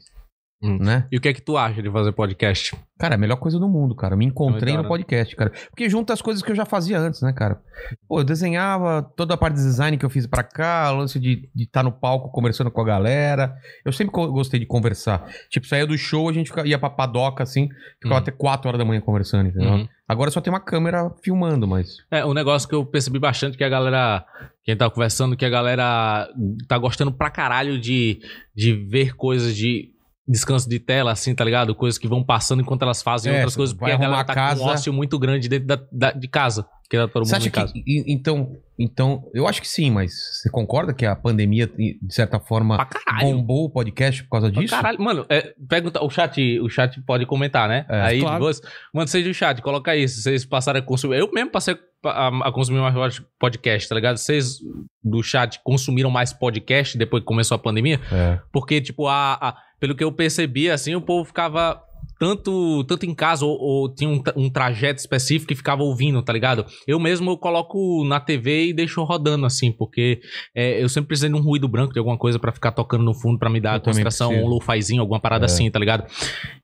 S2: Hum.
S1: Né?
S2: E o que é que tu acha de fazer podcast?
S1: Cara, é a melhor coisa do mundo, cara. Me
S2: É
S1: encontrei
S2: muito
S1: no
S2: da hora.
S1: podcast, cara. Porque junta as coisas que eu já fazia antes, né, cara? Pô, eu desenhava toda a parte de design que eu fiz pra cá, o lance de estar no palco conversando com a galera. Eu sempre co- gostei de conversar. Tipo, saía do show, a gente fica- ia pra padoca, assim, ficava
S2: Uhum.
S1: até 4 horas da manhã conversando, entendeu?
S2: Uhum.
S1: Agora só tem uma câmera filmando, mas.
S2: É, um negócio que eu percebi bastante que a galera. Quem tá conversando, que a galera tá gostando pra caralho de, de ver coisas de descanso de tela, assim, tá ligado? Coisas que vão passando enquanto elas fazem
S1: É,
S2: outras
S1: você
S2: coisas,
S1: vai
S2: porque a galera
S1: arrumar
S2: tá
S1: casa.
S2: com um ócio muito grande dentro da, da- de casa. Porque tá todo
S1: Você
S2: mundo
S1: acha
S2: em casa.
S1: que. e- Então, então, eu acho que sim, mas você concorda que a pandemia, de certa forma,
S2: Pra caralho.
S1: bombou o podcast por causa
S2: pra
S1: disso?
S2: Caralho, mano, é, pergunta, o chat, o chat pode comentar, né?
S1: É.
S2: Aí,
S3: Claro.
S2: vocês- mano, seja o chat, coloca aí, se vocês passaram a consumir. Eu mesmo passei a, a consumir mais podcast, tá ligado? Vocês do chat consumiram mais podcast depois que começou a pandemia?
S1: É.
S2: Porque, tipo, a, a- pelo que eu percebi, assim, o povo ficava tanto, tanto em casa ou, ou tinha um, tra- um trajeto específico e ficava ouvindo, tá ligado? Eu mesmo eu coloco na TV e deixo rodando assim, porque é, eu sempre precisei de um ruído branco, de alguma coisa pra ficar tocando no fundo pra me dar
S1: Eu também
S2: concentração,
S1: preciso.
S2: um lo-fizinho, alguma parada assim, tá ligado?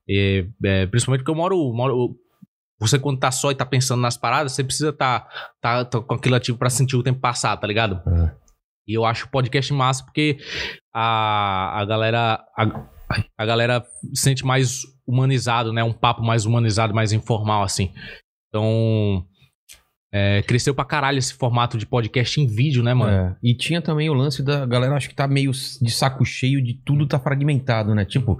S2: É, é, principalmente porque eu moro, moro- Você quando tá só e tá pensando nas paradas, você precisa tá, tá, tá com aquilo ativo pra sentir o tempo passar, tá ligado?
S1: É.
S2: E eu acho o podcast massa porque a, a galera... A, a galera sente mais humanizado, né? Um papo mais humanizado, mais informal, assim. Então... é, cresceu pra caralho esse formato de podcast em vídeo, né, mano?
S1: É, E tinha também o lance da galera, acho que tá meio de saco cheio de tudo tá fragmentado, né? Tipo,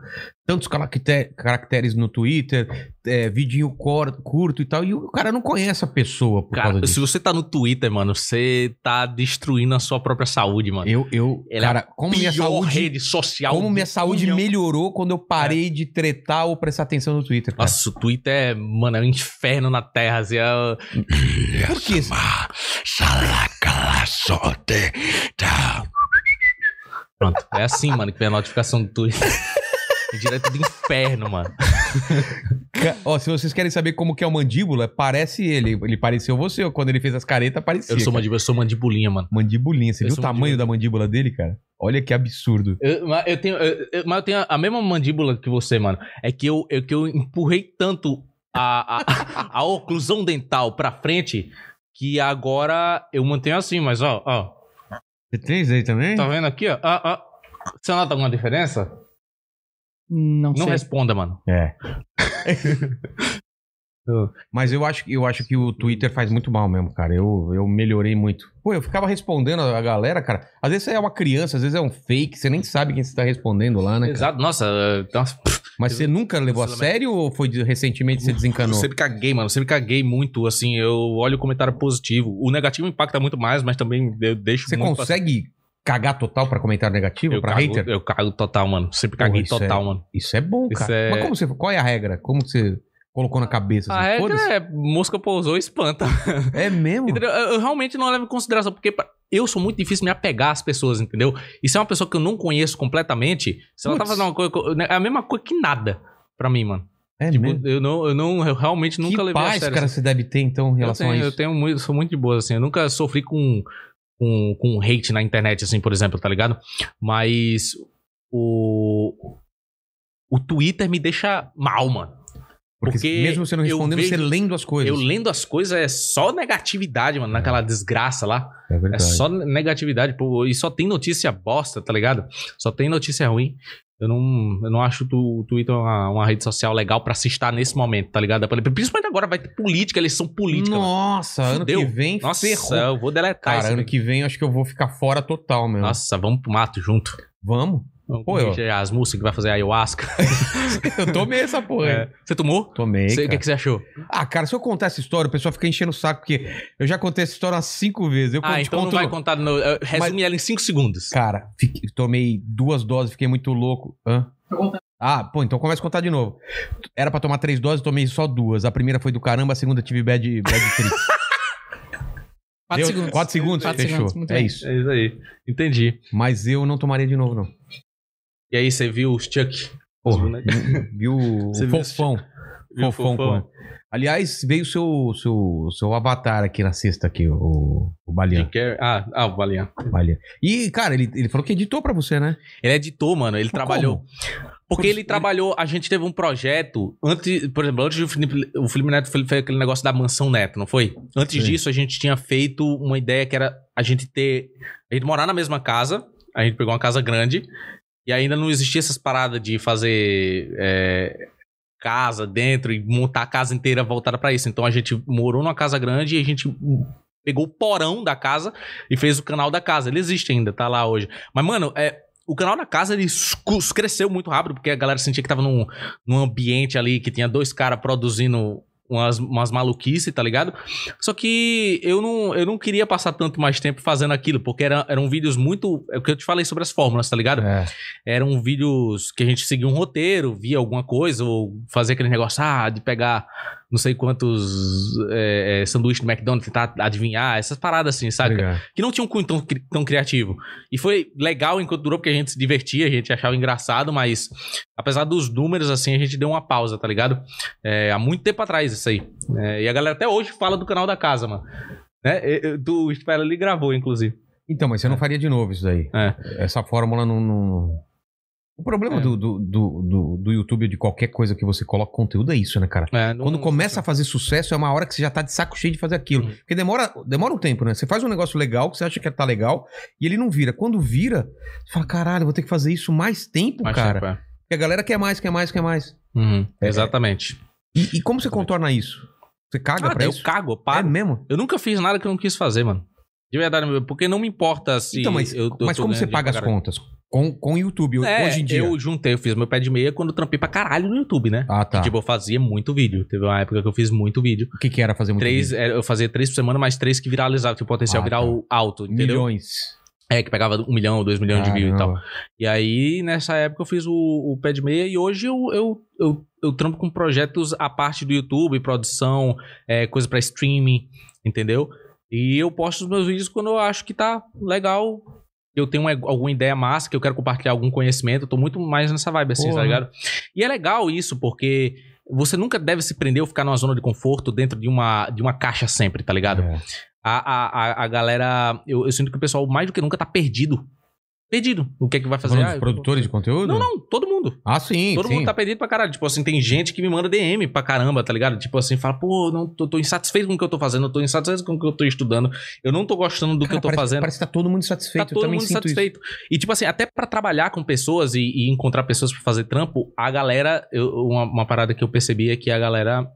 S1: tantos caracte- caracteres no Twitter, é, vidinho cor- curto e tal, e o cara não conhece a pessoa por causa
S2: Cara,
S1: disso.
S2: se você tá no Twitter, mano, você tá destruindo a sua própria saúde, mano.
S1: Eu, eu,
S2: Ela é
S1: cara, como minha
S2: Pior
S1: saúde,
S2: rede É. social.
S1: como minha
S2: do
S1: saúde
S2: punhão.
S1: melhorou quando eu parei de tretar ou prestar atenção no Twitter, cara.
S2: Nossa, o Twitter é, mano, é um inferno na terra, assim, é...
S1: por que isso?
S2: Pronto, é assim, mano, que vem a notificação do Twitter. É Direto do inferno, mano.
S1: Ca- Ó, se vocês querem saber como que é o mandíbula, parece ele. Ele pareceu você. ó, Quando ele fez as caretas, parecia.
S2: Eu sou,
S1: cara.
S2: mandíbula, eu sou mandibulinha, mano.
S1: mandibulinha. Você
S2: Eu
S1: viu o
S2: sou
S1: tamanho da mandíbula dele, cara? Olha que absurdo.
S2: Eu, mas eu tenho, eu- eu- mas eu tenho a mesma mandíbula que você, mano. É que eu, é que eu empurrei tanto a, a, a oclusão dental pra frente que agora eu mantenho assim, mas ó, ó.
S1: Você tem isso aí também?
S2: Tá vendo aqui, ó? Ah, ah. Você nota alguma diferença?
S3: Não,
S2: Não
S3: sei.
S2: responda, mano.
S1: É. Mas eu acho, que- eu acho que o Twitter faz muito mal mesmo, cara. Eu, eu melhorei muito. Pô, eu ficava respondendo a galera, cara. Às vezes você é uma criança, às vezes é um fake, você nem sabe quem você tá respondendo lá, né? cara?
S2: Exato. Nossa, é, nossa,
S1: Mas você nunca levou a
S2: Cancelamento.
S1: sério ou foi de- recentemente você
S2: eu
S1: desencanou?
S2: sempre caguei, mano. Eu sempre caguei muito, assim. Eu olho o comentário positivo. O negativo impacta muito mais, mas também eu deixo
S1: Você
S2: muito
S1: consegue cagar total pra comentário negativo,
S2: Eu
S1: pra
S2: cago,
S1: hater?
S2: eu cago total, mano. Sempre
S1: Porra,
S2: caguei
S1: isso
S2: total,
S1: é-
S2: mano.
S1: Isso é bom,
S2: Isso
S1: cara.
S2: é-
S1: Mas como você. Qual é a regra? Como que você colocou na cabeça?
S2: A
S1: assim?
S2: regra
S1: Foda-se.
S2: é mosca pousou e espanta.
S1: é... mesmo?
S2: Entendeu? Eu, eu realmente não levo em consideração, porque pra- eu sou muito difícil me apegar às pessoas, entendeu? E se é uma pessoa que eu não conheço completamente, se ela tá
S1: Putz.
S2: fazendo uma coisa. que eu- É a mesma coisa que nada pra mim, mano.
S1: É mesmo.
S2: Eu, não, eu, não, eu realmente Tipo, nunca
S1: que
S2: levei
S1: paz,
S2: a sério.
S1: cara,
S2: assim.
S1: você deve ter, então, em
S2: eu
S1: relação
S2: tenho,
S1: a
S2: eu
S1: isso.
S2: tenho muito, sou muito de boa, assim. Eu nunca sofri com, com, com hate na internet, assim, por exemplo, tá ligado? Mas o. O Twitter me deixha mal, mano.
S1: Porque,
S2: porque
S1: mesmo você não
S2: eu
S1: respondendo, você
S2: vejo-
S1: lendo as coisas.
S2: Eu lendo as coisas é só negatividade, mano, naquela desgraça lá.
S1: É
S2: É
S1: verdade.
S2: só negatividade, pô, e só tem notícia bosta, tá ligado? Só tem notícia ruim. Eu não, eu não acho tu- o Twitter uma, uma rede social legal pra se estar nesse momento, tá ligado? Principalmente agora vai ter política, eleição política. mano.
S1: Nossa, ano que
S2: Fudeu.
S1: vem
S2: Nossa,
S1: ferrou.
S2: eu vou deletar
S1: Cara,
S2: isso.
S1: ano
S2: aqui.
S1: que vem eu acho que eu vou ficar fora total, meu.
S2: Nossa, vamos pro mato junto.
S1: Vamos? Pô, eu-
S2: eu... As músicas que vai fazer ayahuasca.
S1: Eu tomei essa porra.
S2: É. Você tomou?
S1: Tomei,
S2: Você- O que,
S1: cara.
S2: é que você achou?
S1: Ah, cara, se eu contar essa história, o pessoal fica enchendo o saco, porque eu já contei essa história umas cinco vezes. Eu
S2: ah,
S1: te
S2: então
S1: conto-
S2: não vai contar. No, eh, resume ela em 5 segundos.
S1: Cara, fiquei- tomei duas doses, fiquei muito louco. Hã? Ah, pô, então começa a contar de novo. Era pra tomar três doses, tomei só duas. A primeira foi do caramba, a segunda tive bad, bad trip.
S3: Quatro
S1: Deu-
S3: segundos.
S1: Quatro segundos?
S3: Quatro
S1: Fechou.
S3: segundos, muito
S1: é
S3: bem.
S1: isso.
S2: É isso aí. Entendi.
S1: Mas eu não tomaria de novo, não.
S2: E aí, você viu os Chuck?
S1: Porra,
S2: né?
S1: viu o
S2: Você viu esse tipo?
S1: fofão.
S2: Viu o
S1: fofão.
S2: Fofão?
S1: com- Aliás, veio seu, seu, seu avatar aqui na sexta, aqui, o, o Balian.
S2: Jim Carrey? Ah, ah, o Balian.
S1: Balian. E, cara, ele, ele falou que editou pra você, né?
S2: Ele é editor, mano. Ele trabalhou.
S1: Como?
S2: Porque ele trabalhou. A gente teve um projeto. Antes, por exemplo, antes do Felipe, o Felipe Neto fe- fez aquele negócio da mansão Neto, não foi? Antes
S1: Sim.
S2: disso, a gente tinha feito uma ideia que era a gente ter. A gente morar na mesma casa. A gente pegou uma casa grande. E ainda não existia essas paradas de fazer. é, casa dentro e montar a casa inteira voltada pra isso. Então a gente morou numa casa grande e a gente pegou o porão da casa e fez o canal da casa. Ele existe ainda, tá lá hoje. Mas mano, é, o canal da casa ele escu- cresceu muito rápido porque a galera sentia que tava num, num ambiente ali que tinha dois caras produzindo umas, umas maluquices, tá ligado? Só que eu não, eu não queria passar tanto mais tempo fazendo aquilo, porque era, eram vídeos muito. É o que eu te falei sobre as fórmulas, tá ligado?
S1: É.
S2: eram vídeos que a gente seguia um roteiro, via alguma coisa, ou fazia aquele negócio, ah, de pegar não sei quantos é, é, sanduíches do McDonald's, tentar adivinhar, essas paradas assim, sabe?
S1: Obrigado.
S2: que não tinha um cunho tão, cri- tão criativo. E foi legal enquanto durou, porque a gente se divertia, a gente achava engraçado, mas apesar dos números, assim, a gente deu uma pausa, tá ligado? É, há muito tempo atrás, isso aí. É, e a galera até hoje fala do canal da casa, mano. Né? E- e- Do Espera ali gravou, inclusive.
S1: Então, mas você
S2: É.
S1: não faria de novo isso daí. Essa fórmula não. não- O problema
S2: É.
S1: do, do, do, do- do YouTube, de qualquer coisa que você coloca conteúdo, é isso, né, cara?
S2: É, não-
S1: Quando começa a fazer sucesso, é uma hora que você já tá de saco cheio de fazer aquilo.
S2: Uhum.
S1: Porque demora, demora um tempo, né? Você faz um negócio legal, que você acha que tá legal, e ele não vira. Quando vira, você fala, caralho, eu vou ter que fazer isso mais tempo,
S2: Mas,
S1: cara.
S2: tipo, é.
S1: Porque a galera quer mais, quer mais, quer mais.
S2: Uhum,
S1: É.
S2: Exatamente.
S1: E, e como você contorna isso? Você caga
S2: Cara,
S1: pra
S2: eu
S1: isso?
S2: cago, eu
S1: É
S2: paro.
S1: mesmo?
S2: Eu nunca fiz nada que eu não quis fazer, mano. De verdade, meu, porque não me importa se.
S1: então, mas,
S2: eu- eu
S1: mas
S2: tô
S1: como
S2: ganhando
S1: você
S2: dinheiro
S1: paga
S2: pra
S1: as
S2: caralho.
S1: contas? Com, com o YouTube,
S2: É,
S1: hoje em dia.
S2: Eu juntei, eu fiz meu pé de meia quando eu trampei pra caralho no YouTube, né?
S1: Ah, tá.
S2: Que, tipo, eu fazia muito vídeo. Teve uma época que eu fiz muito vídeo.
S1: o que, que era fazer muito
S2: três,
S1: vídeo?
S2: é, eu fazia três por semana, mais três que viralizavam, tinha um potencial
S1: Ah,
S2: viral alto, entendeu?
S1: Milhões. Ah,
S2: É, que pegava um milhão, dois milhões de views e tal.
S1: Caramba.
S2: E aí, nessa época, eu fiz o, o pé de meia e hoje eu, eu, eu, eu trampo com projetos à parte do YouTube, produção, é, coisa pra streaming, entendeu? E eu posto os meus vídeos quando eu acho que tá legal. Eu tenho uma- alguma ideia massa, que eu quero compartilhar algum conhecimento. Eu tô muito mais nessa vibe, assim,
S1: Porra.
S2: tá ligado? E é legal isso, porque você nunca deve se prender ou ficar numa zona de conforto dentro de uma, de uma caixa sempre, tá ligado?
S1: É.
S2: A, a, a, a galera. Eu, eu sinto que o pessoal, mais do que nunca, tá perdido. Perdido. O que é que vai fazer?
S1: Falando
S2: Ah,
S1: dos
S2: eu-
S1: produtores de conteúdo?
S2: Não, não, todo mundo.
S1: Ah, sim,
S2: todo
S1: sim.
S2: mundo tá perdido pra caralho. Tipo assim, tem gente que me manda DM pra caramba, tá ligado? Tipo assim, fala, pô, não, tô, tô insatisfeito com o que eu tô fazendo, eu tô insatisfeito com o que eu tô estudando, eu não tô gostando do que
S1: Cara,
S2: eu tô
S1: parece,
S2: fazendo.
S1: Parece que tá todo mundo
S2: Tá
S1: satisfeito. eu
S2: todo
S1: também
S2: mundo
S1: sinto isso.
S2: satisfeito. E, tipo assim, até pra trabalhar com pessoas e, e encontrar pessoas pra fazer trampo, a galera. eu- uma, uma parada que eu percebi é que a galera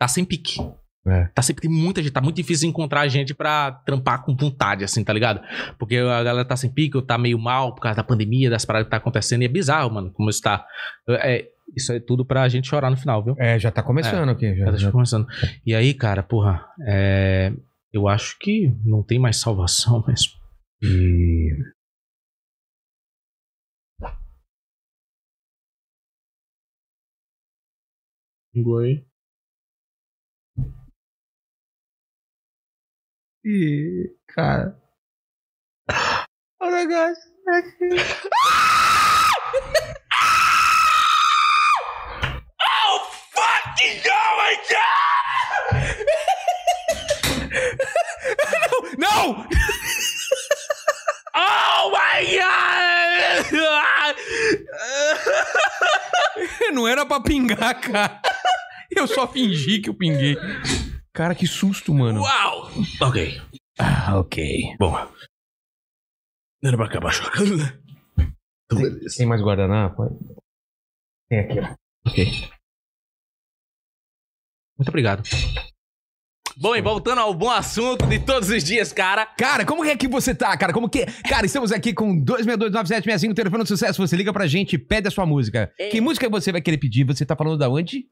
S2: tá sem pique.
S1: É.
S2: Tá sempre tem muita gente, tá muito difícil encontrar gente pra trampar com vontade, assim, tá ligado? Porque a galera tá sem pique, ou tá meio mal por causa da pandemia, das paradas que tá acontecendo, e é bizarro, mano, como isso tá. É, isso é tudo pra gente chorar no final, viu?
S1: É, já tá começando aqui. Já,
S2: Tá
S1: já-
S2: começando. E aí, cara, porra, é, eu acho que não tem mais salvação mesmo.
S1: E...
S2: Oi.
S1: e, Cara. O negócio
S4: Não!
S2: Oh my god!
S1: não era pra pingar, cara. Eu só fingi que eu pinguei. Cara, que susto, mano.
S2: Uau! Ok.
S1: Ah, ok.
S2: Bom. Não era pra acabar chocando, né? Então, beleza.
S1: Tem mais guardanapo? Tem aqui, ó.
S2: Muito obrigado. Bom, e voltando ao bom assunto de todos os dias, cara.
S1: Cara, como é que você tá, cara? Como que. Cara, estamos aqui com 2629765, telefone do sucesso. Você liga pra gente e pede a sua música.
S2: É.
S1: Que música você vai querer pedir? Você tá falando da onde?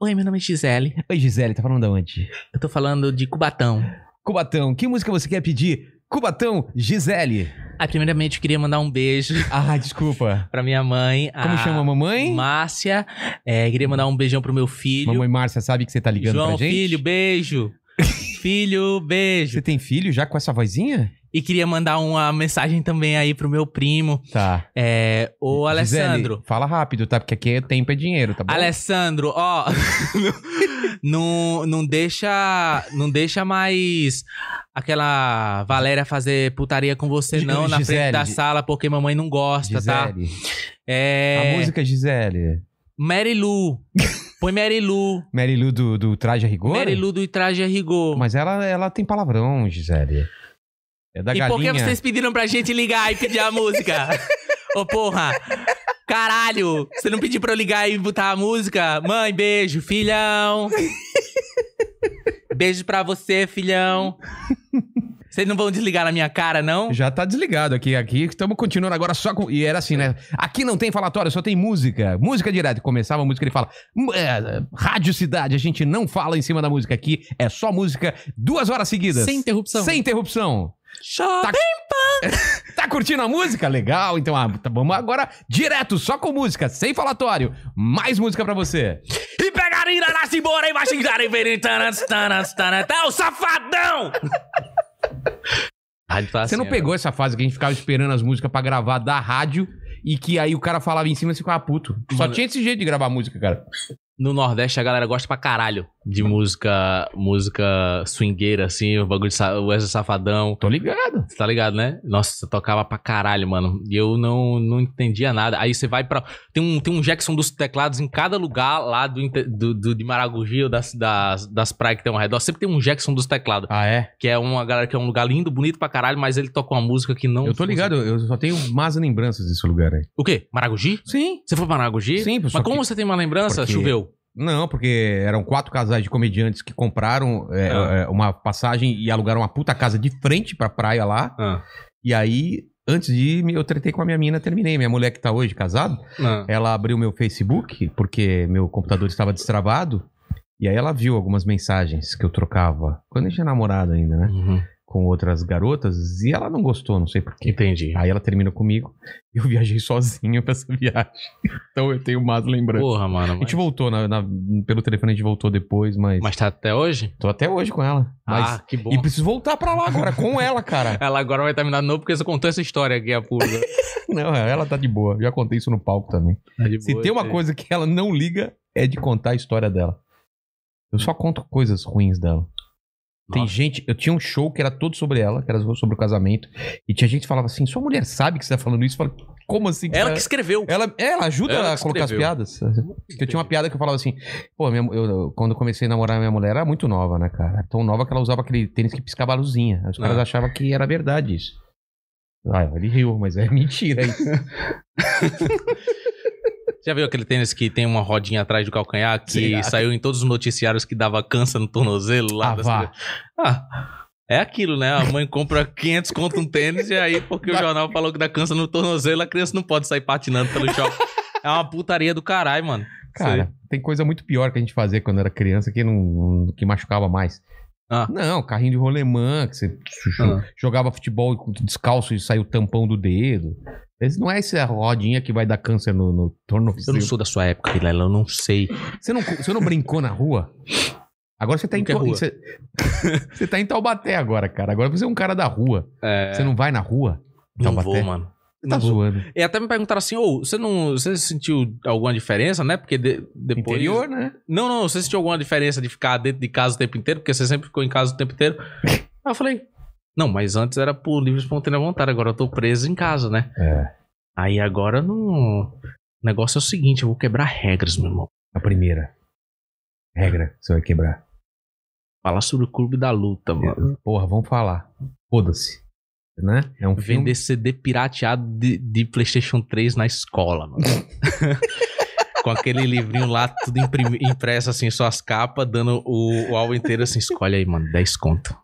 S2: Oi, meu nome é Gisele.
S1: Oi, Gisele, tá falando da onde?
S2: Eu tô falando de Cubatão.
S1: Cubatão, que música você quer pedir? Cubatão, Gisele.
S2: Ah, primeiramente, eu queria mandar um beijo
S1: Ah, desculpa.
S2: pra minha mãe.
S1: Como chama a mamãe?
S2: Márcia. É, queria mandar um beijão pro meu filho.
S1: Mamãe Márcia sabe que você tá ligando
S2: João,
S1: pra gente?
S2: filho, beijo. filho, beijo.
S1: Você tem filho já com essa vozinha?
S2: E queria mandar uma mensagem também aí pro meu primo,
S1: Tá.
S2: é, o Alessandro.
S1: Gisele, fala rápido, tá? Porque aqui é tempo é dinheiro, tá bom?
S2: Alessandro, ó, não, não deixa, não deixa mais aquela Valéria fazer putaria com você
S1: Gi-
S2: não na
S1: Gisele,
S2: frente da
S1: Gi-
S2: sala, porque mamãe não gosta, tá?
S1: Gisele.
S2: É,
S1: A música Gisele.
S2: Mary Lu, põe Mary Lu,
S1: Mary Lu do, do Traje a Rigor?
S2: Mary Lu do Traje a Rigor.
S1: Mas ela, ela tem palavrão, Gisele. É da
S2: e por
S1: galinha.
S2: que vocês pediram pra gente ligar e pedir a música? Ô, porra! Caralho! Você não pediu pra eu ligar e botar a música? Mãe, beijo, filhão! Beijo pra você, filhão! Vocês não vão desligar na minha cara, não?
S1: Já tá desligado aqui. Aqui estamos continuando agora só com. E era assim, né? Aqui não tem falatório, só tem música. Música direto. Começava a música, ele fala. "Hum, é, Rádio Cidade, a gente não fala em cima da música aqui, é só música duas horas seguidas.
S3: Sem interrupção.
S1: Sem interrupção.
S2: Shopping!
S1: Tá curtindo a música? Legal, então ah, tá, vamos agora direto, só com música, sem falatório. Mais música pra você.
S2: E pegar Tarirarás embora e vai xingar e verem taras, taras, taras, tá, o safadão! Rádio tá
S1: Você não
S2: assim,
S1: pegou essa fase que a gente ficava esperando as músicas pra gravar da rádio e que aí o cara falava em cima e você ficava puto. Só
S2: Mano.
S1: tinha esse jeito de gravar música, cara.
S2: No Nordeste a galera gosta pra caralho de música, música swingueira, assim, o bagulho de sa- o Wesley Safadão.
S1: Tô ligado.
S2: Você tá ligado, né? Nossa, tocava pra caralho, mano. E eu não, não entendia nada. Aí você vai pra. Tem um, tem um Jackson dos teclados em cada lugar lá do, inte- do, do- de Maragogi ou das, das, das praias que tem ao redor. Sempre tem um Jackson dos teclados.
S1: Ah, é?
S2: Que é uma galera que é um lugar lindo, bonito pra caralho, mas ele toca uma música que não.
S1: Eu tô ligado, eu só tenho más lembranças desse lugar aí.
S2: O quê? Maragogi?
S1: Sim.
S2: Você foi pra Maragogi?
S1: Sim,
S2: Mas
S1: pessoal.
S2: como assim? você tem uma lembrança?
S1: porque-
S2: Choveu.
S1: Não, porque eram quatro casais de comediantes que compraram é,
S2: Ah.
S1: é, uma passagem e alugaram uma puta casa de frente pra praia lá.
S2: Ah.
S1: E aí, antes de ir, eu tretei com a minha mina, terminei. Minha mulher que tá hoje casada,
S2: Ah.
S1: ela abriu meu Facebook porque meu computador estava destravado. E aí ela viu algumas mensagens que eu trocava quando a gente era namorado ainda, né?
S2: Uhum.
S1: Com outras garotas. E ela não gostou, não sei porquê.
S2: Entendi.
S1: Aí ela terminou comigo. Eu viajei sozinho pra essa viagem. Então eu tenho mais lembrança.
S2: Porra, mano.
S1: A
S2: Mas,
S1: gente voltou na- na- pelo telefone, a gente voltou depois, mas.
S2: mas tá até hoje?
S1: Tô até hoje com ela. Mas...
S2: ah, que bom.
S1: e preciso voltar pra lá agora, com ela, cara.
S2: Ela agora vai terminar de novo porque você contou essa história aqui a pública.
S1: Não, ela tá de boa. Já contei isso no palco também. Se tem uma coisa que ela não liga, é de contar a história dela. Eu só conto coisas ruins dela. Tem
S2: Nossa.
S1: gente, eu tinha um show que era todo sobre ela, que era sobre o casamento, e tinha gente que falava assim: sua mulher sabe que você tá falando isso? Eu Falei, como assim?
S2: Ela que
S1: você-
S2: escreveu.
S1: Ela, é, ela ajuda
S2: Ela
S1: a
S2: que
S1: colocar as
S2: escreveu.
S1: piadas. Porque eu tinha uma piada que eu falava assim, pô, minha- eu- eu- quando eu comecei a namorar minha mulher, era muito nova, né, cara? Tão nova que ela usava aquele tênis que piscava a luzinha. Aí Os caras
S2: Ah.
S1: achavam que era verdade isso. Ah, ele riu, mas é mentira isso.
S2: Já viu aquele tênis que tem uma rodinha atrás do calcanhar que
S1: Sim, a-
S2: saiu em todos os noticiários que dava câncer no tornozelo lá?
S1: Ah,
S2: das-
S1: vá.
S2: Ah, é aquilo, né? A mãe compra 500 conto um tênis e aí, porque o jornal falou que dá câncer no tornozelo, a criança não pode sair patinando pelo shopping. É uma putaria do caralho, mano.
S1: Cara,
S2: Sim.
S1: tem coisa muito pior que a gente fazia quando era criança que não que machucava mais.
S2: Ah.
S1: Não, carrinho de rolemã, que você jo-
S2: Ah.
S1: jogava futebol com- descalço e saiu o tampão do dedo. Esse não é essa rodinha que vai dar câncer no, no
S2: Eu não
S1: tornozelo.
S2: sou da sua época, Vilela, eu não sei.
S1: Você não, você não brincou na rua? Agora você tá em
S2: Não quer
S1: Tau-
S2: é rua.
S1: Você, você tá em Taubaté agora, cara. Agora você é um cara da rua. Você não vai na rua? Em
S2: É. Não
S1: Taubaté?
S2: vou, mano.
S1: Você tá
S2: não vou.
S1: zoando.
S2: E até me perguntaram assim, ô, você não. Você sentiu alguma diferença, né? Porque de- depois.
S1: Interior, né?
S2: Não, não, você sentiu alguma diferença de ficar dentro de casa o tempo inteiro? Porque você sempre ficou em casa o tempo inteiro. Aí eu falei, não, mas antes era por livre e espontânea vontade, agora eu tô preso em casa, né?
S1: É.
S2: Aí agora não. O negócio é o seguinte, eu vou quebrar regras, meu irmão.
S1: A primeira. Regra, você vai quebrar.
S2: Falar sobre o clube da luta, mano.
S1: Porra, vamos falar. Foda-se. Né? É um filme.
S2: Vender CD pirateado de, de PlayStation 3 na escola, mano. Com aquele livrinho lá, tudo imprimi- impresso assim, só as capas, dando o, o álbum inteiro assim, escolhe aí, mano, 10 conto.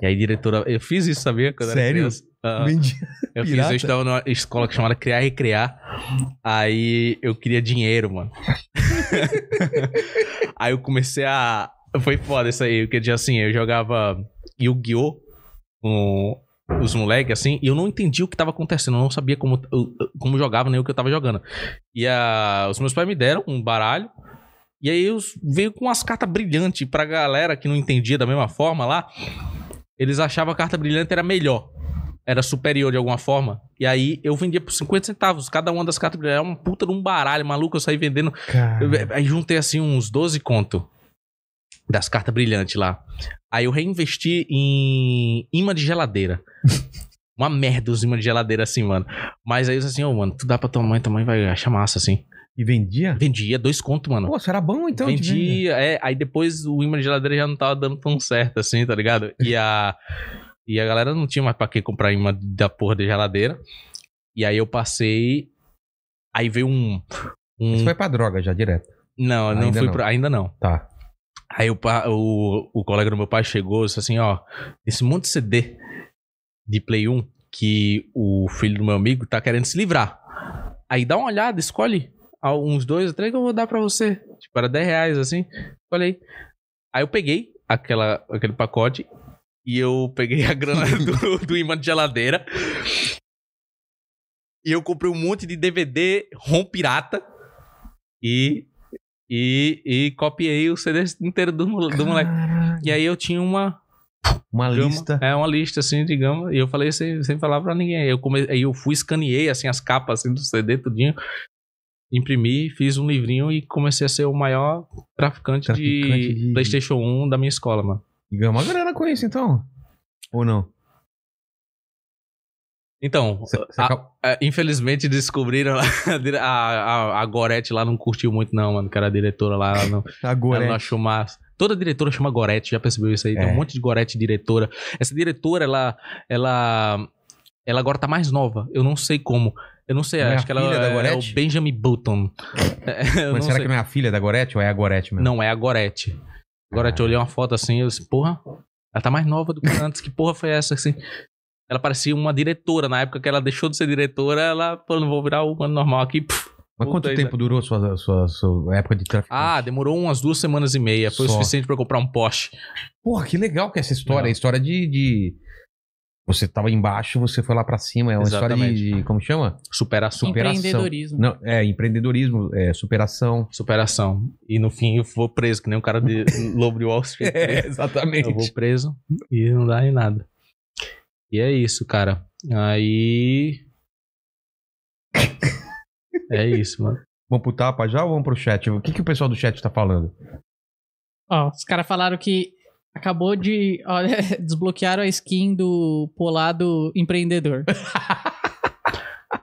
S2: E aí, diretora, eu fiz isso, sabia? Quando eu era
S1: Sério?
S2: criança. Ah.
S1: Vendi-
S2: Eu fiz,
S1: Pirata?
S2: eu estava numa escola que chamava Criar e Criar. Aí eu queria dinheiro, mano. aí eu comecei a. Foi foda isso aí, porque tinha assim, eu jogava Yu-Gi-Oh! com os moleques, assim, e eu não entendi o que tava acontecendo, eu não sabia como, eu- eu- como jogava, nem o que eu tava jogando. E a, os meus pais me deram um baralho, e aí eu veio com umas cartas brilhantes pra galera que não entendia da mesma forma lá. Eles achavam a carta brilhante era melhor era superior de alguma forma. E aí eu vendia por 50 centavos. Cada uma das cartas era uma puta de um baralho maluco. Eu saí vendendo. Eu-
S1: Cara,
S2: aí juntei assim uns 12 conto das cartas brilhantes lá. Aí eu reinvesti em imã de geladeira. Uma merda os imãs de geladeira assim, mano. Mas aí eu disse assim, ô, mano, tu dá pra tua mãe, tua mãe vai achar massa assim.
S1: E vendia?
S2: Vendia dois conto, mano.
S1: Pô, você era bom então? de venda.
S2: Vendia, é, aí depois o imã de geladeira já não tava dando tão certo assim, tá ligado? E a, e a galera não tinha mais pra que comprar imã da porra de geladeira. E aí eu passei. Aí veio um. um
S1: Você foi pra droga já, direto.
S2: Não, eu não
S1: Ainda
S2: fui
S1: não.
S2: pra. Ainda não.
S1: Tá.
S2: Aí o, pa- o, o colega do meu pai chegou e disse assim: ó, esse monte de CD de Play 1 que o filho do meu amigo tá querendo se livrar. Aí dá uma olhada, escolhe ah, uns dois ou três que eu vou dar pra você. Tipo, era 10 reais assim. Falei. Aí eu peguei aquela, aquele pacote e eu peguei a grana do, do imã de geladeira. E eu comprei um monte de DVD ROM pirata. E E, e copiei o CD inteiro do, mo- do moleque. E aí eu tinha uma
S1: Uma
S2: gama-
S1: lista.
S2: É, uma lista, assim, digamos. E eu falei sem, sem falar pra ninguém. Eu come, aí eu fui, escaneei, assim, as capas assim, do CD, tudinho. Imprimi, fiz um livrinho e comecei a ser o maior traficante,
S1: Traficante
S2: de,
S1: de-
S2: PlayStation 1 da minha escola, mano.
S1: E ganhou uma grana com isso, então. Ou não?
S2: Então,
S1: Cê- cê
S2: a-
S1: acab-
S2: É, infelizmente descobriram a, dire- a, a, a Gorete lá não curtiu muito, não, mano. Que era a diretora lá, ela não,
S1: Agora.
S2: ela não achou massa. Toda diretora chama Gorete, já percebeu isso aí? Tem
S1: É.
S2: um monte de Gorete diretora. Essa diretora, ela. Ela, ela agora tá mais nova. Eu não sei como. Eu não sei,
S1: Não é
S2: acho
S1: a
S2: que ela
S1: filha da
S2: é,
S1: Gorete?
S2: o Benjamin Button. É, eu não
S1: Mas será
S2: sei.
S1: que não é a filha da Gorete ou é a Gorete mesmo?
S2: Não, é a Gorete. Agora eu olhei uma foto assim, eu disse, porra, ela tá mais nova do que antes, que porra foi essa assim? Ela parecia uma diretora, na época que ela deixou de ser diretora, ela, pô, não vou virar o ano normal aqui. Puf.
S1: Mas quanto
S2: Puta,
S1: tempo durou sua, sua, sua época de tráfico?
S2: Ah, demorou umas duas semanas e meia, foi
S1: Só.
S2: o suficiente pra eu comprar um Porsche.
S1: Porra, que legal que é essa história.
S2: Legal.
S1: É história de, de- Você tava embaixo, você foi lá pra cima. É uma história
S2: Exatamente.
S1: de, de- Como chama? Superação.
S2: Superação.
S3: Empreendedorismo.
S1: Não, é empreendedorismo, é superação.
S2: Superação. E no fim eu vou preso, que nem um cara de Lobo de Wall Street.
S1: É, exatamente.
S2: Eu vou preso e não dá em nada. E é isso, cara. Aí. É isso, mano.
S1: Vamos pro tapa já ou vamos pro chat? O que, que o pessoal do chat tá falando?
S3: Ó, os caras falaram que acabou de. Olha, desbloquearam a skin do Polado empreendedor.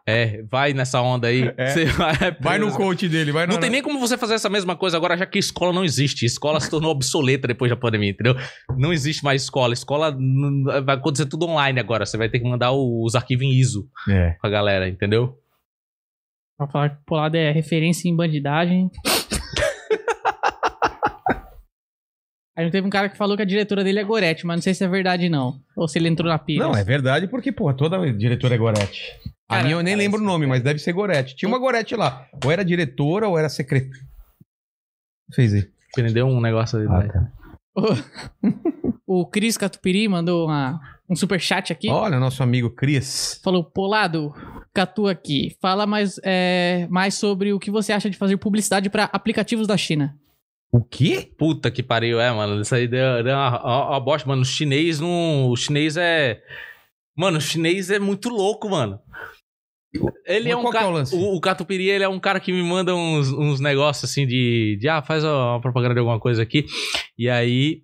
S2: É, vai nessa onda aí.
S1: É.
S2: Você vai, é preso.
S1: coach dele, vai
S2: Não tem nem como você fazer essa mesma coisa agora, já que escola não existe. Escola se tornou obsoleta depois da pandemia, entendeu? Não existe mais escola. Escola n- n- vai acontecer tudo online agora. Você vai ter que mandar o- os arquivos em ISO
S1: É.
S2: pra galera, entendeu?
S3: Pra falar que o Polado é referência em bandidagem. Aí teve um cara que falou que a diretora dele é Gorete, mas não sei se é verdade, não. Ou se ele entrou na pira.
S1: Não, é verdade, porque, porra, toda diretora é Gorete. A
S3: Cara,
S1: minha eu nem lembro o nome, mas deve ser Gorete. Tinha uma Gorete lá. Ou era diretora ou era secretária. Fez aí.
S2: Entendeu um negócio aí. né?
S1: tá.
S3: O Cris Catupiri mandou uma- um superchat aqui.
S1: Olha, nosso amigo Cris.
S3: Falou, Polado, Catu aqui. Fala mais, é, mais sobre o que você acha de fazer publicidade pra aplicativos da China.
S1: O quê?
S2: Puta que pariu, é, mano. Isso aí deu, deu uma, uma, uma bosta, mano. O chinês não. O chinês é. Mano, o chinês é muito louco, mano. Ele
S1: Mas
S2: é um
S1: qual que é
S2: cara.
S1: o lance?
S2: o, o Catupiry, ele é um cara que me manda uns, uns negócios assim de, de. Ah, faz uma propaganda de alguma coisa aqui. E aí.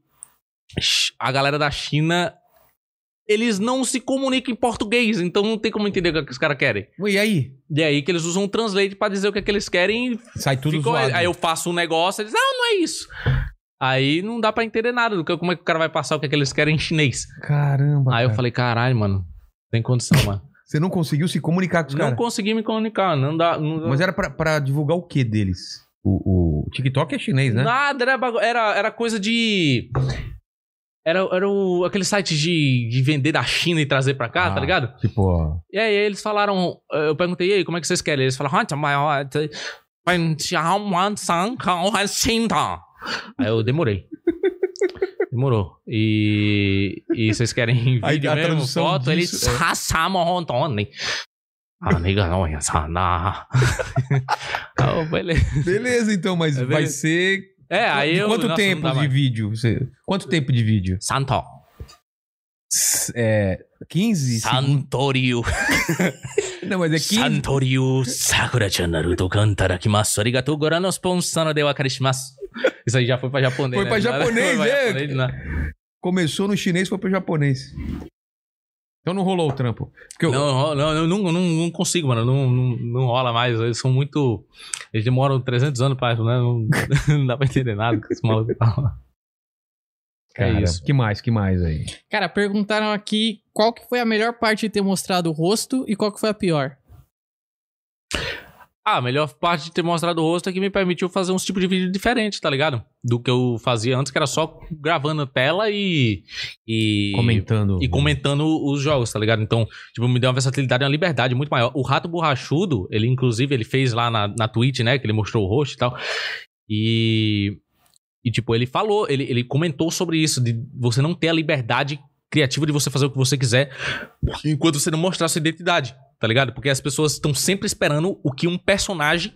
S2: A galera da China. Eles não se comunicam em português, então não tem como entender o que os caras querem.
S1: E aí?
S2: E é aí que eles usam o translate pra dizer o que, é que eles querem
S1: Sai tudo
S2: Ficou-
S1: zoado.
S2: Aí eu faço um negócio, eles, não, não é isso. Aí não dá pra entender nada do que como é que o cara vai passar o que, é que eles querem em chinês.
S1: Caramba,
S2: Aí eu
S1: cara.
S2: falei, caralho, mano, tem condição, mano.
S1: Você não conseguiu se comunicar com os
S2: não
S1: caras.
S2: consegui me comunicar, não dá. Não dá-
S1: Mas era pra, pra divulgar o que deles? O, o- o TikTok é chinês, né?
S2: Nada, era, bagu- era, era coisa de. Era, era o, aquele site de, de vender da China e trazer pra cá,
S1: Ah.
S2: tá ligado?
S1: Tipo, ó.
S2: E aí eles falaram, eu perguntei, e aí, como é que vocês querem? Eles falaram, "Ah, tá, mas, ó, tá, vai, já, uma, san, cão, assim, tá." aí eu demorei. Demorou. E, e vocês querem vídeo
S1: Aí a
S2: mesmo,
S1: tradução
S2: foto? Eles...
S1: disso é-
S2: "Ah, sama, rontone." Ah, nega, não, é essa, na. Ah, eu, beleza.
S1: Beleza, então, mas
S2: É,
S1: vai
S2: beleza.
S1: ser.
S2: É, aí
S1: de
S2: eu...
S1: quanto
S2: nossa, não
S1: tempo
S2: dá
S1: de
S2: mais.
S1: vídeo? você- Quanto tempo de vídeo?
S2: Santo.
S1: S- É. 15?
S2: Santorio.
S1: Não, mas é 15.
S2: サントリュー、サクラちゃんなるとかんたらきます。ありがとう。ご覧のスポンサーの電話借りします。Isso aí já foi pra japonês.
S1: Foi
S2: né?
S1: pra
S2: Nada-
S1: japonês,
S2: foi pra
S1: é?
S2: japonês, né?
S1: Começou no chinês, foi pro japonês. Então não rolou o trampo. Porque eu-
S2: Não, não, eu não, não, não consigo, mano. Não, não, não rola mais. Eles são muito. Eles demoram 300 anos pra. Né? Não, não dá pra entender nada que esse maluco fala.
S1: Cara,
S2: É isso.
S1: Que mais, que mais aí?
S3: Cara, perguntaram aqui qual que foi a melhor parte de ter mostrado o rosto e qual que foi a pior.
S2: Ah, a melhor parte de ter mostrado o rosto é que me permitiu fazer uns tipos de vídeo diferente, tá ligado? Do que eu fazia antes, que era só gravando a tela e. e
S1: comentando.
S2: e comentando os jogos, tá ligado? Então, tipo, me deu uma versatilidade e uma liberdade muito maior. O Rato Borrachudo, ele inclusive, ele fez lá na, na Twitch, né? Que ele mostrou o rosto e tal. E... E, tipo, ele falou, ele, ele comentou sobre isso, de você não ter a liberdade criativa de você fazer o que você quiser enquanto você não mostrar sua identidade, tá ligado? Porque as pessoas estão sempre esperando o que um personagem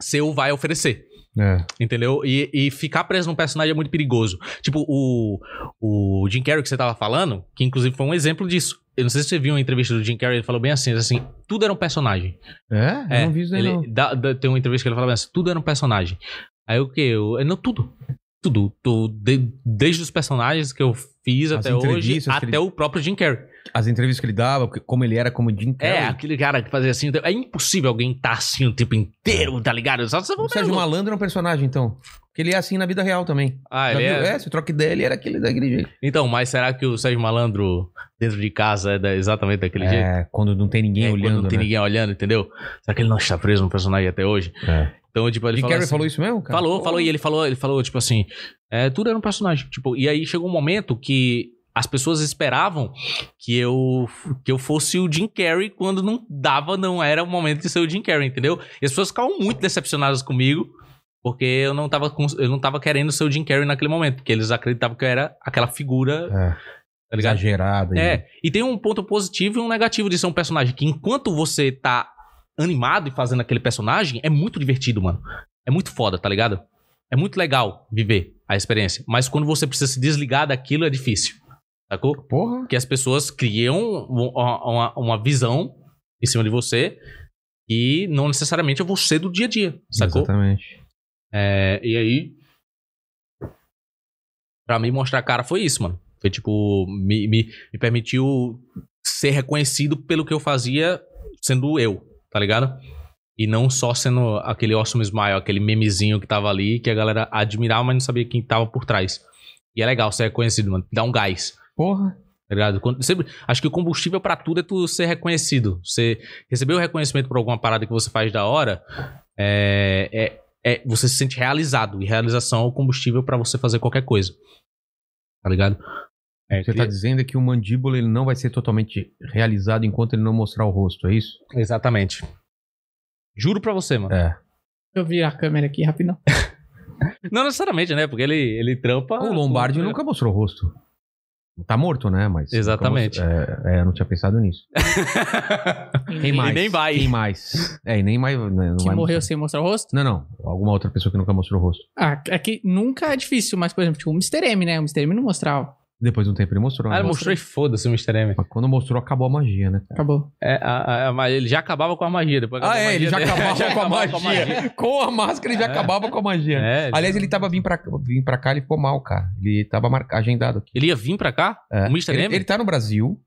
S2: seu vai oferecer.
S1: É.
S2: Entendeu? E, e ficar preso num personagem é muito perigoso. Tipo, o, o Jim Carrey que você tava falando, que inclusive foi um exemplo disso. Eu não sei se você viu uma entrevista do Jim Carrey, ele falou bem assim, assim, tudo era um personagem.
S1: É? Eu
S2: É,
S1: não vi isso daí,
S2: ele,
S1: não.
S2: dá- dá- tem uma entrevista que ele fala bem assim, tudo era um personagem. Aí o que? Eu, não, tudo. Tudo. Tu- de- desde os personagens que eu fiz
S1: As
S2: até hoje,
S1: entrevistas que
S2: até
S1: ele-
S2: o próprio Jim Carrey.
S1: As entrevistas que ele dava, porque como ele era como Jim
S2: É,
S1: Carrey.
S2: aquele cara que fazia assim. É impossível alguém estar assim o tempo inteiro, tá ligado? Só se
S1: o Sérgio Malandro é um personagem, então. Porque ele é assim na vida real também.
S2: Ah,
S1: Já
S2: ele
S1: viu?
S2: é...
S1: é, se troca ideia, ele era aquele daquele jeito.
S2: Então, mas será que o Sérgio Malandro dentro de casa é da- exatamente daquele
S1: é,
S2: jeito?
S1: quando não tem ninguém
S2: É, quando
S1: olhando,
S2: não tem
S1: né?
S2: ninguém olhando, entendeu? Será que ele não está preso no personagem até hoje?
S1: É.
S2: Então, tipo, ele
S1: Jim
S2: falou
S1: Carrey
S2: assim-
S1: falou isso mesmo, cara?
S2: Falou, falou, e ele falou, ele falou, tipo assim, é, tudo era um personagem. Tipo, e aí chegou um momento que as pessoas esperavam que eu que eu fosse o Jim Carrey quando não dava, não era o momento de ser o Jim Carrey, entendeu? E as pessoas ficavam muito decepcionadas comigo, porque eu não tava, cons- eu não tava querendo ser o Jim Carrey naquele momento, porque eles acreditavam que eu era aquela figura,
S1: É,
S2: tá ligado?
S1: exagerado.
S2: É, e tem um ponto positivo e um negativo de ser um personagem que enquanto você tá animado e fazendo aquele personagem, é muito divertido, mano. É muito foda, tá ligado? É muito legal viver a experiência, mas quando você precisa se desligar daquilo é difícil, sacou?
S1: Porra.
S2: Porque as pessoas criam um- uma, uma visão em cima de você e não necessariamente é você do dia a dia, sacou?
S1: Exatamente.
S2: É, e aí. Pra mim, mostrar a cara foi isso, mano. Foi tipo, me, me, me permitiu ser reconhecido pelo que eu fazia sendo eu, tá ligado? E não só sendo aquele awesome smile, aquele memezinho que tava ali, que a galera admirava, mas não sabia quem tava por trás. E é legal ser reconhecido, mano. Dá um gás.
S1: Porra.
S2: Tá ligado? Quando- sempre- acho que o combustível pra tudo é tu ser reconhecido. Você receber o reconhecimento por alguma parada que você faz da hora, é, é- é- você se sente realizado. E realização é o combustível pra você fazer qualquer coisa. Tá ligado? É,
S1: Você tá
S2: queria-
S1: dizendo que o mandíbula ele não vai ser totalmente realizado enquanto ele não mostrar o rosto, é isso?
S2: Exatamente. Juro pra você, mano.
S1: É.
S3: Deixa eu virar a câmera aqui rapidão.
S2: Não necessariamente, né? Porque ele, ele trampa.
S1: O Lombardi
S2: é.
S1: nunca mostrou o rosto. Tá morto, né? Mas. nunca
S2: Exatamente.
S1: mostrou- É, é, eu não tinha pensado nisso. Quem mais?
S2: nem vai.
S1: Quem mais? É, e nem mais. né, não
S3: Que
S1: vai
S3: morreu
S1: mostrar.
S3: sem mostrar o rosto?
S1: Não, não. Alguma outra pessoa que nunca mostrou o rosto.
S3: Ah, é que nunca é difícil, mas, por exemplo, tipo, o Mr. M, né? O Mr. M não mostrava.
S1: Depois de um tempo ele mostrou.
S2: Ah,
S1: né?
S2: ele mostrou e foda-se o Mr. M.
S1: Mas quando mostrou, acabou a magia, né?
S3: Acabou.
S2: É, a- a- a- ele já acabava com a magia. Depois
S1: Ah, é,
S2: acabou a magia né? dele.
S1: Com a máscara ele já
S2: É.
S1: acabava com a magia. né?
S2: É,
S1: Aliás, ele tava vindo pra, vindo pra cá, ele ficou mal, cara. Ele tava marca- agendado aqui.
S2: ele ia vir pra cá?
S1: É.
S2: O Mr.
S1: Ele,
S2: M?
S1: ele tá no Brasil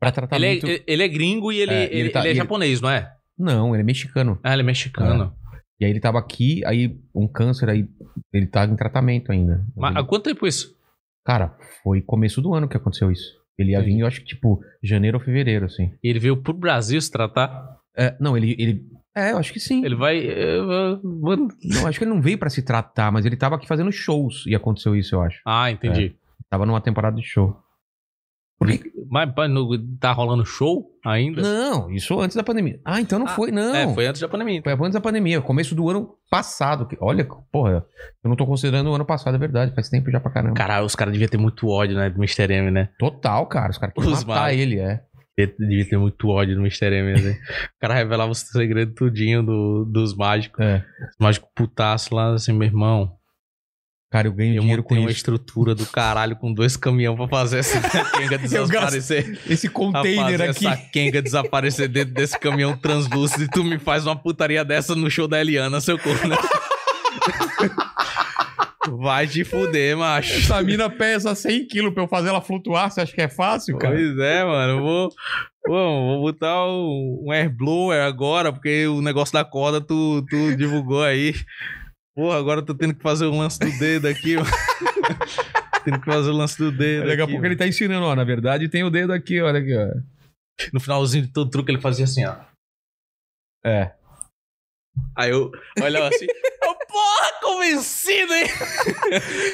S1: pra
S2: Ele é,
S1: tratamento.
S2: ele- ele é gringo e ele
S1: Tá É,
S2: é,
S1: e
S2: ele,
S1: ele tá-
S2: ele é
S1: e ele-
S2: japonês, não é?
S1: Não, ele é mexicano.
S2: Ah, ele é mexicano.
S1: E aí ele tava aqui, aí um câncer, aí ele tava em tratamento ainda.
S2: Mas há quanto tempo isso?
S1: Cara, foi começo do ano que aconteceu isso. Ele ia vir, eu acho que tipo, janeiro ou fevereiro, assim.
S2: E Ele veio pro Brasil se tratar.
S1: É, não, ele, ele. É, eu acho que sim.
S2: Ele vai. eh, eh, mano.
S1: Não, acho que ele não veio pra se tratar, mas ele tava aqui fazendo shows e aconteceu isso, eu acho.
S2: Ah, entendi.
S1: Tava numa temporada de show.
S2: Mas pá, no- tá rolando show ainda?
S1: Não, isso antes da pandemia. Ah, então não
S2: Ah,
S1: foi, não.
S2: É,
S1: foi...
S2: foi antes da pandemia.
S1: antes da pandemia, começo do ano passado. que- Olha, porra, eu não tô considerando o ano passado, é verdade. Faz tempo já pra caramba.
S2: Caralho, os caras deviam ter muito ódio, né? Do Mr. M, né?
S1: Total, cara. Os caras querem
S2: Os
S1: matar
S2: malos.
S1: ele, é.
S2: Devia ter muito ódio do Mr. M, né? O cara revelava o segredo tudinho do- dos mágicos.
S1: É.
S2: Os mágicos putaço lá, assim, meu irmão.
S1: Cara, eu ganho
S2: Eu
S1: dinheiro
S2: montei
S1: com
S2: uma
S1: isso.
S2: estrutura do caralho com dois caminhões pra fazer essa quenga desaparecer.
S1: Esse container
S2: Rapaz,
S1: aqui.
S2: Essa quenga desaparecer dentro desse caminhão translúcido e tu me faz uma putaria dessa no show da Eliana, seu corno. Vai te fuder, macho.
S1: Essa mina pesa 100 quilos pra eu fazer ela flutuar. Você acha que é fácil, cara?
S2: Pois é, mano. Eu vou, vou, vou botar um, um air blower agora, porque o negócio da corda tu, tu divulgou aí. Porra, agora eu tô tendo que fazer um lance do dedo aqui, mano. Tendo que fazer o lance do dedo.
S1: Daqui a
S2: aqui,
S1: pouco ele tá ensinando, ó. Na verdade, tem o dedo aqui, olha aqui, ó.
S2: No finalzinho de todo truque, ele fazia assim, ó.
S1: É.
S2: Aí eu olhava assim, eu, porra, convencido, hein?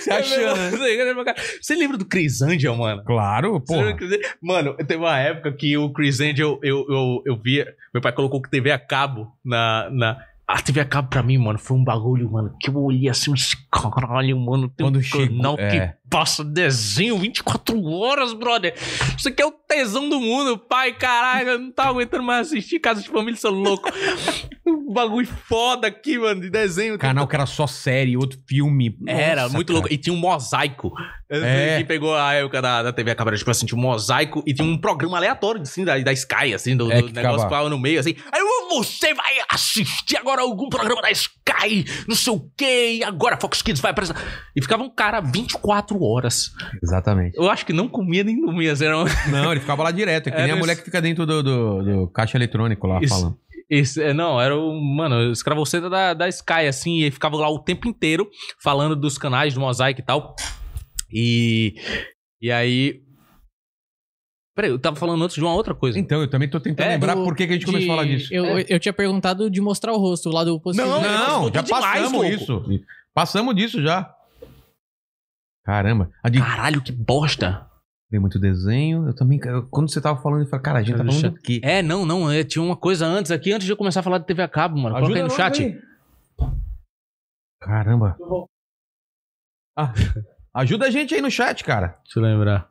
S1: Se
S2: Você lembra do Chris Angel, mano?
S1: Claro,
S2: Você lembra
S1: porra.
S2: do Chris Angel? Mano, teve uma época que o Chris Angel, eu, eu, eu via. Meu pai colocou TV a cabo na. na a TV a cabo pra mim, mano, foi um bagulho, mano, que eu olhei assim, mas caralho, mano, tem
S1: Quando
S2: um
S1: chegou,
S2: canal
S1: é.
S2: que passa desenho 24 horas, brother. Isso aqui é o tesão do mundo, pai, caralho, eu não tava aguentando mais assistir Casa de Família, seu louco. é Um bagulho foda aqui, mano, de desenho.
S1: Canal que era só série, outro filme.
S2: Era,
S1: Nossa,
S2: muito
S1: cara.
S2: louco. E tinha um mosaico. Né,
S1: É.
S2: Que pegou a época da, da TV a câmera, tipo assim, tinha um mosaico e tinha um programa aleatório, assim, da, da Sky, assim, do,
S1: É,
S2: do
S1: que
S2: negócio
S1: ficava-
S2: que ficava no meio, assim. Aí você vai assistir agora algum programa da Sky, não sei o quê, e agora Fox Kids vai apresentar. E ficava um cara 24 horas.
S1: Exatamente.
S2: Eu acho que não comia nem dormia, assim, era um-
S1: Não, ele ficava lá direto. É que
S2: Era
S1: nem a
S2: isso.
S1: mulher que fica dentro do, do- do caixa eletrônico lá
S2: Isso.
S1: falando.
S2: Esse- é, não, era o, mano, o escravoceta da, da Sky, assim, e ele ficava lá o tempo inteiro falando dos canais do Mosaic e tal. E. E aí. Peraí, eu tava falando antes de uma outra coisa.
S1: Então, eu também tô tentando
S2: É,
S1: lembrar
S3: do-
S1: por que, que a gente
S3: de-
S1: começou a falar disso. É.
S3: Eu, eu tinha perguntado de mostrar o rosto, o lado positivo.
S2: Não,
S1: Não,
S2: mas
S1: já
S2: ficou demais,
S1: passamos
S2: louco.
S1: isso. Passamos disso já. Caramba. A gente
S2: Caralho, que bosta.
S1: vê muito desenho. Eu também. eu- quando você tava falando, eu falei, cara, a gente tá
S2: Deixa-
S1: falando do quê?
S2: É, não, não, é, tinha uma coisa antes aqui, antes de eu começar a falar de TV a cabo, mano. Coloca aí no
S1: nós
S2: chat.
S1: aí. Caramba. Ah, ajuda a gente aí no chat, cara.
S2: Deixa eu lembrar.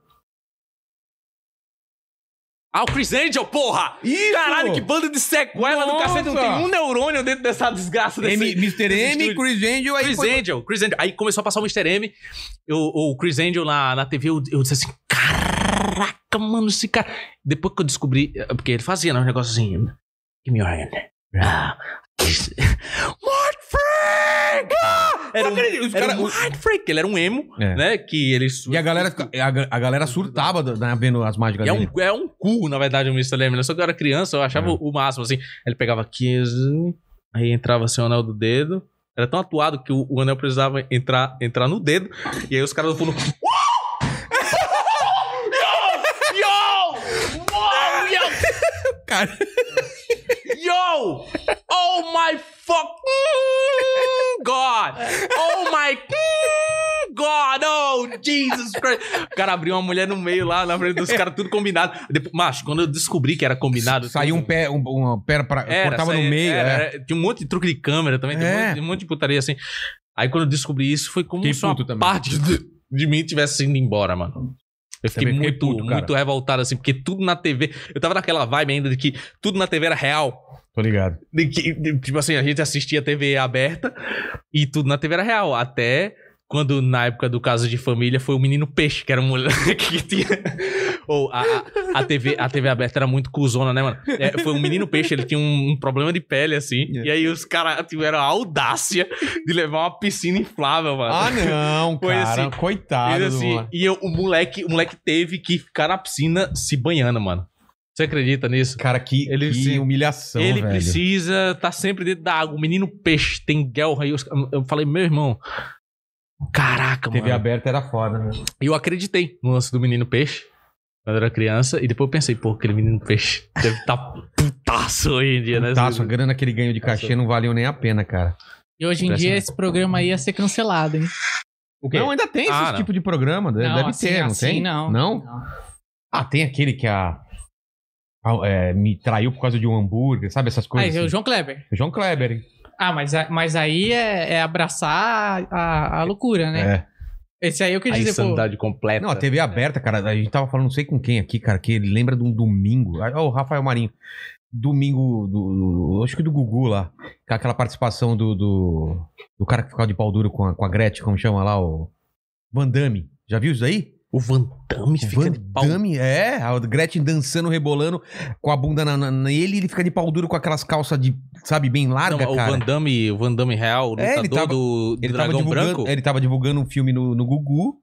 S2: Ah, o Chris Angel, porra!
S1: Isso!
S2: Caralho, que banda de sequela do
S1: Nossa!
S2: cacete. Não tem um neurônio dentro dessa desgraça desse...
S1: M, Mr.
S2: desse
S1: M,
S2: estúdio.
S1: Chris Angel aí.
S2: Chris
S1: foi-
S2: Angel, Chris Angel. Aí começou a passar o Mr. M, eu, o Chris Angel na, na TV, eu, eu disse assim, caraca, mano, esse cara... Depois que eu descobri, eh, porque ele fazia, né, um negócio assim, give me your hand. Ah, kiss- Mark Frank! Ah, era um,
S1: acredito, os
S2: era
S1: cara-
S2: um Mark Frank, ele era um emo,
S1: É.
S2: né, que ele...
S1: E a galera, fica- a, ga- a galera surtava do- né, vendo as mágicas
S2: E É um,
S1: dele.
S2: é um cu, na verdade, o Mr. Leme. né? Só que eu era criança, eu achava
S1: É.
S2: o- o máximo, assim. Ele pegava 15, aí entrava assim o anel do dedo. Era tão atuado que o, o anel precisava entrar, entrar no dedo. E aí os caras do fundo... "Uh! Yo! Yo!
S1: Cara,
S2: Wow! Yo! Oh my fucking God! Oh my God! Oh Jesus Christ! O cara abriu uma mulher no meio lá, na frente dos caras, tudo combinado. Depois, macho, quando eu descobri que era combinado.
S1: saiu um
S2: tudo-
S1: pé, um, uma perna pra.
S2: Era,
S1: cortava
S2: saía-
S1: no meio.
S2: era,
S1: é.
S2: era. Tinha um monte de truque de câmera também, tinha
S1: É.
S2: um, monte, um monte de putaria assim. Aí quando eu descobri isso, foi como
S1: Fiquei
S2: se uma
S1: puto também.
S2: parte de, de mim tivesse indo embora, mano. Eu fiquei
S1: Também fiquei
S2: muito,
S1: puto, cara.
S2: muito revoltado, assim, porque tudo na TV. Eu tava naquela vibe ainda de que tudo na TV era real.
S1: Tô ligado.
S2: De que, de- tipo assim, a gente assistia TV aberta e tudo na TV era real. Até quando, na época do caso de família, foi o menino peixe, que era um moleque que tinha. Ou a, a, a TV, a TV aberta era muito cuzona, né, mano? É, foi um menino peixe, ele tinha um, um problema de pele, assim.
S1: É.
S2: E aí os caras tiveram a audácia de levar uma piscina inflável, mano.
S1: Ah, não,
S2: Coisa
S1: cara. coitado.
S2: E,
S1: do
S2: assim,
S1: moleque.
S2: e eu- o, moleque, o moleque teve que ficar na piscina se banhando, mano. Você acredita nisso?
S1: Cara, que,
S2: Ele,
S1: que
S2: assim,
S1: humilhação,
S2: Ele
S1: velho.
S2: precisa tá sempre dentro da água. O menino peixe tem guerra. aí os- Eu falei, meu irmão. Caraca,
S1: TV
S2: mano.
S1: aberta era foda, né?
S2: E eu acreditei no lance do menino peixe. Quando eu era criança. E depois eu pensei, pô, aquele menino peixe deve estar tá putaço hoje em dia, né?
S1: Putaço, a grana que ele ganhou de cachê não valeu nem a pena, cara.
S3: E hoje em dia esse programa aí ia ser cancelado, hein?
S1: O quê? Não, ainda tem
S2: Ah,
S1: esse
S2: não.
S1: tipo de programa. né?
S3: Não,
S1: Deve
S3: assim-
S1: ter, não
S3: assim
S1: tem?
S3: não.
S1: Não? Ah, tem aquele que a... a- é, me traiu por causa de um hambúrguer, sabe? Essas
S3: Aí,
S1: coisas.
S3: o
S1: assim.
S3: João Kleber.
S1: João Kleber, hein?
S3: Ah, mas, a- mas aí é, é abraçar a, a- a loucura, né?
S1: É.
S3: Esse aí eu quis
S2: A
S3: dizer, pô.
S2: insanidade completa.
S1: Não, a TV aberta, cara. A gente tava falando não sei com quem aqui, cara, que ele lembra de um domingo. Ó, o Rafael Marinho. Domingo, do, do- acho que do Gugu lá. Com aquela participação do, do, do cara que ficava de pau duro com a, com a Gretchen, como chama lá, o Van Damme. Já viu isso daí?
S2: O Van Damme
S1: O
S2: fica
S1: Van
S2: de pau.
S1: Damme, é. A Gretchen dançando, rebolando, com a bunda na, na- nele, ele fica de pau duro com aquelas calças de, sabe, bem
S2: Não,
S1: larga,
S2: o
S1: cara.
S2: Van Damme, o Van Damme real, o
S1: É,
S2: lutador
S1: ele tava-
S2: do, do
S1: ele, tava
S2: Dragão
S1: divulgando,
S2: Branco.
S1: ele tava divulgando um filme no, no Gugu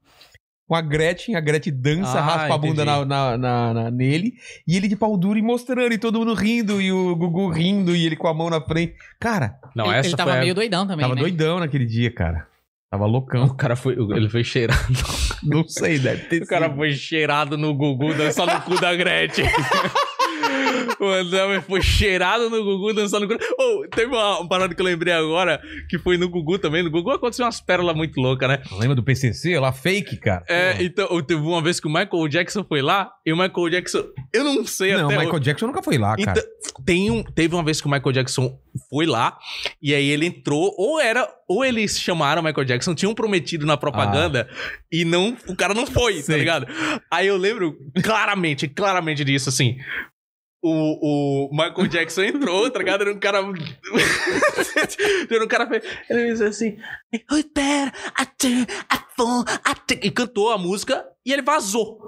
S1: com a Gretchen, a Gretchen dança,
S2: Ah,
S1: raspa a bunda na,
S2: entendi.
S1: na- na- na- nele, e ele de pau duro e mostrando, e todo mundo rindo, e o Gugu rindo, e ele com a mão na frente. Cara,
S2: Não,
S3: ele,
S2: essa
S3: ele tava
S2: foi a-
S3: meio doidão também,
S1: tava
S3: né?
S1: doidão naquele dia, cara. Tava loucão.
S2: O cara foi. Ele foi cheirado.
S1: Não sei, deve ter
S2: O cara foi cheirado no Gugu dançando no cu da Gretchen. O André foi cheirado no Gugu dançando no cu. Oh, teve uma parada que eu lembrei agora, que foi no Gugu também. No Gugu aconteceu umas pérolas muito loucas, né?
S1: sido. Lembra do PCC? Lá, fake, cara.
S2: É, então, eu- teve uma vez que o Michael Jackson foi lá, e o Michael Jackson. Eu não sei
S1: Não,
S2: até.
S1: Michael Jackson nunca foi lá, cara.
S2: Então, tem um, teve uma vez que o Michael Jackson foi lá e aí ele entrou, ou era, ou eles chamaram o Michael Jackson, tinham prometido na propaganda
S1: Ah.
S2: e não, o cara não foi, tá
S1: Sei.
S2: ligado? Aí eu lembro claramente, claramente disso assim. o, o Michael Jackson entrou, tá ligado? Era um cara. Era um cara. Ele disse assim. "Who's there? I do, I fall, I do." E cantou a música e ele vazou.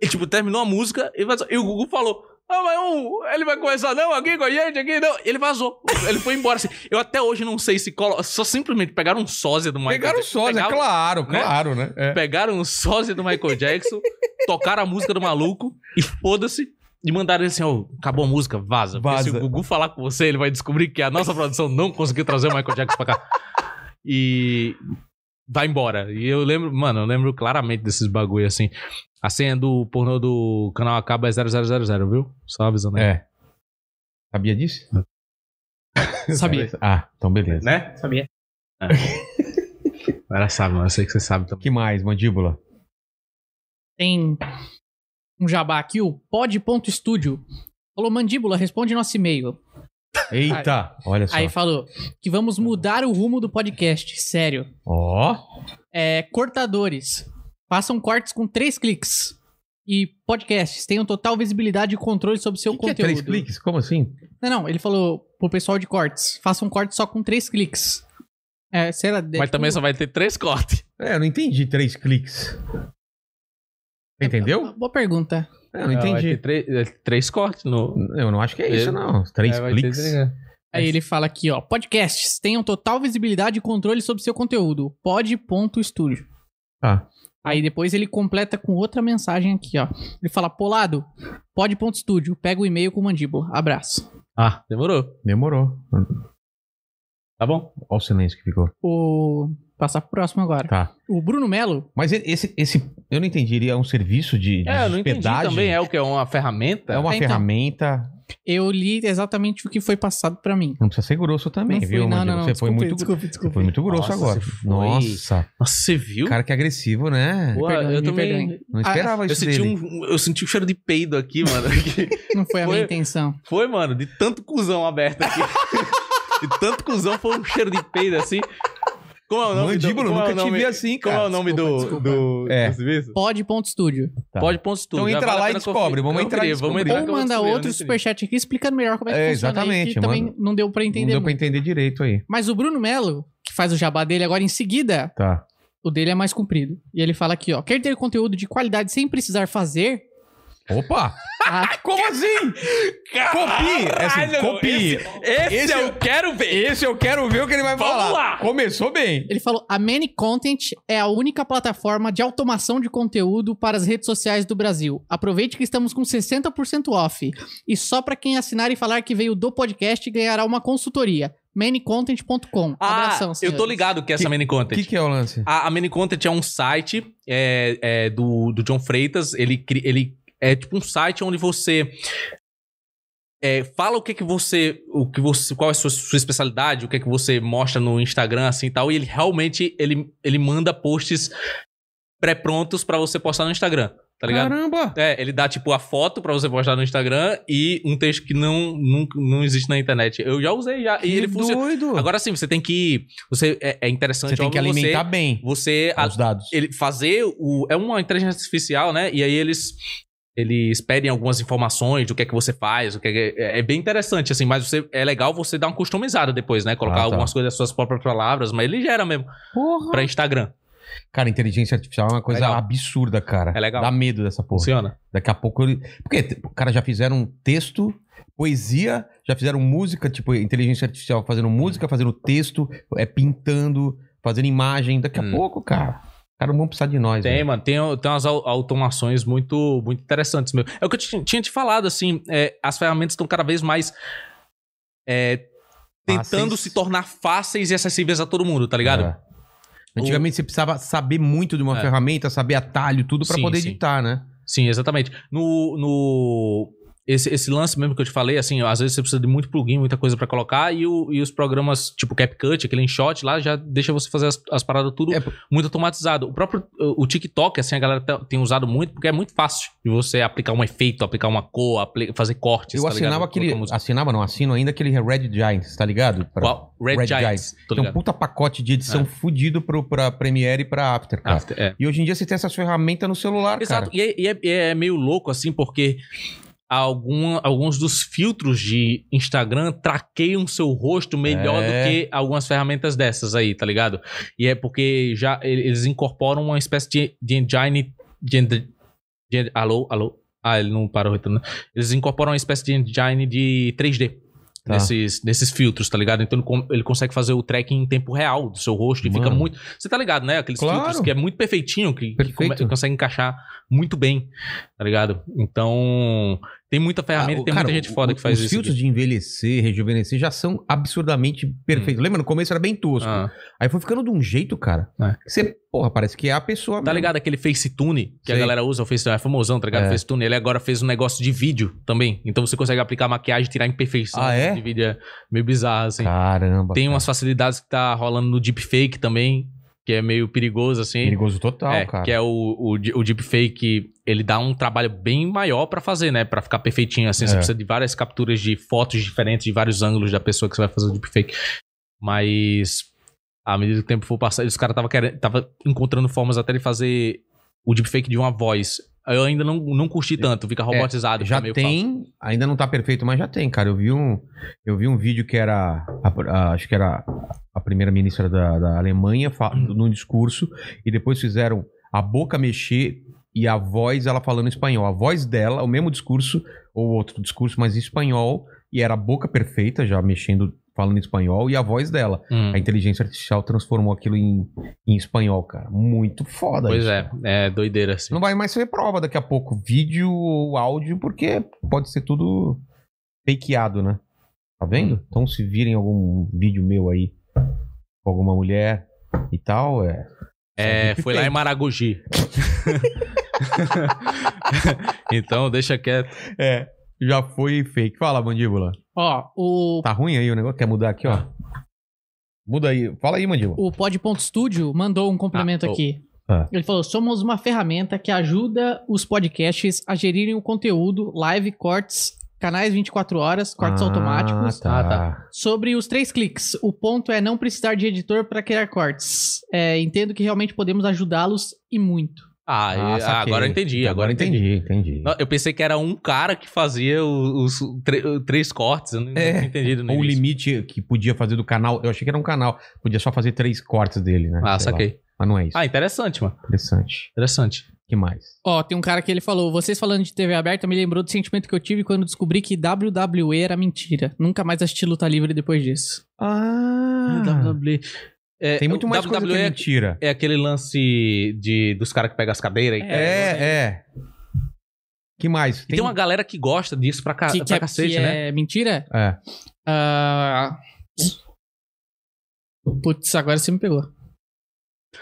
S2: Ele, tipo, terminou a música e vazou. E o Gugu falou. Ah, mas um, ele vai começar não aqui com a gente, aqui não. Ele vazou. Ele foi embora. assim. Eu até hoje não sei se colo... Só simplesmente pegaram um sósia do Michael
S1: Pegaram
S2: Jackson.
S1: só, né?
S2: Pegaram-
S1: Claro,
S2: né?
S1: claro, né? É.
S2: Pegaram um sósia do Michael Jackson, tocaram a música do maluco e foda-se. E mandaram ele assim, ó, acabou a música, vaza. Porque
S1: Vaza.
S2: se o Gugu falar com você, ele vai descobrir que a nossa produção não conseguiu trazer o Michael Jackson pra cá. E vai embora. E eu lembro, mano, eu lembro claramente desses bagulho assim. A senha do pornô do canal Acaba é 0000, viu? Só avisando aí.
S1: É. Sabia disso?
S3: Sabia.
S1: Ah, então beleza.
S2: Né?
S3: Sabia.
S2: Ela sabe, mano. Eu sei que você sabe também.
S1: que mais, mandíbula?
S3: Tem um jabá aqui, o pod.studio. Falou, mandíbula, responde nosso e-mail.
S1: Eita, olha só.
S3: Aí falou que vamos mudar o rumo do podcast, sério.
S1: Ó,
S3: É, cortadores. Façam cortes com três cliques. E podcasts tenham total visibilidade e controle sobre seu
S2: um
S1: que que é
S3: conteúdo.
S1: três cliques? Como assim?
S3: Não, não, ele falou pro pessoal de cortes. Façam cortes só com três cliques. É, sei lá,
S2: Mas também só vai ter três cortes.
S1: É, eu não entendi três cliques. Você Entendeu?
S3: Boa pergunta.
S1: É, Eu não
S2: Vai
S1: entendi.
S2: ter três- é, três cortes no,
S1: Eu não acho que é isso,
S2: Eu-
S1: não. Três
S2: É, vai ter
S1: cliques.
S2: três-
S3: Aí ele fala aqui, ó. Podcasts tenham total visibilidade e controle sobre seu conteúdo. Pod.studio.
S1: Tá.
S3: Aí depois ele completa com outra mensagem aqui, ó. Ele fala, Polado, pod.studio, pega o e-mail com mandíbula. Abraço.
S2: Ah, demorou.
S1: Demorou.
S2: Tá bom?
S1: Olha o silêncio que ficou.
S3: O... Passar pro próximo agora.
S1: Tá.
S3: O Bruno Melo,
S1: Mas e- esse, esse eu não entendi. Ele é um serviço de, de
S2: É, eu não entendi
S1: hospedagem?
S2: também. É o que? É uma ferramenta?
S1: É uma
S3: É, então.
S1: ferramenta.
S3: eu li exatamente o que foi passado pra mim.
S1: Não precisa ser grosso também,
S3: Não fui-
S1: viu,
S3: não,
S1: Mandíbula?
S3: não, não,
S1: Você foi
S3: desculpa,
S1: muito,
S3: desculpa, desculpa.
S1: foi muito grosso
S2: Nossa,
S1: agora.
S2: você foi-
S1: Nossa,
S2: Nossa, você viu?
S1: cara que é agressivo, né?
S2: Pô,
S3: perdão,
S2: eu
S3: me
S2: também.
S3: perdoem.
S1: Não esperava
S2: Eu
S1: isso
S2: senti,
S1: dele.
S2: um, eu senti um cheiro de peido aqui, mano. Que
S3: Não foi a minha
S2: Foi-
S3: intenção.
S2: Foi, mano, de tanto cuzão aberto aqui. De tanto cuzão, foi um cheiro de peido assim. Como é o nome
S1: Mandíbula,
S2: do, como é
S1: nunca
S2: o
S1: te
S2: nome-
S1: vi assim,
S2: Como
S1: cara.
S2: é o nome
S3: Desculpa,
S2: do,
S3: desculpa.
S2: do,
S1: É.
S2: do serviço?
S3: um Pod.studio.
S1: Tá.
S2: Pode pontos tudo.
S1: Então
S2: já
S1: entra
S2: vale a
S1: lá e
S2: pena
S1: descobre,
S2: conferir.
S1: vamos entrar e
S2: Conferir, Vamos
S1: descobrir.
S2: entrar
S3: Ou
S2: que eu vou
S3: manda
S2: descobrir, eu
S3: outro
S2: não entendi.
S3: superchat aqui explicando melhor como é que
S1: É,
S3: funciona aí,
S1: exatamente,
S3: que também
S1: manda.
S3: não deu pra
S1: Não
S3: entender
S1: deu pra
S3: muito.
S1: entender direito aí.
S3: Mas o Bruno Melo, que faz o jabá dele agora em seguida,
S1: Tá.
S3: o dele é mais comprido. E ele fala aqui, ó, quer ter conteúdo de qualidade sem precisar fazer?
S1: Opa!
S3: Ah,
S1: Como assim? Copie! É assim,
S2: Caralho,
S1: copie!
S2: Esse,
S1: Esse é
S2: eu quero ver.
S1: Esse eu quero ver o que ele vai
S2: Vamos
S1: falar.
S2: lá.
S1: Começou bem.
S3: ele falou, a Many Content é a única plataforma de automação de conteúdo para as redes sociais do Brasil. Aproveite que estamos com 60% off. E só pra quem assinar e falar que veio do podcast ganhará uma consultoria. Manycontent.com. Abração,
S2: Ah, eu tô
S3: senhores.
S2: ligado que essa
S1: Que-
S2: Many
S1: O
S2: Content.
S1: que, que é o lance?
S2: A, a Many Content é um site é, é, do, do John Freitas. Ele, cri- ele é tipo um site onde você é, fala o que que você, o que você, qual é a sua, sua especialidade, o que que você mostra no Instagram assim e tal. E ele realmente ele, ele manda posts pré-prontos pra você postar no Instagram. Tá ligado?
S1: Caramba!
S2: É, ele dá tipo a foto pra você postar no Instagram e um texto que não, não, não existe na internet. Eu já usei já.
S1: Que
S2: e ele funciona.
S1: doido!
S2: Agora sim, você tem que. Você, é, é interessante
S1: você tem que
S2: óbvio,
S1: alimentar bem
S2: Você, você a-
S1: os dados.
S2: ele fazer o é uma inteligência artificial, né? E aí eles eles pedem algumas informações do que é que você faz, o que é, que- é é bem interessante assim, mas você é legal você dar uma customizada depois, né? Colocar
S1: Ah, tá.
S2: algumas coisas das suas próprias palavras, mas ele gera mesmo
S3: Porra.
S2: pra Instagram.
S1: Cara, inteligência artificial é uma coisa
S2: Legal.
S1: absurda, cara.
S2: É legal.
S1: Dá medo dessa porra.
S2: Funciona.
S1: Daqui a pouco ele. Porque, t- cara, já fizeram um texto, poesia, já fizeram música, tipo, inteligência artificial fazendo música, fazendo texto, é pintando, fazendo imagem. Daqui a
S2: Hum.
S1: pouco, cara. Os caras não vão precisar de nós. né?
S2: Tem,
S1: velho.
S2: mano, tem, tem umas au- automações muito muito interessantes mesmo. É o que eu ti- tinha te falado assim, é, as ferramentas estão cada vez mais é, tentando
S1: Fáceis.
S2: se tornar fáceis e acessíveis a todo mundo, tá ligado?
S1: É. Antigamente você precisava saber muito de uma
S2: É.
S1: ferramenta, saber atalho, tudo pra
S2: Sim,
S1: poder
S2: sim.
S1: editar, né?
S2: Sim, exatamente. No. no esse, esse lance mesmo que eu te falei, assim, às vezes você precisa de muito plugin, muita coisa pra colocar, e, o- e os programas tipo CapCut, aquele InShot lá, já deixa você fazer as, as paradas tudo
S1: É,
S2: muito automatizado. O próprio o o TikTok, assim, a galera tá- tem usado muito, porque é muito fácil de você aplicar um efeito, aplicar uma cor, apli- fazer cortes,
S1: Eu
S2: tá ligado?
S1: assinava aquele.
S2: Colocar música.
S1: Assinava, não, assino ainda aquele Red Giants, tá ligado? Pra-
S2: Qual? Red,
S1: Red
S2: Giants. Tô
S1: Tem um
S2: ligado. É.
S1: puta pacote de edição fudido pro, pra Premiere e pra After, cara.
S2: After, é.
S1: E hoje em dia você tem essas ferramentas no celular,
S2: Exato.
S1: cara.
S2: E, é, e é- e é meio louco, assim, porque algum- alguns dos filtros de Instagram traqueiam seu rosto melhor
S1: É.
S2: do que algumas ferramentas dessas aí, tá ligado? E é porque já e- eles incorporam uma espécie de, de engine. De, de, de- alô, alô. Ah, ele não parou retorno. Eles incorporam uma espécie de engine de 3D.
S1: Tá.
S2: Nesses, nesses filtros, tá ligado? Então ele, com- ele consegue fazer o tracking em tempo real do seu rosto e fica
S1: Mano.
S2: muito. Você tá ligado, né? Aqueles
S1: Claro.
S2: filtros que é muito perfeitinho, que, que
S1: Perfeito.
S2: come- consegue encaixar muito bem, tá ligado? Então, tem muita ferramenta,
S1: Ah,
S2: e
S1: o-
S2: tem
S1: cara,
S2: muita gente foda
S1: o-
S2: que faz
S1: Os
S2: isso.
S1: filtros
S2: aqui.
S1: de envelhecer, rejuvenescer já são absurdamente perfeitos. Lembra? No começo era bem tosco.
S2: Hum. Ah,
S1: Aí foi ficando de um jeito, cara.
S2: É.
S1: que Você, porra, parece que é a pessoa.
S2: tá
S1: mesmo.
S2: ligado aquele FaceTune que a
S1: Sei.
S2: galera usa, o FaceTune é famosão, tá ligado?
S1: É.
S2: O FaceTune, ele agora fez um negócio de vídeo também. Então você consegue aplicar maquiagem e tirar a imperfeição
S1: Ah, é?
S2: de vídeo. É meio bizarro, assim.
S1: Caramba.
S2: Tem
S1: cara.
S2: umas facilidades que tá rolando no deepfake também, que é meio perigoso, assim.
S1: Perigoso total,
S2: é,
S1: cara.
S2: Que é o, o, de- o deepfake, ele dá um trabalho bem maior pra fazer, né? Pra ficar perfeitinho, assim. Você
S1: É.
S2: precisa de várias capturas de fotos diferentes, de vários ângulos da pessoa que você vai fazer o deepfake. Mas, à medida que o tempo for passando, os caras tava, querendo- tava encontrando formas até de fazer o deepfake de uma voz. Eu ainda não, não curti tanto, fica robotizado.
S1: É, Já
S2: fica meio falso.
S1: tem, ainda não tá perfeito, mas já tem, cara. Eu vi um, eu vi um vídeo que era, a- a- acho que era a primeira-ministra da, da Alemanha
S2: Hum.
S1: falando num discurso e depois fizeram a boca mexer e a voz ela falando espanhol. A voz dela, o mesmo discurso ou outro discurso, mas em espanhol e era a boca perfeita já mexendo, falando espanhol e a voz dela.
S2: Hum.
S1: A inteligência artificial transformou aquilo em, em espanhol, cara. Muito foda
S2: Pois
S1: isso.
S2: é, é doideira, assim.
S1: Não vai mais ser prova daqui a pouco, vídeo ou áudio, porque pode ser tudo fakeado, né? Tá vendo? Então se virem algum vídeo meu aí com alguma mulher e tal, é.
S2: É,
S1: Sabe?
S2: foi lá em Maragogi. então, deixa quieto.
S1: É. Já foi fake. Fala, mandíbula.
S3: Ó, o,
S1: Tá ruim aí o negócio? Quer mudar aqui, ó? Muda aí. Fala aí, mandíbula.
S3: o Pod.studio mandou um complemento
S2: Ah, o-
S3: aqui.
S1: Ah.
S3: Ele falou: somos uma ferramenta que ajuda os podcasts a gerirem o conteúdo, live, cortes, canais 24 horas, cortes
S1: Ah,
S3: automáticos.
S1: Tá.
S2: Ah,
S3: Sobre os três cliques, o ponto é não precisar de editor para criar cortes. É, entendo que realmente podemos ajudá-los e muito.
S2: Ah,
S1: Ah,
S2: e- ah,
S1: saquei.
S2: agora eu entendi. Agora, eu entendi.
S1: entendi, entendi.
S2: Não, Eu pensei que era um cara que fazia os, os tre- três cortes. Eu não não
S1: É.
S2: tinha entendido no
S1: Ou o
S2: início.
S1: limite que podia fazer do canal. Eu achei que era um canal. Podia só fazer três cortes dele, né?
S2: Ah,
S1: Sei lá.
S2: saquei.
S1: Mas não é isso.
S2: Ah, interessante, mano.
S1: Interessante.
S2: Interessante.
S1: que mais?
S3: Ó, tem um cara que ele falou: vocês falando de TV aberta me lembrou do sentimento que eu tive quando descobri que WWE era mentira. Nunca mais assisti luta livre depois disso.
S1: Ah,
S2: WWE. É,
S1: tem muito
S2: o
S1: mais coisa que é
S2: WWE
S1: mentira.
S2: é, é aquele lance de, dos caras que pegam as cadeiras. e-
S3: É,
S1: É, é. Que mais?
S2: E Tem, uma galera que gosta disso pra, ca...
S3: que
S2: pra
S3: que, é,
S2: cacete,
S3: que
S2: né?
S3: é mentira?
S1: É.
S3: Ah. Putz, agora você me pegou.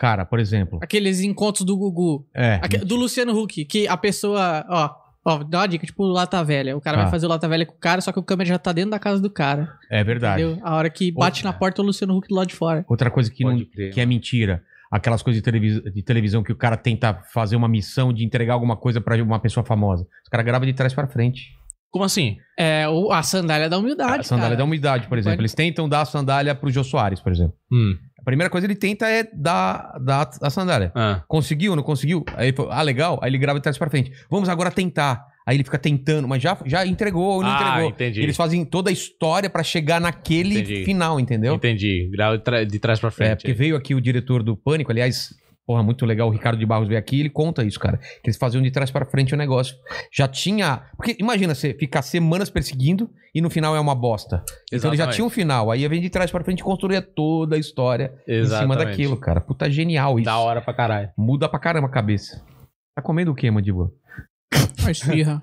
S1: Cara, por exemplo.
S3: Aqueles encontros do Gugu.
S1: É.
S3: Aque- do Luciano Huck, que a pessoa, ó, ó, dá uma dica, tipo lata velha. O cara
S1: Ah.
S3: vai fazer o lata velha com o cara, só que o câmera já tá dentro da casa do cara.
S1: É verdade.
S3: Entendeu? A hora que bate
S1: Outra.
S3: na porta é o Luciano Huck do lado de fora.
S1: Outra coisa que, não,
S2: Pode crer.
S1: que é mentira. Aquelas coisas de, televis- de televisão que o cara tenta fazer uma missão de entregar alguma coisa pra uma pessoa famosa. Os caras gravam de trás pra frente.
S2: Como assim?
S3: É, o, a sandália da humildade.
S1: a sandália dá
S3: cara.
S1: umidade, por exemplo.
S3: Pode-
S1: Eles tentam dar a sandália pro Jô Soares, por exemplo.
S2: Hum.
S1: A primeira coisa que ele tenta é dar, dar a sandália.
S2: Ah.
S1: Conseguiu, não conseguiu? Aí ele falou, ah, legal. Aí ele grava de trás pra frente. Vamos agora tentar. Aí ele fica tentando, mas já, já entregou ou não
S2: ah,
S1: entregou.
S2: entendi.
S1: Eles fazem toda a história pra chegar naquele
S2: Entendi.
S1: final, entendeu?
S2: Entendi. Grau de, tra- de trás pra frente.
S1: É, porque veio aqui o diretor do Pânico, aliás, porra, muito legal, o Ricardo de Barros veio aqui, ele conta isso, cara. Que eles faziam de trás pra frente o negócio. Já tinha. Porque imagina você ficar semanas perseguindo e no final é uma bosta. Então ele já
S2: Exatamente.
S1: tinha um final. Aí vem de trás pra frente e construía toda a história um em cima
S2: Exatamente.
S1: daquilo, cara. Puta genial isso.
S2: Da hora pra caralho.
S1: Muda pra caramba a cabeça. Tá comendo o quê, Mandíbula?
S3: Uma esfirra.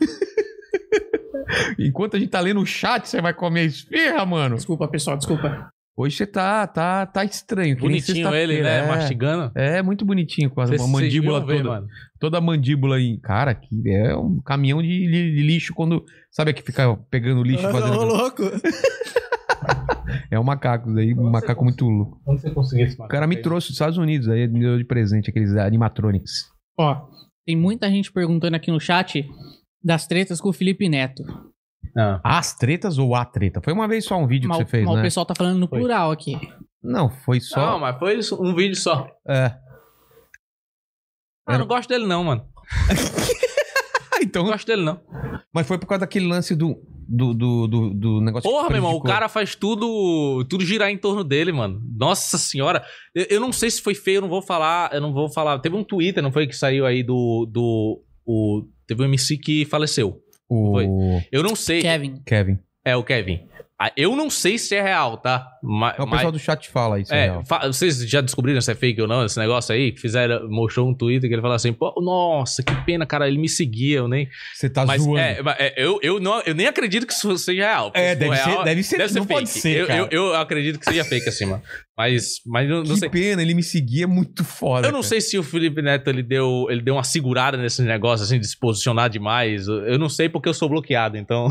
S1: Enquanto a gente tá lendo o chat, você vai comer esfirra, mano.
S3: desculpa, pessoal, desculpa.
S1: Hoje você tá, tá, tá estranho. que nem
S2: Bonitinho ele,
S1: sexta-feira,
S2: né? Mastigando.
S1: É, é, muito bonitinho, com a
S2: Vocês-
S1: uma mandíbula
S2: vocês viram,
S1: toda.
S2: mano?
S1: Toda a mandíbula em. Cara, que é um caminhão de li- de lixo quando. Sabe é que fica pegando lixo e fazendo.
S3: louco.
S1: É um macaco aí, um macaco muito louco.
S2: Onde você conseguiu esse
S1: O cara me trouxe dos Estados Unidos, aí me deu de presente aqueles animatronics.
S3: Ó, tem muita gente perguntando aqui no chat das tretas com o Felipe Neto.
S2: Ah,
S1: As tretas ou a treta? Foi uma vez só um vídeo
S3: Mas
S1: que
S3: o-
S1: você fez,
S3: mas o
S1: né?
S3: pessoal tá falando no
S2: Foi.
S3: plural aqui.
S1: Não, foi
S2: Não,
S1: só.
S2: mas foi isso, um vídeo só.
S1: É.
S2: Ah, não gosto dele não, mano.
S1: Ah, então
S2: Não gosto dele não.
S1: Mas foi por causa daquele lance do, do, do, do, do negócio que
S2: Porra, meu irmão, o
S1: prejudicou.
S2: cara faz tudo tudo girar em torno dele, mano. Nossa senhora. Eu, eu não sei se foi feio, eu não vou falar, eu não vou falar. Teve um Twitter, não foi que saiu aí do do o teve um MC que faleceu.
S1: O
S2: foi. Eu não sei.
S3: Kevin.
S1: Kevin.
S2: É o Kevin. Ah, Eu não sei se é real, tá? Ma-
S1: É, O
S2: mas-
S1: pessoal do chat fala isso.
S2: É,
S1: real.
S2: fa- vocês já descobriram se é fake ou não, esse negócio aí? Que Fizeram, mostrou um Twitter que ele falou assim, pô, nossa, que pena, cara, ele me seguia, eu nem...
S1: Você tá
S2: mas,
S1: zoando.
S2: é, mas, é, eu, eu, não, eu nem acredito que isso seja real. porque
S1: É,
S2: se for
S1: deve ser-
S2: real,
S1: deve ser- não pode ser,
S2: eu,
S1: cara.
S2: eu, eu acredito que seja fake, assim, mano. Mas, mas eu não
S1: que
S2: sei.
S1: pena, ele me seguia é muito foda.
S2: Eu não
S1: cara.
S2: sei se o Felipe Neto, ele deu, ele deu uma segurada nesse negócio, assim, de se posicionar demais. Eu eu não sei porque eu sou bloqueado, então...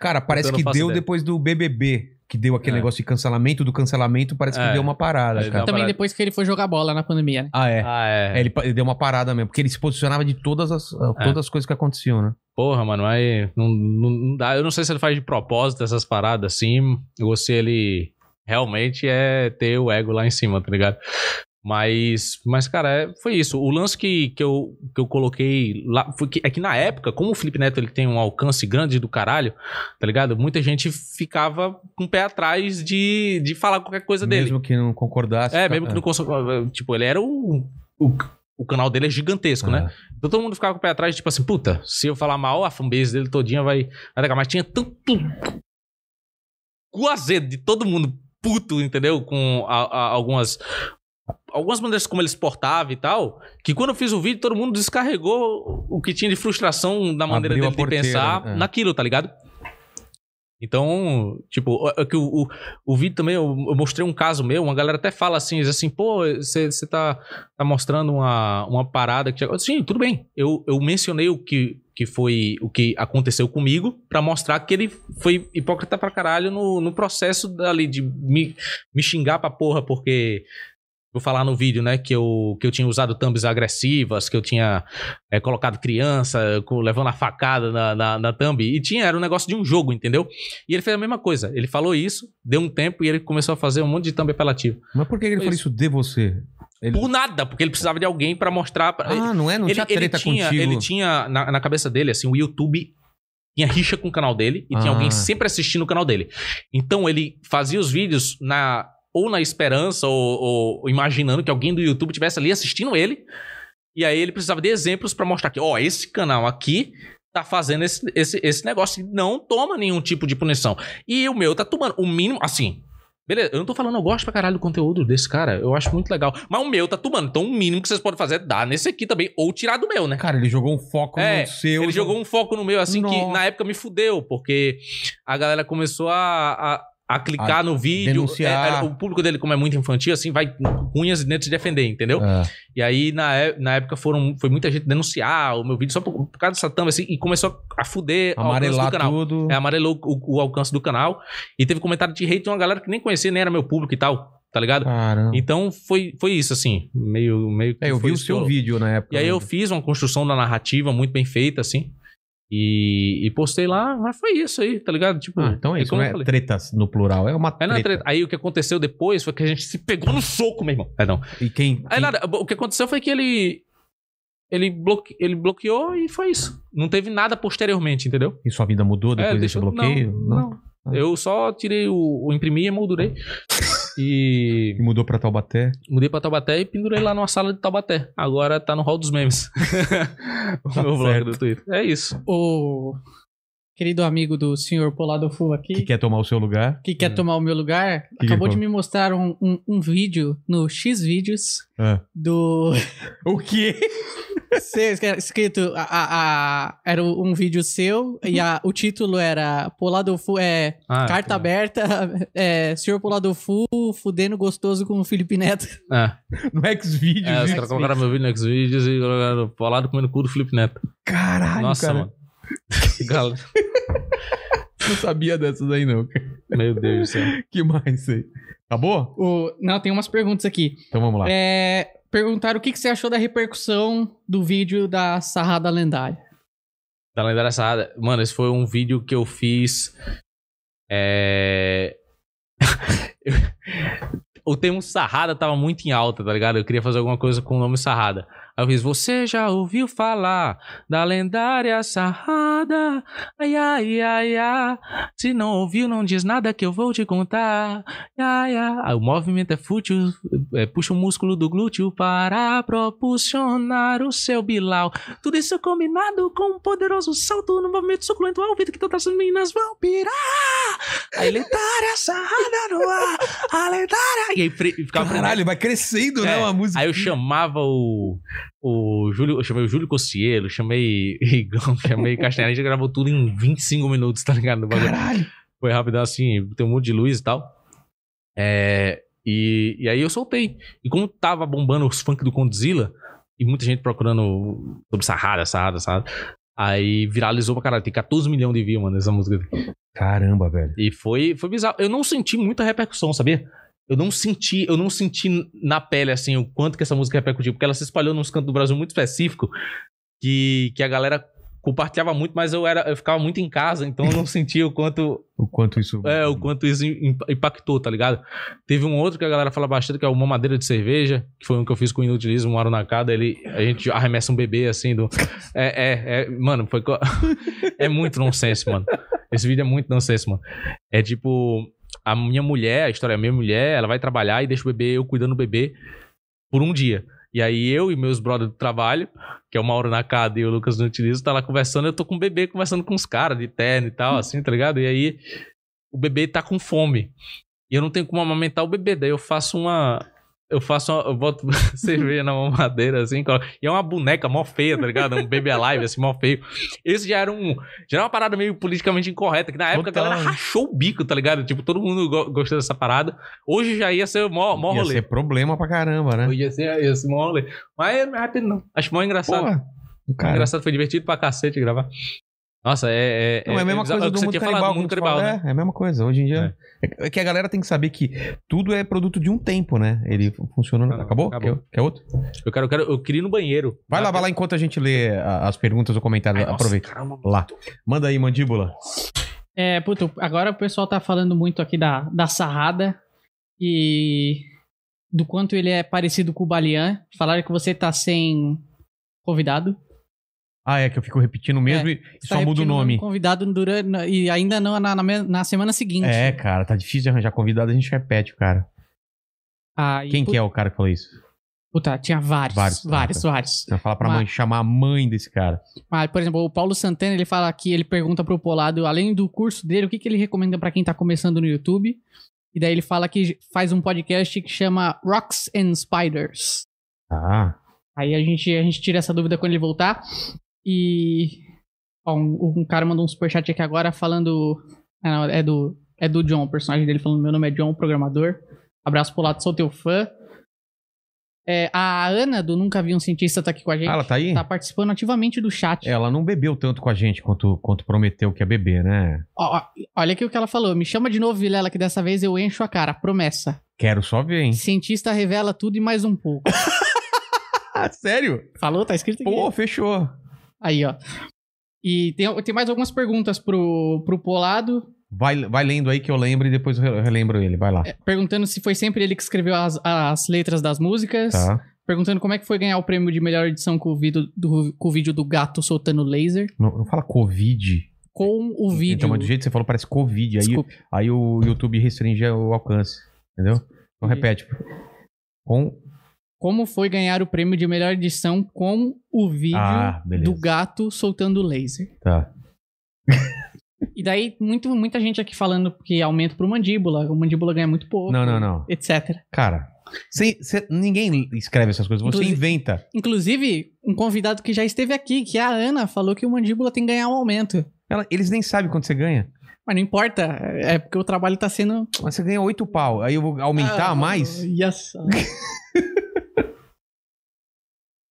S1: Cara, parece
S2: Eu não
S1: que
S2: faço
S1: deu
S2: ideia.
S1: depois do BBB, que deu aquele
S2: É.
S1: negócio de cancelamento do cancelamento, parece que
S2: É.
S1: deu uma parada,
S2: Aí dá
S1: cara.
S2: uma-
S3: Também
S2: parada.
S3: depois que ele foi jogar bola na pandemia, né?
S1: Ah, é.
S2: Ah, é.
S1: É, ele, pa- ele deu uma parada mesmo, porque ele se posicionava de todas as, ah, todas as coisas que aconteciam, né?
S2: Porra, mano, aí não, não, não dá. Eu não sei se ele faz de propósito essas paradas assim, ou se ele realmente é ter o ego lá em cima, tá ligado? Mas, mas cara, é- foi isso. O lance que, que, eu, que eu coloquei lá foi que, é que na época, como o Felipe Neto ele tem um alcance grande do caralho, tá ligado? Muita gente ficava com o pé atrás de, de falar qualquer coisa dele.
S1: Mesmo que não concordasse.
S2: É,
S1: tá-
S2: mesmo que não consiga. Tipo, ele era o. o o canal dele é gigantesco, né? Então todo mundo ficava com o pé atrás, tipo assim, puta, se eu falar mal, a fanbase dele todinha vai vai atacar. Mas tinha tanto cu azedo de todo mundo puto, entendeu? Com a- a- algumas algumas maneiras como ele exportava e tal, que quando eu fiz o vídeo, todo mundo descarregou o que tinha de frustração da maneira
S1: Abriu a
S2: dele
S1: porteira,
S2: de pensar
S1: é.
S2: naquilo, tá ligado? Então, tipo, é que o, o, o vídeo também, eu, eu mostrei um caso meu, uma galera até fala assim, diz assim, pô, você você tá, tá mostrando uma, uma parada que... Eu disse, Sim, tudo bem. Eu, eu mencionei o que, que foi, o que aconteceu comigo pra mostrar que ele foi hipócrita pra caralho no, no processo dali de me, me xingar pra porra, porque... Vou falar no vídeo, né, que eu, que eu tinha usado thumbs agressivas, que eu tinha é, colocado criança, co- levando a facada na, na, na thumb. E tinha, era um negócio de um jogo, entendeu? E ele fez a mesma coisa. Ele falou isso, deu um tempo e ele começou a fazer um monte de thumb apelativo.
S1: Mas por que ele
S2: Foi
S1: falou isso de você? Ele-
S2: Por nada, porque ele precisava de alguém pra mostrar. Pra...
S1: Ah, não é? Não tinha treta
S2: tinha,
S1: contigo.
S2: ele tinha na, na cabeça dele, assim, o YouTube tinha rixa com o canal dele e tinha
S1: Ah.
S2: alguém sempre assistindo o canal dele. Então ele fazia os vídeos na ou na esperança ou, ou imaginando que alguém do YouTube tivesse ali assistindo ele. E aí ele precisava de exemplos pra mostrar que, ó, esse canal aqui tá fazendo esse, esse, esse negócio e não toma nenhum tipo de punição. E o meu tá tomando o mínimo, assim. Beleza, eu não tô falando, eu gosto pra caralho do conteúdo desse cara, eu acho muito legal. Mas o meu tá tomando, então o mínimo que vocês podem fazer é dar nesse aqui também, ou tirar do meu, né?
S1: Cara, ele jogou um foco
S2: É,
S1: no seu.
S2: Ele jogou um foco no meu, assim, que
S1: Nossa.
S2: na época me fudeu, porque a galera começou a, a, a clicar no vídeo.
S1: denunciar.
S2: É, é, o público dele, como é muito infantil, assim, vai com unhas e dentes defender, entendeu?
S1: É.
S2: E aí, na, é- na época, foram, foi muita gente denunciar o meu vídeo só por, por causa dessa thumb, assim, e começou a fuder o alcance
S1: Amarelar
S2: do canal.
S1: tudo.
S2: É, amarelou o, o alcance do canal. E teve comentário de hate de uma galera que nem conhecia, nem era meu público e tal, tá ligado?
S1: Caramba.
S2: Então, foi, foi isso, assim, meio... meio que
S1: Ah. É, eu
S2: foi
S1: vi o
S2: isso que
S1: seu
S2: eu-
S1: vídeo na época.
S2: e aí eu
S1: né?
S2: fiz uma construção da narrativa muito bem feita, assim. E, e postei lá, mas foi isso aí, tá ligado? Tipo,
S1: Ah, então é isso,
S2: como
S1: não
S2: eu
S1: é
S2: falei.
S1: tretas no plural, é uma
S2: Aí,
S1: treta.
S2: na treta- aí o que aconteceu depois foi que a gente se pegou no soco, meu irmão. É, não.
S1: E quem, quem-
S2: Aí nada, o que aconteceu foi que ele. Ele, bloque, ele bloqueou e foi isso. Não teve nada posteriormente, entendeu?
S1: e sua vida mudou depois
S2: É,
S1: desse
S2: deixou-
S1: bloqueio?
S2: Não. não. Eu só tirei o, o imprimi e emoldurei. e
S1: E mudou pra Taubaté?
S2: mudei pra Taubaté e pendurei lá numa sala de Taubaté. Agora tá no hall dos memes. o
S1: Tá
S2: meu blog
S1: certo.
S2: do Twitter. É isso.
S3: O querido amigo do senhor Poladofu aqui,
S1: Que
S3: que,
S1: quer tomar o seu lugar?
S3: quer tomar o meu lugar,
S1: que
S3: acabou
S1: foi?
S3: de me mostrar um, um, um vídeo no X Vídeos
S1: É.
S3: do.
S1: O quê?
S3: Cê- era escrito. A, a- a- era um vídeo seu e a- o título era Poladofu é.
S2: Ah,
S3: Carta aberta, é, senhor Poladofu fudendo gostoso com o Felipe Neto.
S2: É.
S1: No Xvideos.
S2: É, os
S1: vídeos
S2: caras colocaram meu vídeo no Xvideos e colocaram polado comendo cu do Felipe Neto.
S1: Caralho,
S2: Nossa,
S1: cara.
S2: mano. Galera,
S1: Não sabia dessas aí, não.
S2: Meu Deus do céu.
S1: Que mais aí? Acabou?
S3: O- não, tem umas perguntas aqui.
S1: Então vamos lá.
S3: É, perguntaram o que, que você achou da repercussão do vídeo da Sarrada Lendária.
S2: Da lendária sarrada. Mano, esse foi um vídeo que eu fiz. É. Eu- o termo sarrada tava muito em alta, tá ligado? Eu queria fazer alguma coisa com o nome sarrada. Aí Aí eu fiz, você já ouviu falar da lendária sarrada? Ai, ai, ai, ai. Se não ouviu, não diz nada que eu vou te contar. Ai, ai. Aí o movimento é fútil, é, puxa o músculo do glúteo para propulsionar o seu bilau. Tudo isso combinado com um poderoso salto no movimento suculento ao ouvido que todas as meninas vão pirar. A lendária sarrada no ar, a lendária... E aí pre- ficava aprendendo.
S1: Caralho, vai crescendo, né?
S2: É.
S1: Uma música.
S2: Aí eu chamava o. O Júlio, eu chamei o Júlio Cossielo, chamei Igão, chamei Castanheira, a gente gravou tudo em 25 minutos, tá ligado? No bagulho.
S1: Caralho.
S2: Foi rapidão assim, tem um monte de luz e tal. É, e, e aí eu soltei. E como tava bombando os funk do Condzilla, e muita gente procurando sobre Sarrada, Sarrada, Sarrada, aí viralizou pra caralho. Tem 14 milhões de views, mano, essa música.
S1: Caramba, velho.
S2: E foi, foi bizarro. Eu não senti muita repercussão, sabia? Eu não senti, eu não senti na pele assim o quanto que essa música repercutiu, porque ela se espalhou nos cantos do Brasil muito específico que, que a galera compartilhava muito, mas eu era eu ficava muito em casa, então eu não sentia o quanto
S1: O quanto isso.
S2: é, o quanto isso im- impactou, tá ligado? Teve um outro que a galera fala bastante, que é o Mamadeira de Cerveja, que foi um que eu fiz com o Inutilismo, um Aronacada, ele, a gente arremessa um bebê, assim, do... É, é, é mano, foi... co- é muito nonsense, mano. Esse vídeo é muito nonsense, mano. É tipo, a minha mulher, a história da minha mulher, ela vai trabalhar e deixa o bebê, eu cuidando do bebê, por um dia. E aí eu e meus brothers do trabalho, que é o Mauro Nakada e o Lucas Nutilismo, tá lá conversando, eu tô com o bebê conversando com os caras de terno e tal, assim, tá ligado? E aí o bebê tá com fome. E eu não tenho como amamentar o bebê. Daí eu faço uma. Eu faço uma, Eu boto cerveja na mamadeira, assim, coloco- e é uma boneca mó feia, tá ligado? Um baby alive, assim, mó feio. Esse já era um. Já era uma parada meio politicamente incorreta, que na época a galera
S1: Total.
S2: rachou o bico, tá ligado? Tipo, todo mundo go- gostou dessa parada. Hoje já ia ser mó, mó
S1: Ia
S2: rolê.
S1: ser problema pra caramba, né?
S2: Hoje ia ser, ia ser mó rolê. Mas eu não me arrependo, não. Acho mó engraçado.
S1: Porra. o Cara,
S2: Engraçado, foi divertido pra cacete gravar. Nossa, é.
S1: Não, é a mesma
S2: bizarro.
S1: coisa
S2: o que
S1: do
S2: você
S1: mundo
S2: tinha
S1: canibal.
S2: falado,
S1: que
S2: mundo
S1: a gente
S2: canibal,
S1: fala.
S2: né?
S1: É, é a mesma coisa. Hoje em dia. É. que a galera tem que saber que tudo é produto de um tempo, né? Ele funciona.
S2: Não, não,
S1: acabou?
S2: acabou.
S1: Quer, quer outro?
S2: Eu quero, eu quero, eu queria ir no banheiro.
S1: Vai lá, vai lá enquanto a gente lê a- as perguntas ou comentários.
S2: Ai,
S1: Aproveita.
S2: nossa, caramba.
S1: Lá. Manda aí, mandíbula.
S3: É, puto, agora o pessoal tá falando muito aqui da, da sarrada e do quanto ele é parecido com o Balian. Falaram que você tá sem convidado.
S1: Ah, é que eu fico repetindo o mesmo e
S3: Você
S1: só
S3: tá
S1: muda o
S3: repetindo
S1: nome.
S3: Convidado durante, e ainda não na, na, me- na semana seguinte.
S1: É, cara, tá difícil de arranjar convidado, a gente repete, o cara. Quem que é o cara que falou isso?
S3: Ah, Puta, tinha vários.
S1: Vários,
S3: Vários,
S1: tá,
S3: vários.
S1: Você vai falar pra
S3: Mas-
S1: mãe, chamar a mãe desse cara.
S3: Mas, por exemplo, o Paulo Santana, ele fala aqui, ele pergunta pro Polado, além do curso dele, o que, que ele recomenda pra quem tá começando no YouTube? E daí ele fala que faz um podcast que chama Rocks and Spiders.
S1: Ah,
S3: Aí a gente, a gente tira essa dúvida quando ele voltar. E. Ó, um, um cara mandou um superchat aqui agora falando. Ah, não, é do, é do John, o personagem dele falando: Meu nome é John, programador. Abraço pro lado, sou teu fã. É, a Ana do Nunca Vi um Cientista tá aqui É. com a gente.
S1: Ah, ela tá aí?
S3: Tá participando ativamente do chat.
S1: Ela não bebeu tanto com a gente quanto, quanto prometeu que ia beber, né?
S3: Ó, ó, olha aqui o que ela falou. Me chama de novo, Vilela, que dessa vez eu encho a cara. Promessa.
S1: Quero só ver, hein?
S3: Cientista revela tudo e mais um pouco.
S1: Ah, sério?
S3: Falou? Tá escrito aqui.
S1: Pô, fechou.
S3: Aí, ó. E tem, tem mais algumas perguntas pro, pro Polado.
S1: Vai, vai lendo aí que eu lembro e depois eu re- relembro ele. Vai lá.
S3: É, Perguntando se foi sempre ele que escreveu as, as letras das músicas.
S1: Tá.
S3: Perguntando como é que foi ganhar o prêmio de melhor edição com o vídeo do, com o vídeo do gato soltando laser.
S1: Não, não fala Covid.
S3: Com o vídeo.
S1: Então, mas do jeito que você falou, parece Covid. Aí,
S3: Desculpa.
S1: aí o YouTube restringe o alcance. Entendeu? Então
S3: Entendi.
S1: repete. Com.
S3: Como foi ganhar o prêmio de melhor edição com o vídeo
S1: Ah, beleza.
S3: do gato soltando laser.
S1: Tá.
S3: E daí, muito, muita gente aqui falando que aumento pro mandíbula. O mandíbula ganha muito pouco.
S1: Não, não, não.
S3: Etc.
S1: Cara, cê- cê- ninguém escreve essas coisas, você
S3: Inclusive-
S1: inventa.
S3: Inclusive, um convidado que já esteve aqui, que é a Ana, falou que o mandíbula tem que ganhar um aumento.
S1: Ela- eles nem sabem quanto você ganha.
S3: Mas não importa, é porque o trabalho tá sendo
S1: Mas você ganha oito pau, aí eu vou aumentar
S3: Ah,
S1: mais?
S3: olha só.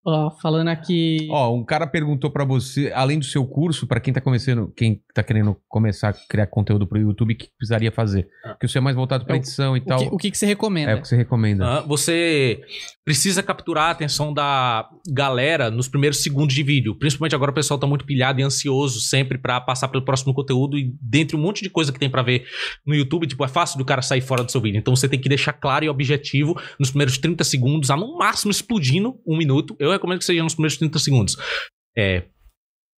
S3: Ó, falando aqui.
S1: Ó, um cara perguntou pra você, além do seu curso, pra quem tá começando, quem tá querendo começar a criar conteúdo pro YouTube, o que precisaria fazer?
S2: Ah.
S1: Porque você é mais voltado pra
S3: É o-
S1: edição e
S3: o,
S1: tal.
S3: que, o que, que você recomenda?
S1: É o que você recomenda.
S2: Ah, Você precisa capturar a atenção da galera nos primeiros segundos de vídeo. Principalmente agora o pessoal tá muito pilhado e ansioso sempre pra passar pelo próximo conteúdo e dentre um monte de coisa que tem pra ver no YouTube, tipo, é fácil do cara sair fora do seu vídeo. Então você tem que deixar claro e objetivo nos primeiros 30 segundos, a no máximo explodindo um minuto. Eu recomendo que seja nos primeiros 30 segundos. É,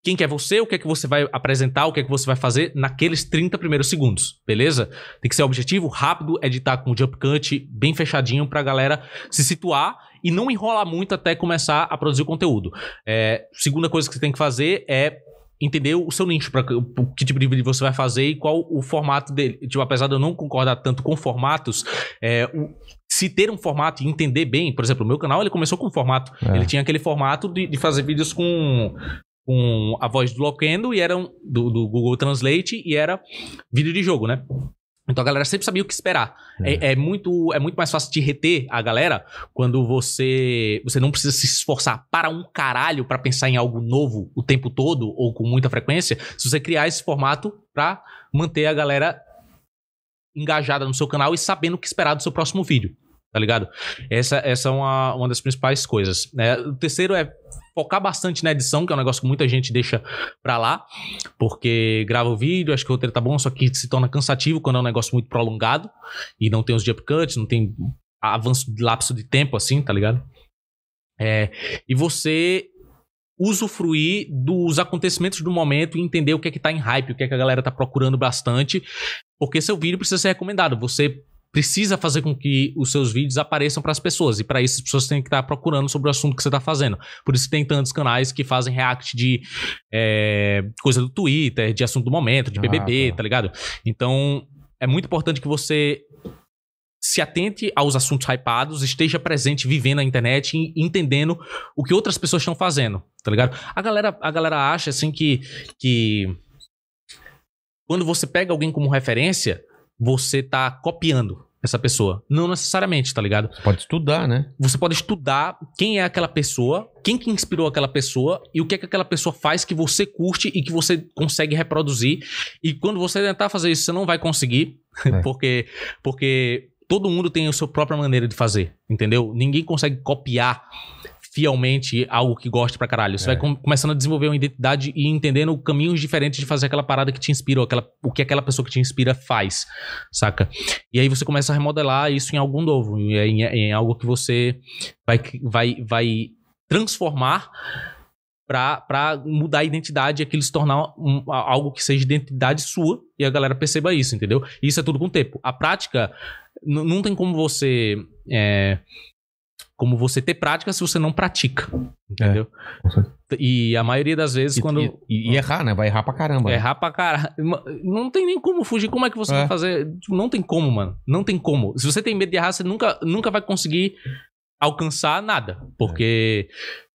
S2: quem que é você, o que é que você vai apresentar, o que é que você vai fazer naqueles 30 primeiros segundos, beleza? Tem que ser objetivo, rápido, editar com jump cut bem fechadinho pra galera se situar e não enrolar muito até começar a produzir o conteúdo. É, segunda coisa que você tem que fazer é entender o seu nicho, para que tipo de vídeo você vai fazer e qual o formato dele. Tipo, apesar de eu não concordar tanto com formatos, é, o- se ter um formato e entender bem, por exemplo, o meu canal ele começou com um formato.
S1: É.
S2: Ele tinha aquele formato de, de fazer vídeos com, com a voz do Loquendo e eram do, do Google Translate e era vídeo de jogo, né? Então a galera sempre sabia o que esperar. É, é muito, é muito mais fácil de reter a galera quando você você não precisa se esforçar para um caralho para pensar em algo novo o tempo todo ou com muita frequência, se você criar esse formato para manter a galera engajada no seu canal e sabendo o que esperar do seu próximo vídeo, tá ligado? Essa, essa é uma, uma das principais coisas. né? O terceiro é focar bastante na edição, que é um negócio que muita gente deixa pra lá, porque grava o vídeo, acho que o roteiro tá bom, só que se torna cansativo quando é um negócio muito prolongado e não tem os jump cuts, não tem avanço de lapso de tempo assim, tá ligado? É, e você usufruir dos acontecimentos do momento e entender o que é que tá em hype, o que é que a galera tá procurando bastante, porque seu vídeo precisa ser recomendado. Você precisa fazer com que os seus vídeos apareçam para as pessoas e para isso as pessoas têm que estar procurando sobre o assunto que você tá fazendo. Por isso que tem tantos canais que fazem react de é, coisa do Twitter, de assunto do momento, de
S1: Ah,
S2: BBB,
S1: tá.
S2: tá ligado? Então, é muito importante que você se atente aos assuntos hypados, esteja presente vivendo a internet e entendendo o que outras pessoas estão fazendo, tá ligado? A galera, a galera acha assim que que quando você pega alguém como referência, você tá copiando essa pessoa. Não necessariamente, tá ligado?
S1: Você pode estudar, né?
S2: Você pode estudar quem é aquela pessoa, quem que inspirou aquela pessoa e o que é que aquela pessoa faz que você curte e que você consegue reproduzir. E quando você tentar fazer isso, você não vai conseguir,
S1: É.
S2: porque porque todo mundo tem a sua própria maneira de fazer, entendeu? Ninguém consegue copiar fielmente algo que gosta pra caralho. Você
S1: É.
S2: vai com- começando a desenvolver uma identidade e entendendo caminhos diferentes de fazer aquela parada que te inspira, ou aquela, o que aquela pessoa que te inspira faz, saca? E aí você começa a remodelar isso em algo novo, em, em- em algo que você vai, vai, vai transformar pra- pra mudar a identidade e aquilo se tornar um- a- algo que seja identidade sua e a galera perceba isso, entendeu? E isso é tudo com o tempo. A prática, n- não tem como você. é, como você ter prática se você não pratica, entendeu?
S1: É, com certeza.
S2: E a maioria das vezes,
S1: E,
S2: quando. Ah.
S1: e- e errar, né? Vai errar pra caramba. né?
S2: Errar pra caralho. Ma- Não tem nem como fugir. Como é que você
S1: É.
S2: vai fazer? Tipo, não tem como, mano. Não tem como. Se você tem medo de errar, você nunca, nunca vai conseguir alcançar nada. Porque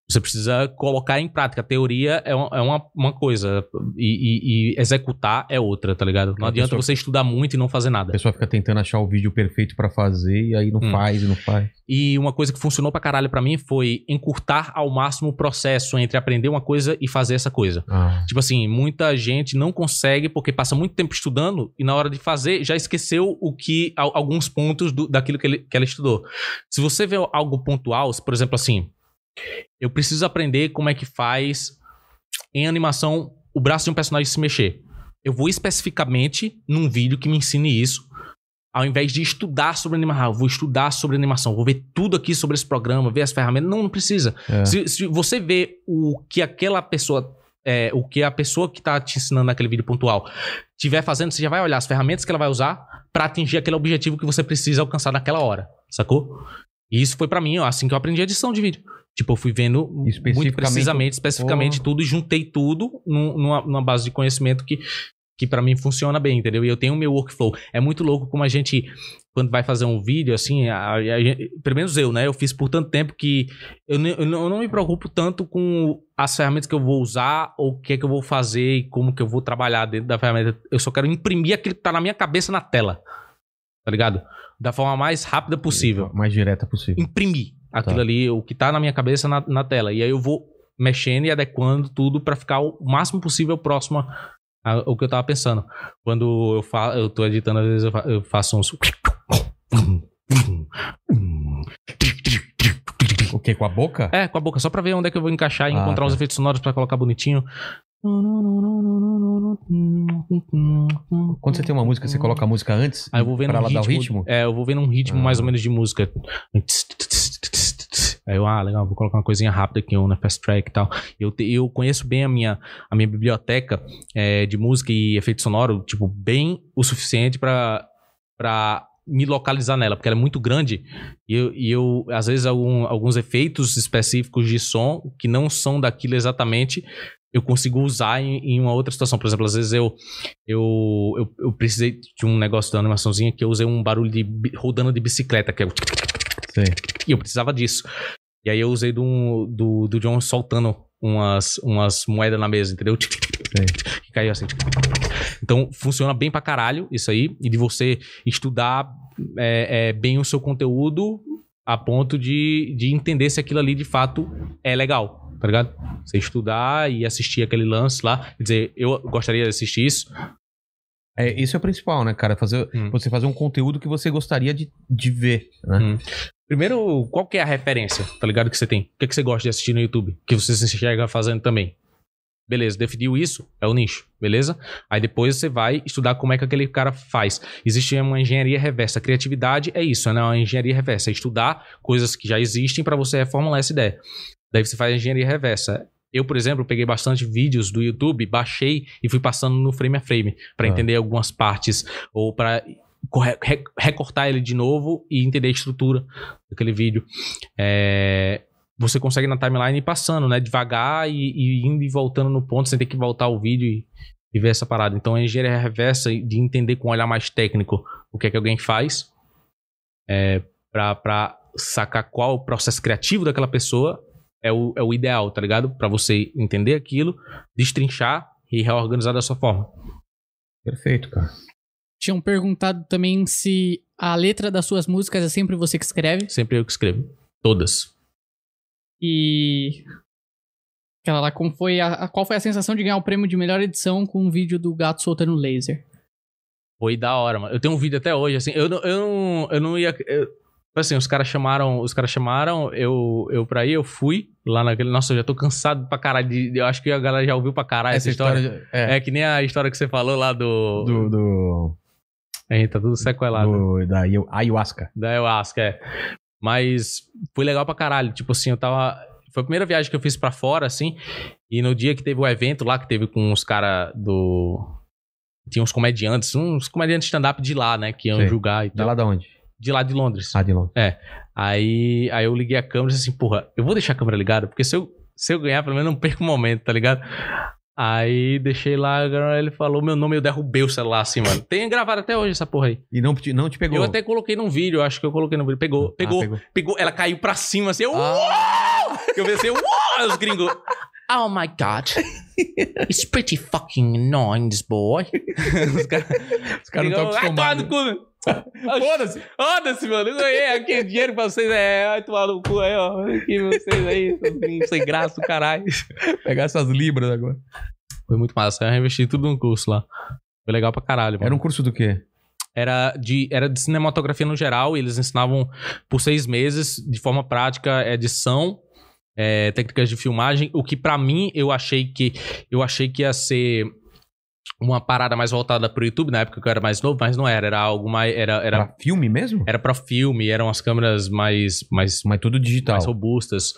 S2: você precisa colocar em prática. A teoria é, um- é uma, uma coisa. E, e- e executar é outra, tá ligado? Não
S1: A
S2: adianta
S1: pessoa-
S2: você estudar muito e não fazer
S1: A
S2: nada.
S1: pessoa fica tentando achar o vídeo perfeito pra fazer e aí não
S2: Hum.
S1: faz e não faz.
S2: E uma coisa que funcionou pra caralho pra mim foi encurtar ao máximo o processo entre aprender uma coisa e fazer essa coisa.
S1: Ah,
S2: Tipo assim, muita gente não consegue porque passa muito tempo estudando e na hora de fazer já esqueceu o que al- alguns pontos do- daquilo que, ele, que ela estudou. Se você vê algo pontual, se, por exemplo, assim, eu preciso aprender como é que faz em animação o braço de um personagem se mexer. Eu vou especificamente num vídeo que me ensine isso. Ao invés de estudar sobre animação, eu vou estudar sobre animação, vou ver tudo aqui sobre esse programa, ver as ferramentas. Não, não precisa.
S1: é.
S2: Se, se você vê o que aquela pessoa. é, o que a pessoa que tá te ensinando naquele vídeo pontual tiver fazendo, você já vai olhar as ferramentas que ela vai usar pra atingir aquele objetivo que você precisa alcançar naquela hora, sacou? E isso foi pra mim, ó, assim que eu aprendi a edição de vídeo. Tipo, eu fui vendo muito
S1: Especificamente,
S2: precisamente, especificamente tudo e juntei tudo num- numa, numa base de conhecimento que, que para mim funciona bem, entendeu? E eu tenho o meu workflow. É muito louco como a gente, quando vai fazer um vídeo, assim, a- a- a- pelo menos eu, né? Eu fiz por tanto tempo que eu, ne- eu não eu não me preocupo tanto com as ferramentas que eu vou usar ou o que é que eu vou fazer e como que eu vou trabalhar dentro da ferramenta. Eu só quero imprimir aquilo que tá na minha cabeça na tela, tá ligado? Da forma mais rápida possível
S1: É Mais direta possível.
S2: imprimir aquilo
S1: Tá.
S2: ali, o que tá na minha cabeça na, na tela. E aí eu vou mexendo e adequando tudo pra ficar o máximo possível próximo a- ao que eu tava pensando. Quando eu, fa eu tô editando, às vezes eu, fa- eu faço uns.
S1: O quê? Com a boca?
S2: É, com a boca, só pra ver onde é que eu vou encaixar e
S1: Ah,
S2: encontrar
S1: tá.
S2: os efeitos sonoros pra colocar bonitinho.
S1: Quando você tem uma música, você coloca a música antes
S2: Aí Ah, eu vou vendo
S1: pra
S2: um
S1: ela
S2: ritmo,
S1: dar o ritmo?
S2: É, eu vou vendo um ritmo
S1: Ah.
S2: mais ou menos de música. Aí eu, ah, legal, vou colocar uma coisinha rápida aqui, um na Fast Track e tal. Eu, te- eu conheço bem a minha, a minha biblioteca é, de música e efeito sonoro, tipo, bem o suficiente pra, pra me localizar nela, porque ela é muito grande e eu, e eu às vezes, algum- alguns efeitos específicos de som que não são daquilo exatamente, eu consigo usar em, em uma outra situação. Por exemplo, às vezes eu, eu, eu, eu precisei de um negócio da animaçãozinha que eu usei um barulho de bi- rodando de bicicleta, que é o tic, tic, tic,
S1: Sei.
S2: e eu precisava disso. E aí eu usei do, do, do John soltando umas, umas moedas na mesa, entendeu? Tic, tic, tic, tic,
S1: Sei.
S2: tic, tic, Que caiu assim. tic, tic, tic, tic. Então funciona bem pra caralho isso aí. E de você estudar é, é, bem o seu conteúdo a ponto de, de entender se aquilo ali de fato é legal. Tá ligado? Você estudar e assistir aquele lance lá, e dizer, eu gostaria de assistir isso.
S1: É, isso é o principal, né, cara? Fazer,
S2: Hum.
S1: Você fazer um conteúdo que você gostaria de, de ver, né?
S2: Hum. Primeiro, qual que é a referência, tá ligado? Que você tem? O que, é que você gosta de assistir no YouTube? Que você se enxerga fazendo também. Beleza, definiu isso, é o nicho, beleza? Aí depois você vai estudar como é que aquele cara faz. Existe uma engenharia reversa. Criatividade é isso, né? Uma engenharia reversa. É estudar coisas que já existem pra você reformular essa ideia. Daí você faz a engenharia reversa. Eu, por exemplo, peguei bastante vídeos do YouTube, baixei e fui passando no frame a frame pra
S1: Ah.
S2: entender algumas partes ou pra corre- re- recortar ele de novo e entender a estrutura daquele vídeo. É, você consegue na timeline ir passando, né? Devagar e, e indo e voltando no ponto sem ter que voltar o vídeo e, e ver essa parada. Então a engenharia reversa de entender com um olhar mais técnico o que é que alguém faz é, pra, pra sacar qual o processo criativo daquela pessoa é o, é o ideal, tá ligado? Pra você entender aquilo, destrinchar e reorganizar da sua forma.
S1: Perfeito, cara.
S3: Tinham perguntado também se a letra das suas músicas é sempre você que escreve.
S2: Sempre eu que escrevo. Todas.
S3: E. Aquela lá, como foi a, a- qual foi a sensação de ganhar o prêmio de melhor edição com um vídeo do gato soltando laser?
S2: Foi da hora, mano. Eu tenho um vídeo até hoje, assim. Eu não, eu não, eu não ia. eu- tipo assim, os caras chamaram, os caras chamaram, eu, eu pra ir, eu fui lá naquele. Nossa, eu já tô cansado pra caralho. de- eu acho que a galera já ouviu pra caralho Ah, essa, história.
S1: é,
S2: É que nem a história que você falou lá do.
S1: do, do,
S2: A gente tá tudo sequelado.
S1: do- da ayu- ayahuasca.
S2: Da ayahuasca, é. Mas foi legal pra caralho. Tipo assim, eu tava. Foi a primeira viagem que eu fiz pra fora, assim. E no dia que teve o evento lá, que teve com os caras do. Tinha uns comediantes, uns comediantes stand-up de lá, né? Que iam
S1: Sei.
S2: julgar e
S1: De
S2: tal.
S1: lá da onde?
S2: De lá de Londres.
S1: Ah, de Londres.
S2: Aí, aí eu liguei a câmera e disse assim, porra, eu vou deixar a câmera ligada, porque se eu, se eu ganhar, pelo menos eu não perco o momento, tá ligado? Aí deixei lá, agora ele falou meu nome, eu derrubei o celular assim, mano. Tem gravado até hoje essa porra aí.
S1: E não, te- não te pegou.
S2: Eu até coloquei num vídeo, acho que eu coloquei no vídeo. Pegou,
S1: Ah,
S2: pegou, pegou, Ela caiu pra cima assim, eu, "Uau!" Eu pensei, uau! Aí os gringos, oh my god, it's pretty fucking annoying this boy. os caras
S1: Os caras não estão acostumados.
S2: Foda-se! Foda-se, mano. Eu ganhei aqui dinheiro pra vocês. É, vai tomar no cu aí, ó. Aqui vocês aí, seus meninos sem graça do caralho.
S1: Pegar essas libras agora.
S2: Foi muito massa. Eu investi tudo num curso lá. Foi legal pra caralho, mano.
S1: Era um curso do quê?
S2: Era de, era de cinematografia no geral, e eles ensinavam por seis meses, de forma prática, edição, é, técnicas de filmagem. O que pra mim eu achei que eu achei que ia ser uma parada mais voltada pro YouTube na época que eu era mais novo, mas não era. Era algo mais. Era, era, É.
S1: Pra filme mesmo?
S2: era pra filme, eram as câmeras mais, mais,
S1: Mas tudo digital.
S2: mais robustas.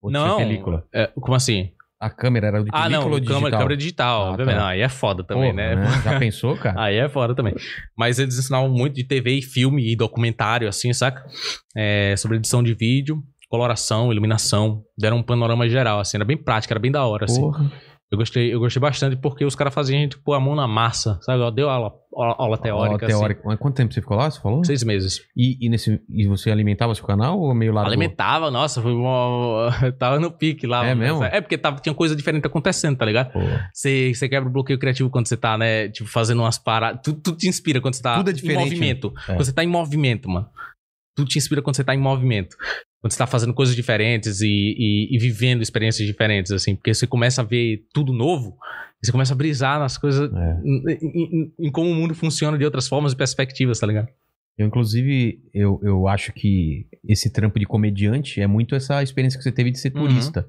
S1: Ou tinha
S2: Não.
S1: Película.
S2: É, como assim?
S1: A câmera era de película
S2: Ah, não,
S1: ou digital?
S2: câmera, câmera digital.
S1: Ah,
S2: obviamente.
S1: tá.
S2: Não, aí é foda também,
S1: Porra,
S2: né?
S1: Já pensou, cara?
S2: Aí é foda também. Mas eles ensinavam muito de TV e filme e documentário, assim, saca? É, sobre edição de vídeo, coloração, iluminação. Deram um panorama geral, assim. Era bem prático, era bem da hora, assim.
S1: Porra.
S2: Eu gostei, eu gostei bastante porque os caras faziam a gente pôr a mão na massa, sabe? Deu aula, aula, aula
S1: Ó,
S2: teórica, assim.
S1: teórica. Mas quanto tempo você ficou lá? Você falou?
S2: Seis meses.
S1: E, e, nesse, e você alimentava seu canal ou meio lá?
S2: Alimentava, nossa, foi uma... tava no pique lá.
S1: É mesmo?
S2: É porque tava, tinha coisa diferente acontecendo, tá ligado?
S1: é.
S2: Você, você quebra o bloqueio criativo quando você tá, né? Tipo, fazendo umas paradas. Tudo, tudo te inspira quando você tá
S1: Tudo é
S2: em
S1: diferente,
S2: movimento.
S1: É.
S2: Quando você tá em movimento, mano. Tudo te inspira quando você tá em movimento. Quando você tá fazendo coisas diferentes e, e- e vivendo experiências diferentes, assim. Porque você começa a ver tudo novo. e Você começa a brisar nas coisas.
S1: É.
S2: Em, em- em- em como o mundo funciona de outras formas e perspectivas, tá ligado?
S1: Eu, inclusive, eu, eu acho que esse trampo de comediante é muito essa experiência que você teve de ser
S2: Uhum.
S1: turista.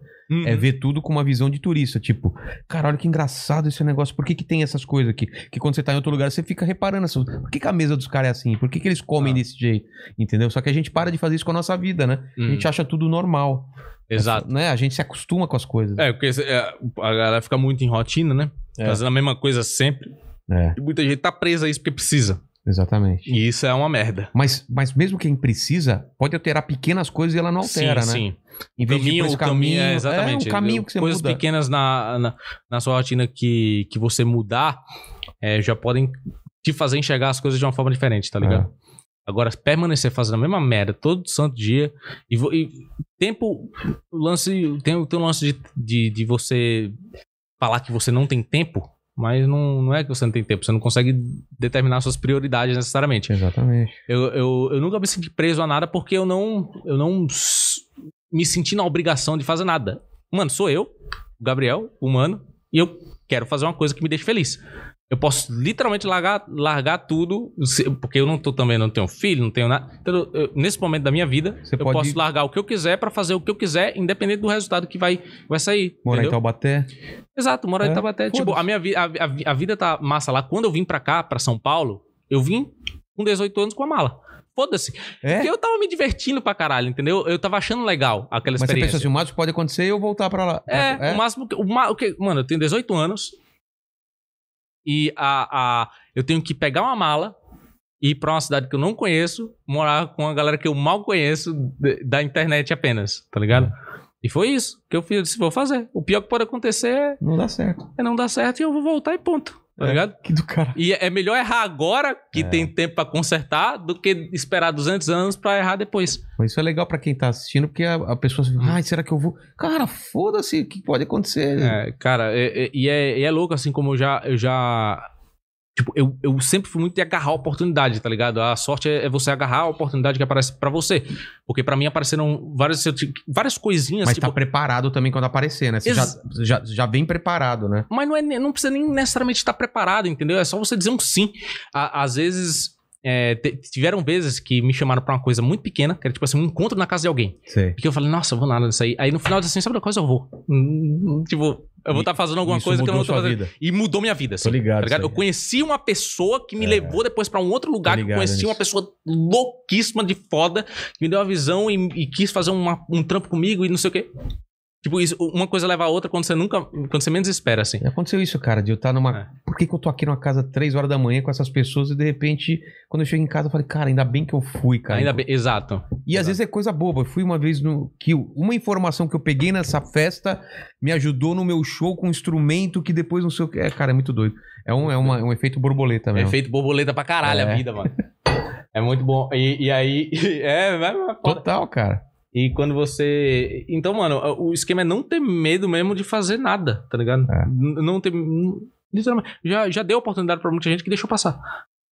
S1: É
S2: Uhum.
S1: ver tudo com uma visão de turista. Tipo, cara, olha que engraçado esse negócio. Por que, que tem essas coisas aqui? Que quando você tá em outro lugar, você fica reparando. Assim, por que, que a mesa dos caras é assim? Por que, que eles comem
S2: Ah.
S1: desse jeito? Entendeu? Só que a gente para de fazer isso com a nossa vida, né? A
S2: Uhum.
S1: gente acha tudo normal.
S2: Exato.
S1: Né? A gente se acostuma com as coisas.
S2: É, porque é, a galera fica muito em rotina, né?
S1: É.
S2: Fazendo a mesma coisa sempre.
S1: É,
S2: E muita gente tá presa a isso porque precisa.
S1: exatamente.
S2: E isso é uma merda.
S1: Mas, mas mesmo quem precisa, pode alterar pequenas coisas e ela não altera, né?
S2: sim.
S1: Em vez de
S2: caminho,
S1: ir por esse
S2: o caminho, é,
S1: É
S2: exatamente.
S1: um caminho que você
S2: Coisas
S1: muda.
S2: pequenas na, na, na sua rotina que, que você mudar é, já podem te fazer enxergar as coisas de uma forma diferente,
S1: É.
S2: tá ligado? Agora, permanecer fazendo a mesma merda todo santo dia e, vo- e tempo, o lance, tem, tem um lance de, de, de você falar que você não tem tempo, mas não, não é que você não tem tempo, você não consegue determinar suas prioridades necessariamente.
S1: É, exatamente.
S2: Eu, eu, eu nunca me senti preso a nada porque eu não, eu não s- me senti na obrigação de fazer nada. Mano, sou eu, o Gabriel, humano, e eu quero fazer uma coisa que me deixe feliz. Eu posso literalmente largar, largar tudo, se- porque eu não tô também, não tenho filho, não tenho nada. Então, eu- eu- nesse momento da minha vida,
S1: Você
S2: eu
S1: pode-
S2: posso largar o que eu quiser pra fazer o que eu quiser, independente do resultado que vai, vai sair.
S1: Morar em
S2: entendeu?
S1: Taubaté.
S2: Exato, morar
S1: É,
S2: em Taubaté. Tipo,
S1: foda-se.
S2: a minha vi- a, a vi- a vida tá massa lá. Quando eu vim pra cá, pra São Paulo, eu vim com 18 anos com a mala. Foda-se.
S1: É?
S2: Porque eu tava me divertindo pra caralho, entendeu? Eu tava achando legal aquela
S1: Mas você
S2: experiência.
S1: pensa assim, o máximo que pode acontecer é eu voltar pra lá.
S2: é, o máximo que. O, ma- o que- mano, eu tenho 18 anos. E a, a, eu tenho que pegar uma mala. Ir pra uma cidade que eu não conheço, morar com uma galera que eu mal conheço de- da internet apenas, tá ligado?
S1: É.
S2: E foi isso que eu fiz. Eu disse, vou fazer. O pior que pode acontecer é
S1: Não dá certo.
S2: é não dar certo e eu vou voltar e ponto. Tá
S1: É.
S2: ligado?
S1: Que do cara.
S2: E é melhor errar agora, que
S1: É.
S2: tem tempo pra consertar, do que esperar 200 anos pra errar depois.
S1: Mas isso é legal pra quem tá assistindo, porque a, a pessoa fica, ai, será que eu vou? Cara, foda-se, o que pode acontecer?
S2: É, cara, é- é- e é, e é louco, assim, como eu já. Eu já tipo, eu, eu sempre fui muito de agarrar a oportunidade, tá ligado? A sorte é, é você agarrar a oportunidade que aparece pra você. Porque pra mim apareceram várias, eu tive- várias coisinhas.
S1: Mas
S2: tipo,
S1: tá preparado também quando aparecer, né? Você já,
S2: Ex-
S1: já, já vem preparado, né?
S2: Mas não, é, ne- não precisa nem necessariamente estar preparado, entendeu? É só você dizer um sim. Á- às vezes, é, te- tiveram vezes que me chamaram pra uma coisa muito pequena, que era tipo assim, um encontro na casa de alguém.
S1: Sei.
S2: Porque eu falei, nossa, eu vou nada nisso aí. Aí no final eu disse assim, sabe uma coisa? Eu vou. Hum, Tipo, eu
S1: E-
S2: vou estar fazendo alguma
S1: isso
S2: coisa que eu não
S1: mudou
S2: tô
S1: sua
S2: fazendo.
S1: vida.
S2: E mudou minha vida, assim.
S1: Tô ligado.
S2: tá ligado?
S1: isso
S2: Eu
S1: aí.
S2: conheci uma pessoa que me
S1: É.
S2: levou depois pra um outro lugar
S1: Tô
S2: que eu
S1: ligado
S2: conheci
S1: nisso.
S2: uma pessoa louquíssima de foda, que me deu uma visão e, e quis fazer uma- um trampo comigo e não sei o quê. Tipo, isso, uma coisa leva a outra quando você nunca. Quando você menos espera, assim.
S1: Aconteceu isso, cara, de eu estar numa.
S2: É.
S1: Por que, que eu tô aqui numa casa três horas da manhã com essas pessoas e de repente, quando eu chego em casa, eu falei, cara, ainda bem que eu fui, cara.
S2: Ainda bem, exato.
S1: E às vezes é coisa boba. Eu fui uma vez no. que eu- Uma informação que eu peguei nessa festa me ajudou no meu show com um instrumento que depois não sei o que. É, cara, é muito doido. É um, é uma- é um efeito borboleta mesmo.
S2: Efeito borboleta pra caralho
S1: É.
S2: a vida, mano. É muito bom. E, e aí. É, vai, vai, foda.
S1: Total, cara.
S2: E quando você. Então, mano, o esquema é não ter medo mesmo de fazer nada, tá ligado?
S1: É.
S2: N- Não ter. n- Literalmente. Já, já deu oportunidade pra muita gente que deixou passar.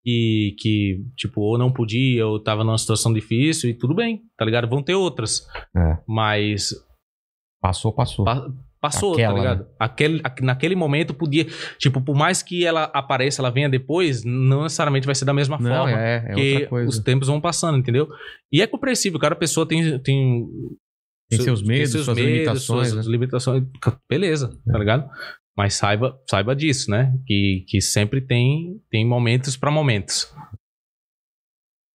S2: E que, tipo, ou não podia, ou tava numa situação difícil, e tudo bem, tá ligado? Vão ter outras.
S1: É.
S2: Mas
S1: Passou, passou.
S2: Pa- Passou,
S1: Aquela, né?
S2: tá ligado? Aquele, aqu- naquele momento podia. Tipo, por mais que ela apareça, ela venha depois, não necessariamente vai ser da mesma
S1: não,
S2: forma.
S1: é, é
S2: porque
S1: outra coisa.
S2: os tempos vão passando, entendeu? E é compreensível, cada pessoa tem. Tem,
S1: Tem
S2: seu-
S1: seus medos,
S2: seus
S1: suas
S2: medos,
S1: limitações,
S2: suas
S1: né?
S2: limitações. Beleza, tá ligado? Mas saiba, saiba disso, né? Que, que sempre tem, tem momentos pra momentos.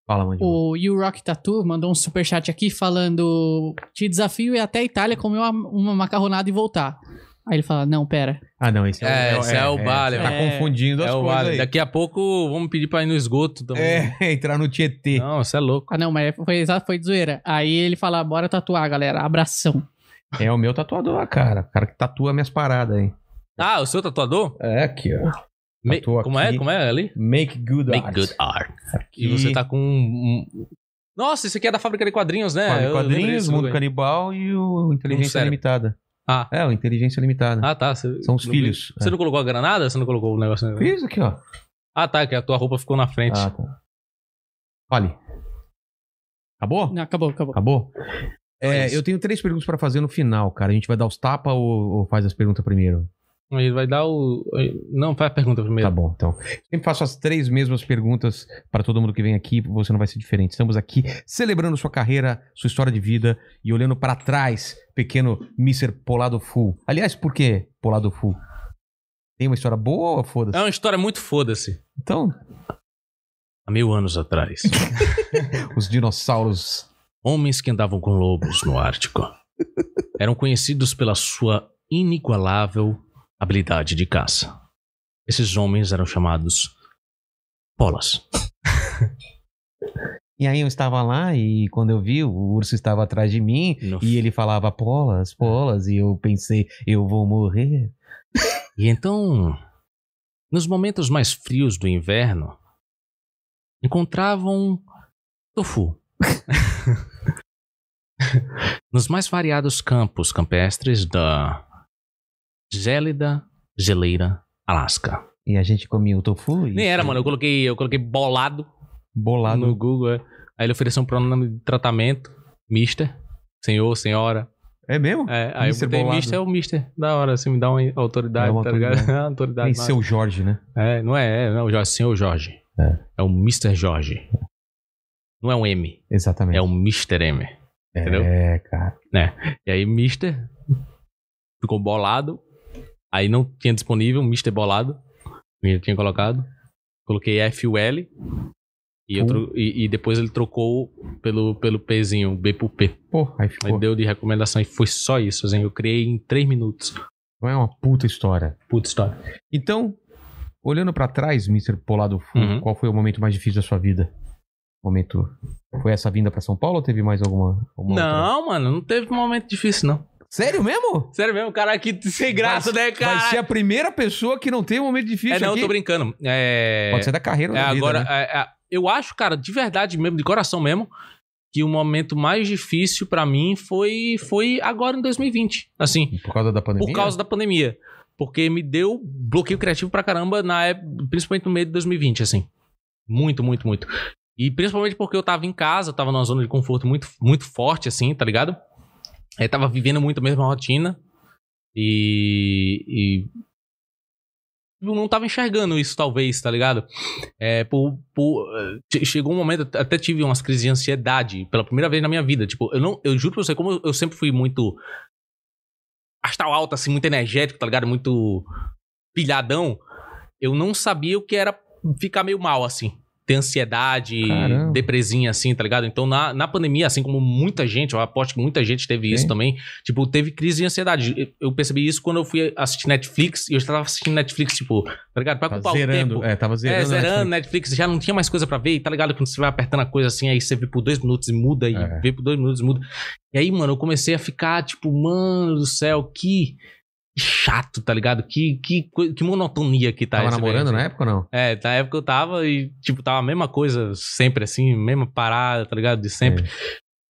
S1: Fala, mano.
S3: O You Rock Tattoo mandou um superchat aqui falando: Te desafio ir até a Itália comer uma, uma macarronada e voltar. Aí ele fala: Não, pera.
S1: Ah, não, esse é,
S2: É,
S1: o.
S2: esse é o Bale,
S1: Tá
S3: é.
S1: confundindo as coisas. aí.
S2: Daqui a pouco vamos pedir pra ir no esgoto também.
S1: É, entrar no Tietê.
S2: Não, você é louco.
S3: Ah, não, mas foi, exato, foi de zoeira. Aí ele fala: Bora tatuar, galera. Abração.
S1: É o meu tatuador, cara. O cara que tatua minhas paradas aí.
S2: Ah, o seu tatuador?
S1: É aqui, ó.
S2: Me-
S1: Tatuou
S2: Como
S1: aqui.
S2: é? Como é ali?
S1: Make good
S2: Make
S1: art.
S2: good art.
S1: Aqui.
S2: E você tá com um... um- Nossa, isso aqui é da fábrica de quadrinhos, né?
S1: Fala de
S2: Eu lembro
S1: quadrinhos,
S2: disso,
S1: Mundo
S2: Rubem.
S1: Canibal e o Inteligência
S2: cérebro.
S1: Limitada.
S2: Ah.
S1: É, o Inteligência Limitada.
S2: Ah, tá. Você-
S1: São os
S2: não-
S1: filhos.
S2: Você não colocou a granada? Você não colocou o negócio?
S1: É. Fiz aqui, ó.
S2: Ah, tá, que a tua roupa ficou na frente.
S1: Ah, tá. Fale. Acabou?
S3: Não, acabou, acabou.
S1: Acabou?
S2: É
S1: É,
S2: isso.
S1: eu tenho três perguntas pra fazer no final, cara. A gente vai dar os tapas ou, ou faz as perguntas primeiro?
S2: Ele vai dar o. Não, faz a pergunta primeiro.
S1: Tá bom, então. Sempre faço as três mesmas perguntas para todo mundo que vem aqui, você não vai ser diferente. Estamos aqui celebrando sua carreira, sua história de vida e olhando para trás, pequeno Mr. Polado Full. Aliás, por que Polado Full? Tem uma história boa ou foda-se?
S2: É uma história muito foda-se.
S1: Então,
S2: Há mil anos atrás,
S1: os dinossauros.
S2: homens que andavam com lobos no Ártico eram conhecidos pela sua inigualável habilidade de caça. Esses homens eram chamados polas.
S1: E aí eu estava lá e quando eu vi, o urso estava atrás de mim
S2: No-
S1: e ele falava polas, polas, e eu pensei, eu vou morrer.
S2: E então, nos momentos mais frios do inverno, encontravam tofu. nos mais variados campos campestres da gélida geleira Alasca.
S1: E a gente comia o tofu e
S2: Nem era, mano. Eu coloquei, eu coloquei bolado lá
S1: bolado.
S2: no Google. é. Aí ele ofereceu um pronome de tratamento, mister, senhor, senhora.
S1: É mesmo?
S2: É, aí
S1: Mister
S2: eu botei
S1: bolado.
S2: mister é o mister. Da hora, assim, me dá uma autoridade,
S1: Dá uma
S2: tá ligado?
S1: autoridade.
S2: É, autoridade.
S1: Tem
S2: massa.
S1: seu Jorge, né?
S2: É, não é, é, não é o Jorge, senhor Jorge.
S1: É.
S2: É, o Mr. Jorge. Não é um M,
S1: Exatamente.
S2: é um Mr. M. entendeu?
S1: É, cara.
S2: E aí Mister ficou bolado. Aí não tinha disponível Mister bolado. Eu tinha colocado. Coloquei FUL. E, eu tro- e, e depois ele trocou pelo, pelo Pzinho, B por P.
S1: Pô, aí
S2: Aí
S1: ficou.
S2: deu de recomendação e foi só isso, assim. Eu criei em 3 minutos.
S1: Não é uma puta história.
S2: Puta história.
S1: Então, olhando pra trás, Mr. Polado Fu,
S2: Uhum.
S1: qual foi o momento mais difícil da sua vida? Momento. Foi essa vinda pra São Paulo ou teve mais alguma? alguma outra?
S2: Não, mano, não teve um momento difícil, não.
S1: Sério mesmo?
S2: Sério mesmo, cara aqui sem graça, né, cara?
S1: Vai ser a primeira pessoa que não teve um momento difícil
S2: É, não, eu
S1: aqui.
S2: tô brincando. É...
S1: Pode ser da carreira ou
S2: É,
S1: da vida,
S2: agora,
S1: né?
S2: é, é, eu acho, cara, de verdade mesmo, de coração mesmo, que o momento mais difícil pra mim foi, foi agora em 2020. Assim,
S1: né? Por causa da pandemia?
S2: por causa da pandemia. Porque me deu bloqueio criativo pra caramba, na época, principalmente no meio de 2020, assim. Muito, muito, muito. E principalmente porque eu tava em casa, eu tava numa zona de conforto muito, muito forte, assim, tá ligado? Eu tava vivendo muito a mesma rotina. E. e eu não tava enxergando isso, talvez, tá ligado? É, por, por, eh, che- chegou um momento, eu até tive umas crises de ansiedade pela primeira vez na minha vida. Tipo, eu não, eu juro pra você, como eu- eu sempre fui muito astral alto, assim, muito energético, tá ligado? Muito pilhadão. Eu não sabia o que era ficar meio mal, assim. Ter ansiedade,
S1: Caramba.
S2: depresinha, assim, tá ligado? Então, na, na pandemia, assim como muita gente, eu aposto que muita gente teve
S1: Sim.
S2: isso também. Tipo, teve crise de ansiedade. Eu- Eu percebi isso quando eu fui assistir Netflix e eu já tava assistindo Netflix, tipo, tá ligado? Pra
S1: Tava
S2: ocupar o tempo.
S1: zerando. É, tava zerando.
S2: É,
S1: né?
S2: zerando, Netflix já não tinha mais coisa pra ver, e tá ligado? Quando você vai apertando a coisa assim, aí você vê por dois minutos e muda, e
S1: É.
S2: vê por dois minutos e muda. E aí, mano, eu comecei a ficar tipo, mano do céu, que chato, tá ligado? Que, que, coi- que monotonia que tá
S1: Tava
S2: essa,
S1: namorando né?
S2: velho.
S1: na época ou não?
S2: É, na época eu tava e, tipo, tava a mesma coisa sempre, assim, mesma parada, tá ligado? De sempre.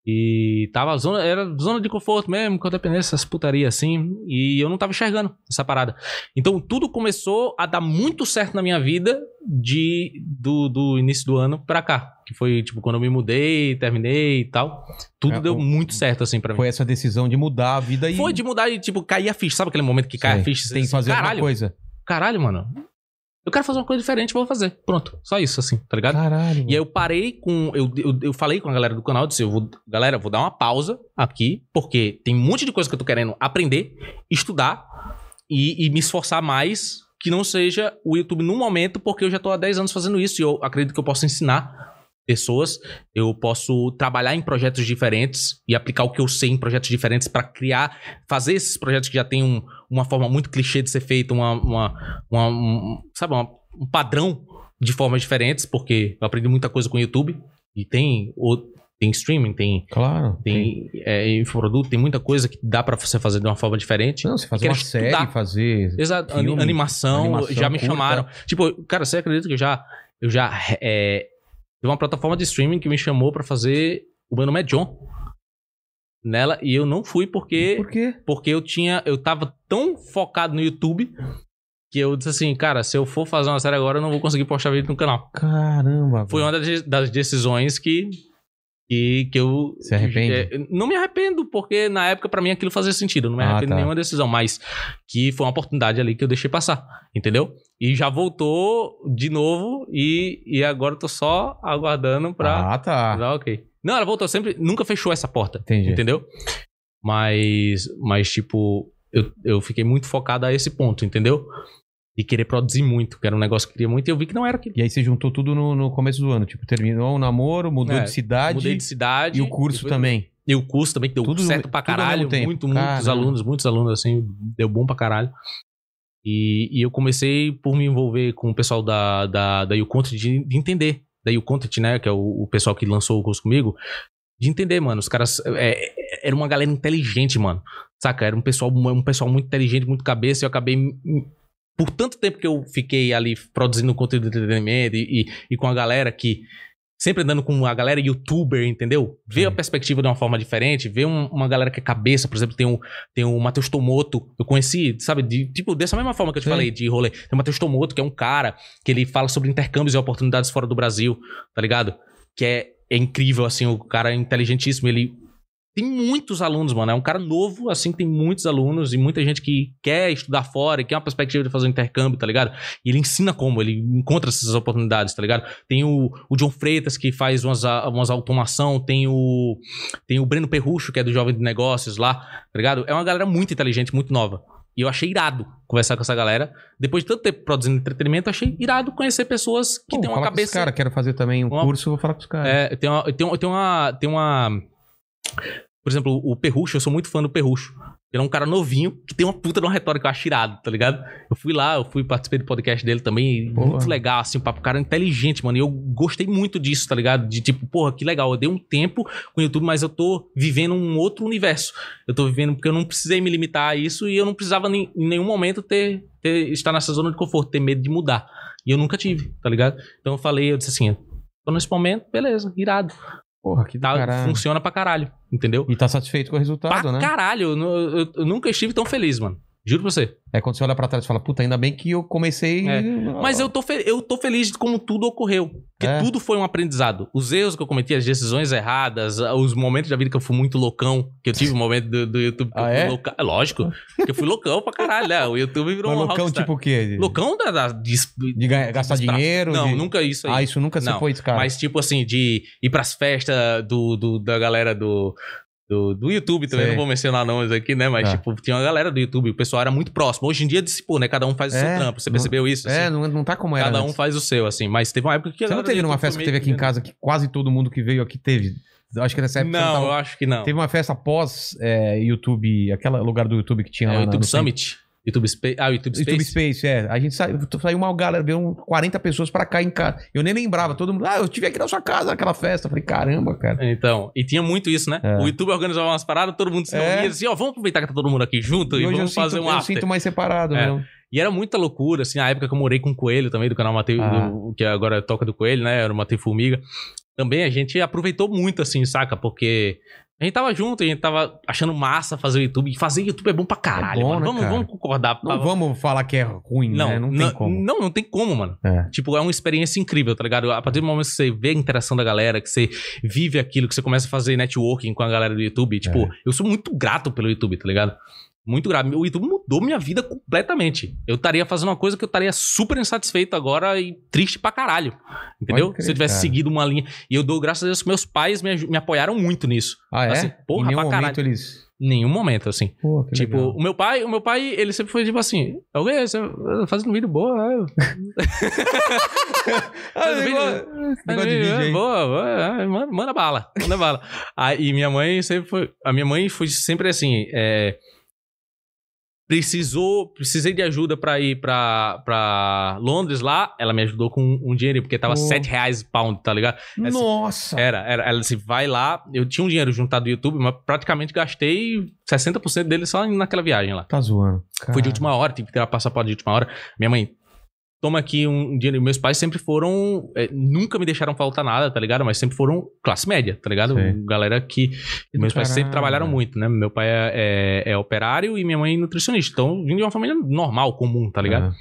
S2: E tava zona, era zona de conforto mesmo, quando dependência dessas putaria assim, e eu não tava enxergando essa parada. Então tudo começou a dar muito certo na minha vida de do, do início do ano pra cá, que foi tipo quando eu me mudei, terminei e tal. Tudo
S1: É,
S2: deu
S1: o-
S2: muito certo assim pra mim.
S1: É. Foi essa decisão de mudar a vida e.
S2: Foi de mudar e tipo cair a ficha, sabe aquele momento que cai a
S1: Sei.
S2: ficha, você
S1: Tem que
S2: diz,
S1: fazer alguma
S2: caralho,
S1: coisa.
S2: caralho, mano. Eu quero fazer uma coisa diferente, vou fazer. Pronto, só isso assim, tá ligado?
S1: Caralho.
S2: E aí eu parei com. Eu, eu, eu falei com a galera do canal, eu disse, eu vou, galera, eu vou dar uma pausa aqui, porque tem um monte de coisa que eu tô querendo aprender, estudar e, e me esforçar mais, que não seja o YouTube no momento, porque eu já tô há 10 anos fazendo isso e eu acredito que eu posso ensinar pessoas, eu posso trabalhar em projetos diferentes e aplicar o que eu sei em projetos diferentes pra criar, fazer esses projetos que já tem um- uma forma muito clichê de ser feito, uma, uma, uma- um, sabe, uma- um padrão de formas diferentes, porque eu aprendi muita coisa com o YouTube. E tem, o- tem streaming, tem,
S1: Claro.
S2: tem é, infoproduto, tem muita coisa que dá pra você fazer de uma forma diferente.
S1: Não, você fazer
S2: quero
S1: uma
S2: estudar.
S1: série, fazer.
S2: Exato, ani-
S1: filme,
S2: animação,
S1: animação
S2: já me
S1: curta.
S2: chamaram. Tipo, cara, você acredita que eu já. Eu já. É, teve uma plataforma de streaming que me chamou pra fazer. O meu nome é John. Nela, e eu não fui porque
S1: Por quê?
S2: porque eu tinha, eu tava tão focado no YouTube que eu disse assim, cara, se eu for fazer uma série agora, eu não vou conseguir postar vídeo no canal.
S1: Caramba.
S2: Foi
S1: velho.
S2: uma das, das decisões que E que eu.
S1: Se arrepende?
S2: é, não me arrependo, porque na época pra mim aquilo fazia sentido. Não me
S1: Ah,
S2: arrependo
S1: tá.
S2: de nenhuma decisão, mas que foi uma oportunidade ali que eu deixei passar, entendeu? E já voltou de novo e, e agora eu tô só aguardando pra.
S1: Ah, tá.
S2: Ah, ok. Não, ela voltou sempre, nunca fechou essa porta.
S1: Entendi.
S2: Entendeu? Mas, mas tipo, eu, eu fiquei muito focado a esse ponto, entendeu? E querer produzir muito, que era um negócio que eu queria muito, e eu vi que não era aquilo.
S1: E aí você juntou tudo no, no começo do ano. Tipo, terminou o namoro, mudou
S2: É,
S1: de cidade
S2: Mudei de cidade.
S1: e o curso
S2: depois-
S1: também.
S2: E o curso também, que deu
S1: Tudo-
S2: certo pra
S1: tudo ao
S2: caralho.
S1: mesmo tempo.
S2: Muito, muitos
S1: Caramba.
S2: alunos, muitos alunos, assim, deu bom pra caralho. E, e eu comecei por me envolver com o pessoal da, da, da YouContent, de, de entender. Da YouContent, né, que é o, o pessoal que lançou o curso comigo, de entender, mano. Os caras, é, é, era uma galera inteligente, mano. Saca? Era um pessoal, um pessoal muito inteligente, muito cabeça, e eu acabei... me- me- Por tanto tempo que eu fiquei ali produzindo conteúdo de entretenimento e, e, e com a galera que sempre andando com a galera youtuber, entendeu? Ver a
S1: Sim.
S2: perspectiva de uma forma diferente, ver um- uma galera que é cabeça, por exemplo, tem o, tem o Matheus Tomoto, eu conheci, sabe, de- tipo, dessa mesma forma que eu te
S1: Sim.
S2: falei de rolê. Tem o Matheus Tomoto, que é um cara que ele fala sobre intercâmbios e oportunidades fora do Brasil, tá ligado? Que é, é incrível, assim, o cara é inteligentíssimo, ele tem muitos alunos, mano. É um cara novo, assim, que tem muitos alunos e muita gente que quer estudar fora e quer uma perspectiva de fazer um intercâmbio, tá ligado? E ele ensina como, ele encontra essas oportunidades, tá ligado? Tem o, o John Freitas que faz umas, a- umas automação, tem o, tem o Breno Perrucho, que é do Jovem de Negócios lá, tá ligado? É uma galera muito inteligente, muito nova. E eu achei irado conversar com essa galera. Depois de tanto tempo produzindo entretenimento, eu achei irado conhecer pessoas que
S1: Pô,
S2: têm uma
S1: fala com os
S2: cabeça
S1: Cara, quero fazer também um
S2: Uma-
S1: curso, vou falar com os caras.
S2: é, tem uma, tem, uma- tem uma. Tem uma. Por exemplo, o Perrucho, eu sou muito fã do Perrucho. Ele é um cara novinho que tem uma puta de uma retórica, eu acho irado, tá ligado? Eu fui lá, eu fui participei do podcast dele também, e
S1: Porra.
S2: muito legal, assim, o papo. O cara é inteligente, mano. E eu gostei muito disso, tá ligado? De tipo, porra, que legal. Eu dei um tempo com o YouTube, mas eu tô vivendo um outro universo. Eu tô vivendo porque eu não precisei me limitar a isso e eu não precisava nem- em nenhum momento ter, ter estar nessa zona de conforto, ter medo de mudar. E eu nunca tive, tá ligado? Então eu falei, eu disse assim, tô nesse momento, beleza, irado.
S1: Porra, que
S2: Tá,
S1: da caralho.
S2: funciona pra caralho, entendeu?
S1: E tá satisfeito com o resultado,
S2: pra
S1: né?
S2: caralho, eu, nu- eu- eu nunca estive tão feliz, mano. Juro pra você.
S1: É quando você olha pra trás e fala, puta, ainda bem que eu comecei.
S2: É. Mas eu tô, fe- eu tô feliz de como tudo ocorreu. Porque
S1: É.
S2: tudo foi um aprendizado. Os erros que eu cometi, as decisões erradas, os momentos da vida que eu fui muito loucão, que eu tive um momento do, do YouTube que
S1: Ah,
S2: eu fui
S1: é?
S2: loucão. É lógico, que eu fui loucão pra caralho, né? O YouTube virou
S1: Mas
S2: um
S1: loucão,
S2: rockstar.
S1: tipo o quê? De,
S2: Loucão da... da- de-
S1: de ga- gastar
S2: despra-
S1: dinheiro?
S2: Não,
S1: de-
S2: nunca isso aí.
S1: Ah, isso nunca
S2: Não,
S1: se foi, esse cara.
S2: Mas, tipo assim, de ir pras festas do, do- da galera do, do, do YouTube também.
S1: Sei.
S2: Não vou mencionar nomes aqui, né? Mas,
S1: Tá.
S2: tipo, tinha uma galera do YouTube. O pessoal era muito próximo. Hoje em dia dissipou, né? Cada um faz o seu
S1: É,
S2: trampo. Você
S1: não-
S2: percebeu isso?
S1: É,
S2: assim?
S1: não, não tá como era.
S2: Cada um
S1: antes.
S2: faz o seu, assim. Mas teve uma época que... a
S1: Você não
S2: galera do
S1: teve numa
S2: YouTube
S1: festa que
S2: foi
S1: teve
S2: meio-
S1: aqui em casa que quase todo mundo que veio aqui teve? Acho que nessa época você
S2: Não,
S1: tava-
S2: eu acho que não.
S1: Teve uma festa pós é, YouTube, aquele lugar do YouTube que tinha
S2: É,
S1: lá.
S2: o
S1: na-
S2: YouTube
S1: no
S2: Summit. YouTube Space. Ah, o YouTube
S1: centro.
S2: Space.
S1: YouTube Space, é. A gente saiu, saiu uma galera, veio um 40 pessoas pra cá em casa. Eu nem lembrava, todo mundo, ah, eu tive aqui na sua casa naquela festa. Eu falei, caramba, cara.
S2: Então, e tinha muito isso, né?
S1: É.
S2: O YouTube organizava umas paradas, todo mundo se
S1: É.
S2: reunia e dizia, ó, vamos aproveitar que tá todo mundo aqui junto e,
S1: E hoje eu
S2: vamos fazer
S1: sinto,
S2: um
S1: eu
S2: after.
S1: sinto mais separado né?
S2: É.
S1: mesmo.
S2: E era muita loucura, assim, a época que eu morei com o Coelho também, do canal Matei,
S1: Ah.
S2: do- que agora é Toca do Coelho, né? Era o Matei Formiga. Também a gente aproveitou muito, assim, saca? Porque a gente tava junto, a gente tava achando massa fazer o YouTube. E fazer YouTube é bom pra caralho,
S1: bom,
S2: mano.
S1: né,
S2: vamos,
S1: cara?
S2: vamos concordar.
S1: Não vamos falar que é ruim,
S2: Não,
S1: né? Não tem
S2: não,
S1: como.
S2: não, não tem como, mano.
S1: É.
S2: Tipo, é uma experiência incrível, tá ligado? A partir do momento que você vê a interação da galera, que você vive aquilo, que você começa a fazer networking com a galera do YouTube,
S1: É.
S2: tipo, eu sou muito grato pelo YouTube, tá ligado? Muito grato. O YouTube mudou minha vida completamente. Eu estaria fazendo uma coisa que eu estaria super insatisfeito agora e triste pra caralho. Entendeu?
S1: crer,
S2: Se eu tivesse
S1: cara.
S2: seguido uma linha. E eu dou graças a Deus que meus pais me, aj- me apoiaram muito nisso.
S1: Ah, é?
S2: Assim, porra,
S1: em nenhum
S2: pra
S1: momento
S2: caralho.
S1: eles...
S2: Nenhum momento, assim.
S1: Pô, que
S2: Tipo,
S1: legal.
S2: o meu pai, o meu pai, ele sempre foi tipo assim, alguém, você tá fazendo vídeo boa, né?
S1: Ah,
S2: mas um o
S1: negócio, negócio de vídeo aí.
S2: É, Boa, boa, ah, manda, manda bala, manda bala. Aí, e minha mãe sempre foi. A minha mãe foi sempre assim. é, precisou, precisei de ajuda pra ir pra, pra Londres lá. Ela me ajudou com um dinheiro, porque tava
S1: Pô.
S2: 7 reais pound, tá ligado? assim,
S1: Nossa!
S2: Era, era. Ela disse, vai lá. Eu tinha um dinheiro juntado do YouTube, mas praticamente gastei 60% dele só naquela viagem lá.
S1: Tá zoando.
S2: Foi de
S1: Cara.
S2: última hora, tive que tirar passaporte de última hora. Minha mãe, toma aqui um dinheiro. Meus pais sempre foram. é, nunca me deixaram faltar nada, tá ligado? Mas sempre foram classe média, tá ligado?
S1: Sei.
S2: Galera que.
S1: do
S2: Meus pais sempre
S1: caralho,
S2: trabalharam
S1: velho.
S2: muito, né? Meu pai tá é, é- é operário e minha mãe é nutricionista. Então, vim de uma família normal, comum, tá ligado?
S1: Ah,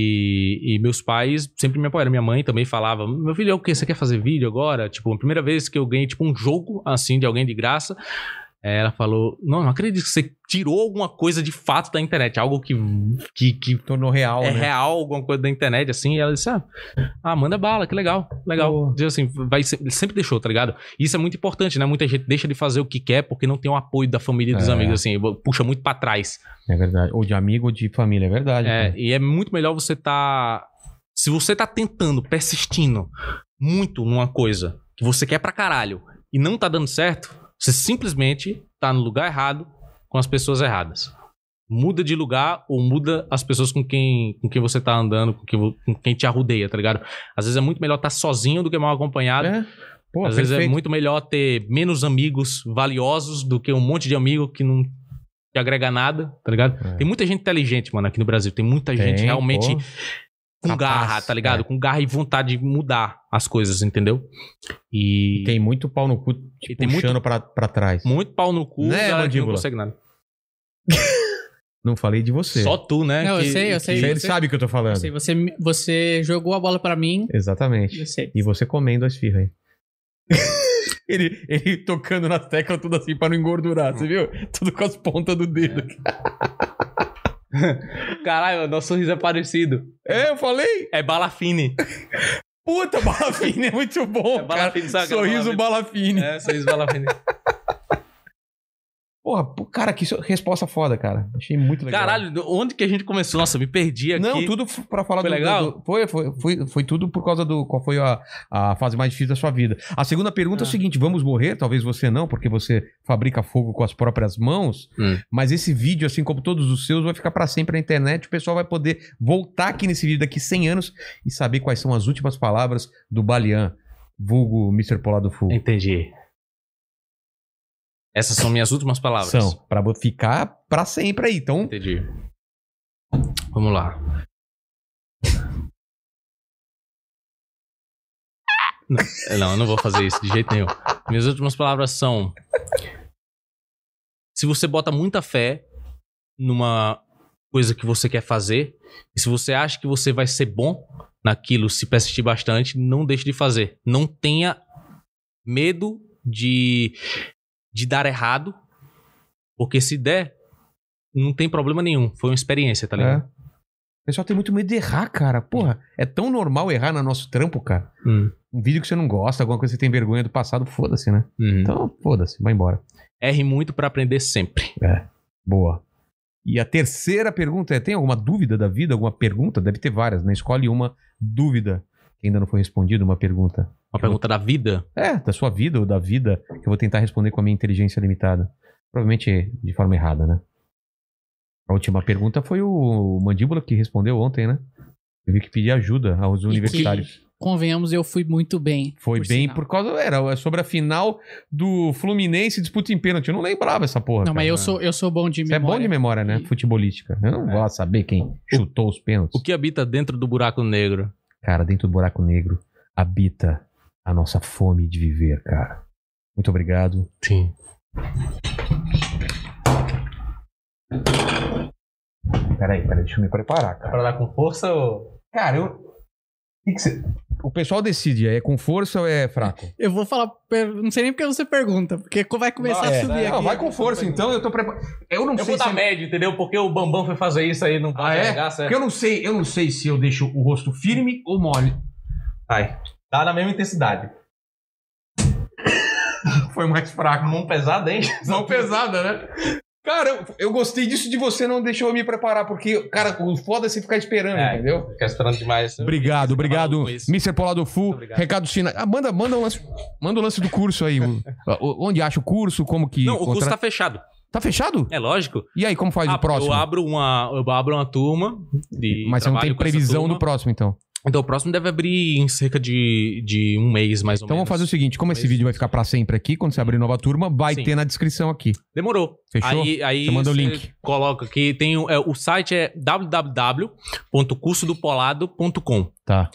S2: E, e meus pais sempre me apoiaram. Minha mãe também falava: Meu filho, é o que? Você quer fazer vídeo agora? Tipo, a primeira vez que eu ganhei tipo, um jogo assim de alguém de graça, eh, ela falou: Não, não acredito que você tirou alguma coisa de fato da internet, algo que, que, que
S1: Tornou real,
S2: é
S1: né?
S2: real alguma coisa da internet, assim, e ela disse, ah, ah, manda bala, que legal, legal.
S1: Boa.
S2: Diz assim, vai ser- ele sempre deixou, tá ligado? E Isso é muito importante, né? Muita gente deixa de fazer o que quer porque não tem o apoio da família e dos
S1: É.
S2: amigos, assim, puxa muito pra trás.
S1: É verdade. Ou de amigo ou de família, é verdade.
S2: É,
S1: cara.
S2: e é muito melhor você tá... Se você tá tentando, persistindo muito numa coisa que você quer pra caralho e não tá dando certo, você simplesmente tá no lugar errado com as pessoas erradas. Muda de lugar ou muda as pessoas com quem, com quem você tá andando, com quem, vo- com quem te arrudeia, tá ligado? Às vezes é muito melhor estar sozinho do que mal acompanhado.
S1: É? Pô,
S2: Às vezes é
S1: perfeito.
S2: muito melhor ter menos amigos valiosos do que um monte de amigo que não te agrega nada, tá ligado?
S1: É.
S2: Tem muita gente inteligente, mano, aqui no Brasil. Tem muita gente
S1: Tem,
S2: realmente
S1: pô.
S2: com
S1: Capaz,
S2: garra, tá ligado?
S1: é.
S2: Com garra e vontade de mudar as coisas, entendeu? E tem
S1: é. Tem muito pau no cu te
S2: E tem muito-
S1: puxando pra, pra trás.
S2: muito pau no cu,
S1: Né,
S2: galera, que não
S1: mandíbula?
S2: consegue nada.
S1: Não falei de você.
S2: Só tu, né?
S3: Não, eu
S2: que-
S3: sei, eu sei.
S1: Ele
S3: você-
S1: sabe o que eu tô
S3: Eu
S1: falando.
S3: sei, você, você jogou a bola pra mim.
S1: Exatamente.
S3: Eu sei.
S1: E você comendo a esfirra aí. ele, ele tocando nas teclas tudo assim pra não engordurar, você viu? Tudo com as pontas do
S2: É.
S1: dedo.
S2: Caralho, nosso sorriso é parecido.
S1: É, eu falei?
S2: É balafine.
S1: Puta, Balafine é muito bom.
S2: É
S1: cara.
S2: balafine, sabe?
S1: Sorriso Balafine.
S2: É, sorriso balafine.
S1: Porra, pô, cara, que so- resposta foda, cara. Achei muito legal.
S2: Caralho, onde que a gente começou? Nossa, me perdi aqui.
S1: Não, tudo f- pra falar
S2: Foi
S1: do.
S2: legal?
S1: do- foi, foi, foi, foi tudo por causa do. Qual foi a, a fase mais difícil da sua vida. A segunda pergunta é o
S2: Ah.
S1: seguinte: vamos morrer? Talvez você não, porque você fabrica fogo com as próprias mãos.
S2: Hum.
S1: Mas esse vídeo, assim como todos os seus, vai ficar pra sempre na internet. O pessoal vai poder voltar aqui nesse vídeo daqui 100 anos e saber quais são as últimas palavras do Balian, vulgo Mr. Polado Fu.
S2: Entendi. Essas são minhas últimas palavras.
S1: São, pra bo- ficar pra sempre aí. Então,
S2: Entendi. Vamos lá. Não, não, eu não vou fazer isso de jeito nenhum. Minhas últimas palavras são: se você bota muita fé numa coisa que você quer fazer, e se você acha que você vai ser bom naquilo, se persistir bastante, não deixe de fazer. Não tenha medo de, de dar errado, porque se der, não tem problema nenhum. Foi uma experiência, tá ligado?
S1: É. O pessoal tem muito medo de errar, cara. Porra, é tão normal errar no nosso trampo, cara.
S2: Hum,
S1: Um vídeo que você não gosta, alguma coisa que você tem vergonha do passado, foda-se, né?
S2: uhum.
S1: Então, foda-se, vai embora.
S2: Erre muito pra aprender sempre.
S1: Boa. E a terceira pergunta é: tem alguma dúvida da vida? Alguma pergunta? Deve ter várias, né? Escolhe uma dúvida que ainda não foi respondida, uma pergunta.
S2: Uma pergunta da vida.
S1: É, da sua vida ou da vida, que eu vou tentar responder com a minha inteligência limitada. Provavelmente de forma errada, né? A última pergunta foi o Mandíbula que respondeu ontem, né? Eu vi que pedir ajuda aos
S3: que-
S1: universitários.
S3: Convenhamos, eu fui muito bem.
S1: Foi bem
S3: sinal.
S1: por causa. Era é sobre a final do Fluminense disputa em pênalti. Eu não lembrava essa porra. cara.
S3: Não, mas eu sou, eu sou bom de
S1: Você é
S3: memória.
S1: bom de memória, né?
S3: E-
S1: Futebolística. Eu não
S2: É.
S1: vou lá saber quem chutou os pênaltis.
S2: O que habita dentro do buraco negro?
S1: Cara, dentro do buraco negro habita a nossa fome de viver, cara. Muito obrigado.
S2: Sim.
S1: Peraí, peraí, deixa eu me preparar, cara.
S2: dar com força ou.
S1: Cara, eu. O que que você- O pessoal decide, é com força ou é fraco?
S3: Eu vou falar, per- não sei nem porque você pergunta, porque co- vai começar a
S1: É.
S3: subir aqui.
S1: Não, vai com força, então. Eu tô preparado. Eu não
S2: Eu
S1: sei
S2: vou
S1: se.
S2: dar médio, entendeu? Porque o Bambam foi fazer isso aí não
S1: Ah, é? Porque eu não sei, eu não sei se eu deixo o rosto firme ou mole.
S2: Ai. Tá na mesma intensidade.
S1: Foi mais fraco.
S2: Mão pesada, hein?
S1: Mão pesada, né? Cara, eu, eu gostei disso de você não deixou eu me preparar, porque, cara, o foda é você ficar esperando,
S2: É.
S1: entendeu?
S2: Fica esperando demais. né?
S1: Obrigado,
S2: obrigado,
S1: Mr. Polado Full.
S2: obrigado.
S1: Recado final. manda, manda, o lance, manda o lance do curso aí. onde acha o curso, como que.
S2: Não, o curso tá fechado.
S1: fechado?
S2: É lógico.
S1: E aí, como faz
S2: Ah,
S1: o próximo?
S2: Eu abro uma, eu abro uma turma. De
S1: Mas você não
S2: trabalho
S1: tem
S2: com essa
S1: previsão
S2: turma.
S1: do próximo, então.
S2: Então o próximo deve abrir em cerca de, de um mês, mais ou
S1: Então vamos
S2: menos.
S1: fazer o seguinte: como esse
S2: Mas-
S1: vídeo vai ficar pra sempre aqui, quando você abrir nova turma, vai
S2: Sim.
S1: ter na descrição aqui.
S2: Demorou.
S1: Fechou?
S2: Aí, aí
S1: Você manda o
S2: você
S1: link.
S2: Coloca aqui. Tem, o- é, o site é www.cursodopolado.com.
S1: Tá.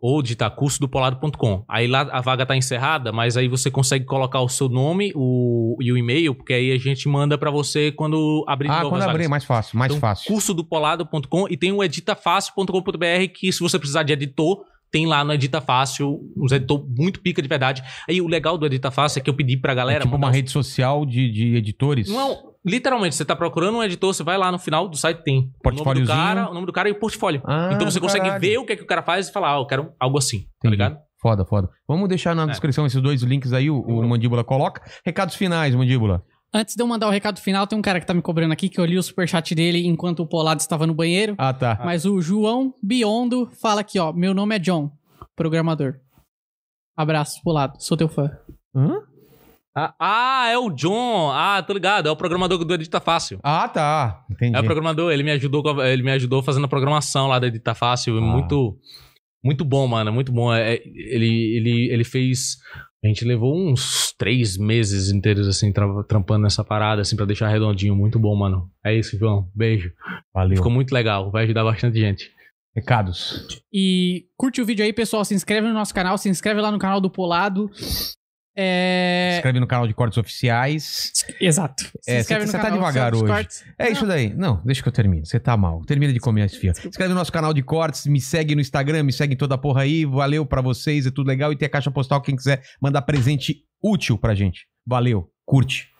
S2: ou digitar curso do polado.com. Aí lá a vaga tá encerrada, mas aí você consegue colocar o seu nome o, e o e-mail, porque aí a gente manda pra você quando abrir
S1: Ah,
S2: novas
S1: quando abrir,
S2: vagas.
S1: mais fácil, mais
S2: Então,
S1: fácil.
S2: curso do polado.com e tem o editafácil.com.br que se você precisar de editor, tem lá no Edita Fácil, uns editor muito pica de verdade. Aí o legal do Edita Fácil é que eu pedi pra
S1: É
S2: galera
S1: tipo uma
S2: mandar
S1: rede social de, de editores.
S2: os- Não, literalmente, você tá procurando um editor, você vai lá no final do site tem o nome do
S1: Portfóliozinho.
S2: cara, o nome do cara e o portfólio.
S1: Ah,
S2: então você
S1: do
S2: consegue
S1: caralho.
S2: ver o que é que o cara faz e falar, ah, eu quero algo assim, tá
S1: Entendi.
S2: ligado?
S1: Foda, foda. Vamos deixar na
S2: É.
S1: descrição esses dois links aí, o, o Mandíbula coloca. Recados finais, Mandíbula.
S3: Antes de eu mandar o recado final, tem um cara que tá me cobrando aqui que eu li o superchat dele enquanto o Polado estava no banheiro.
S1: Ah, tá.
S3: Mas o João Biondo fala aqui, ó. Meu nome é John, programador. Abraço, Polado. Sou teu fã.
S1: Hã?
S2: Ah, ah, é o John. Ah, tô ligado, é o programador do Edita Fácil.
S1: Ah, tá. Entendi.
S2: É o programador, ele me ajudou, com a- ele me ajudou fazendo a programação lá da Edita Fácil.
S1: Ah.
S2: Muito, muito bom, mano. Muito bom. É, é, ele, ele, ele fez. A gente levou uns três meses inteiros, assim, tra- trampando nessa parada, assim, pra deixar redondinho. Muito bom, mano. É isso, João. Beijo.
S1: Valeu.
S2: Ficou muito legal. Vai ajudar bastante gente.
S1: Recados.
S3: E curte o vídeo aí, pessoal. Se inscreve no nosso canal, se inscreve lá no canal do Polado.
S1: Se
S3: É.
S1: inscreve no canal de cortes oficiais.
S3: Exato. Se
S1: É, você-
S3: inscreve no
S1: você tá
S3: canal
S1: devagar
S3: dos
S1: hoje.
S3: cortes.
S1: É isso daí. Não, deixa que eu termino. Você tá mal. Termina de comer as fias. Se inscreve no nosso canal de cortes, me segue no Instagram, me segue em toda a porra aí. Valeu pra vocês, é tudo legal. E tem a caixa postal, quem quiser mandar presente útil pra gente. Valeu, curte.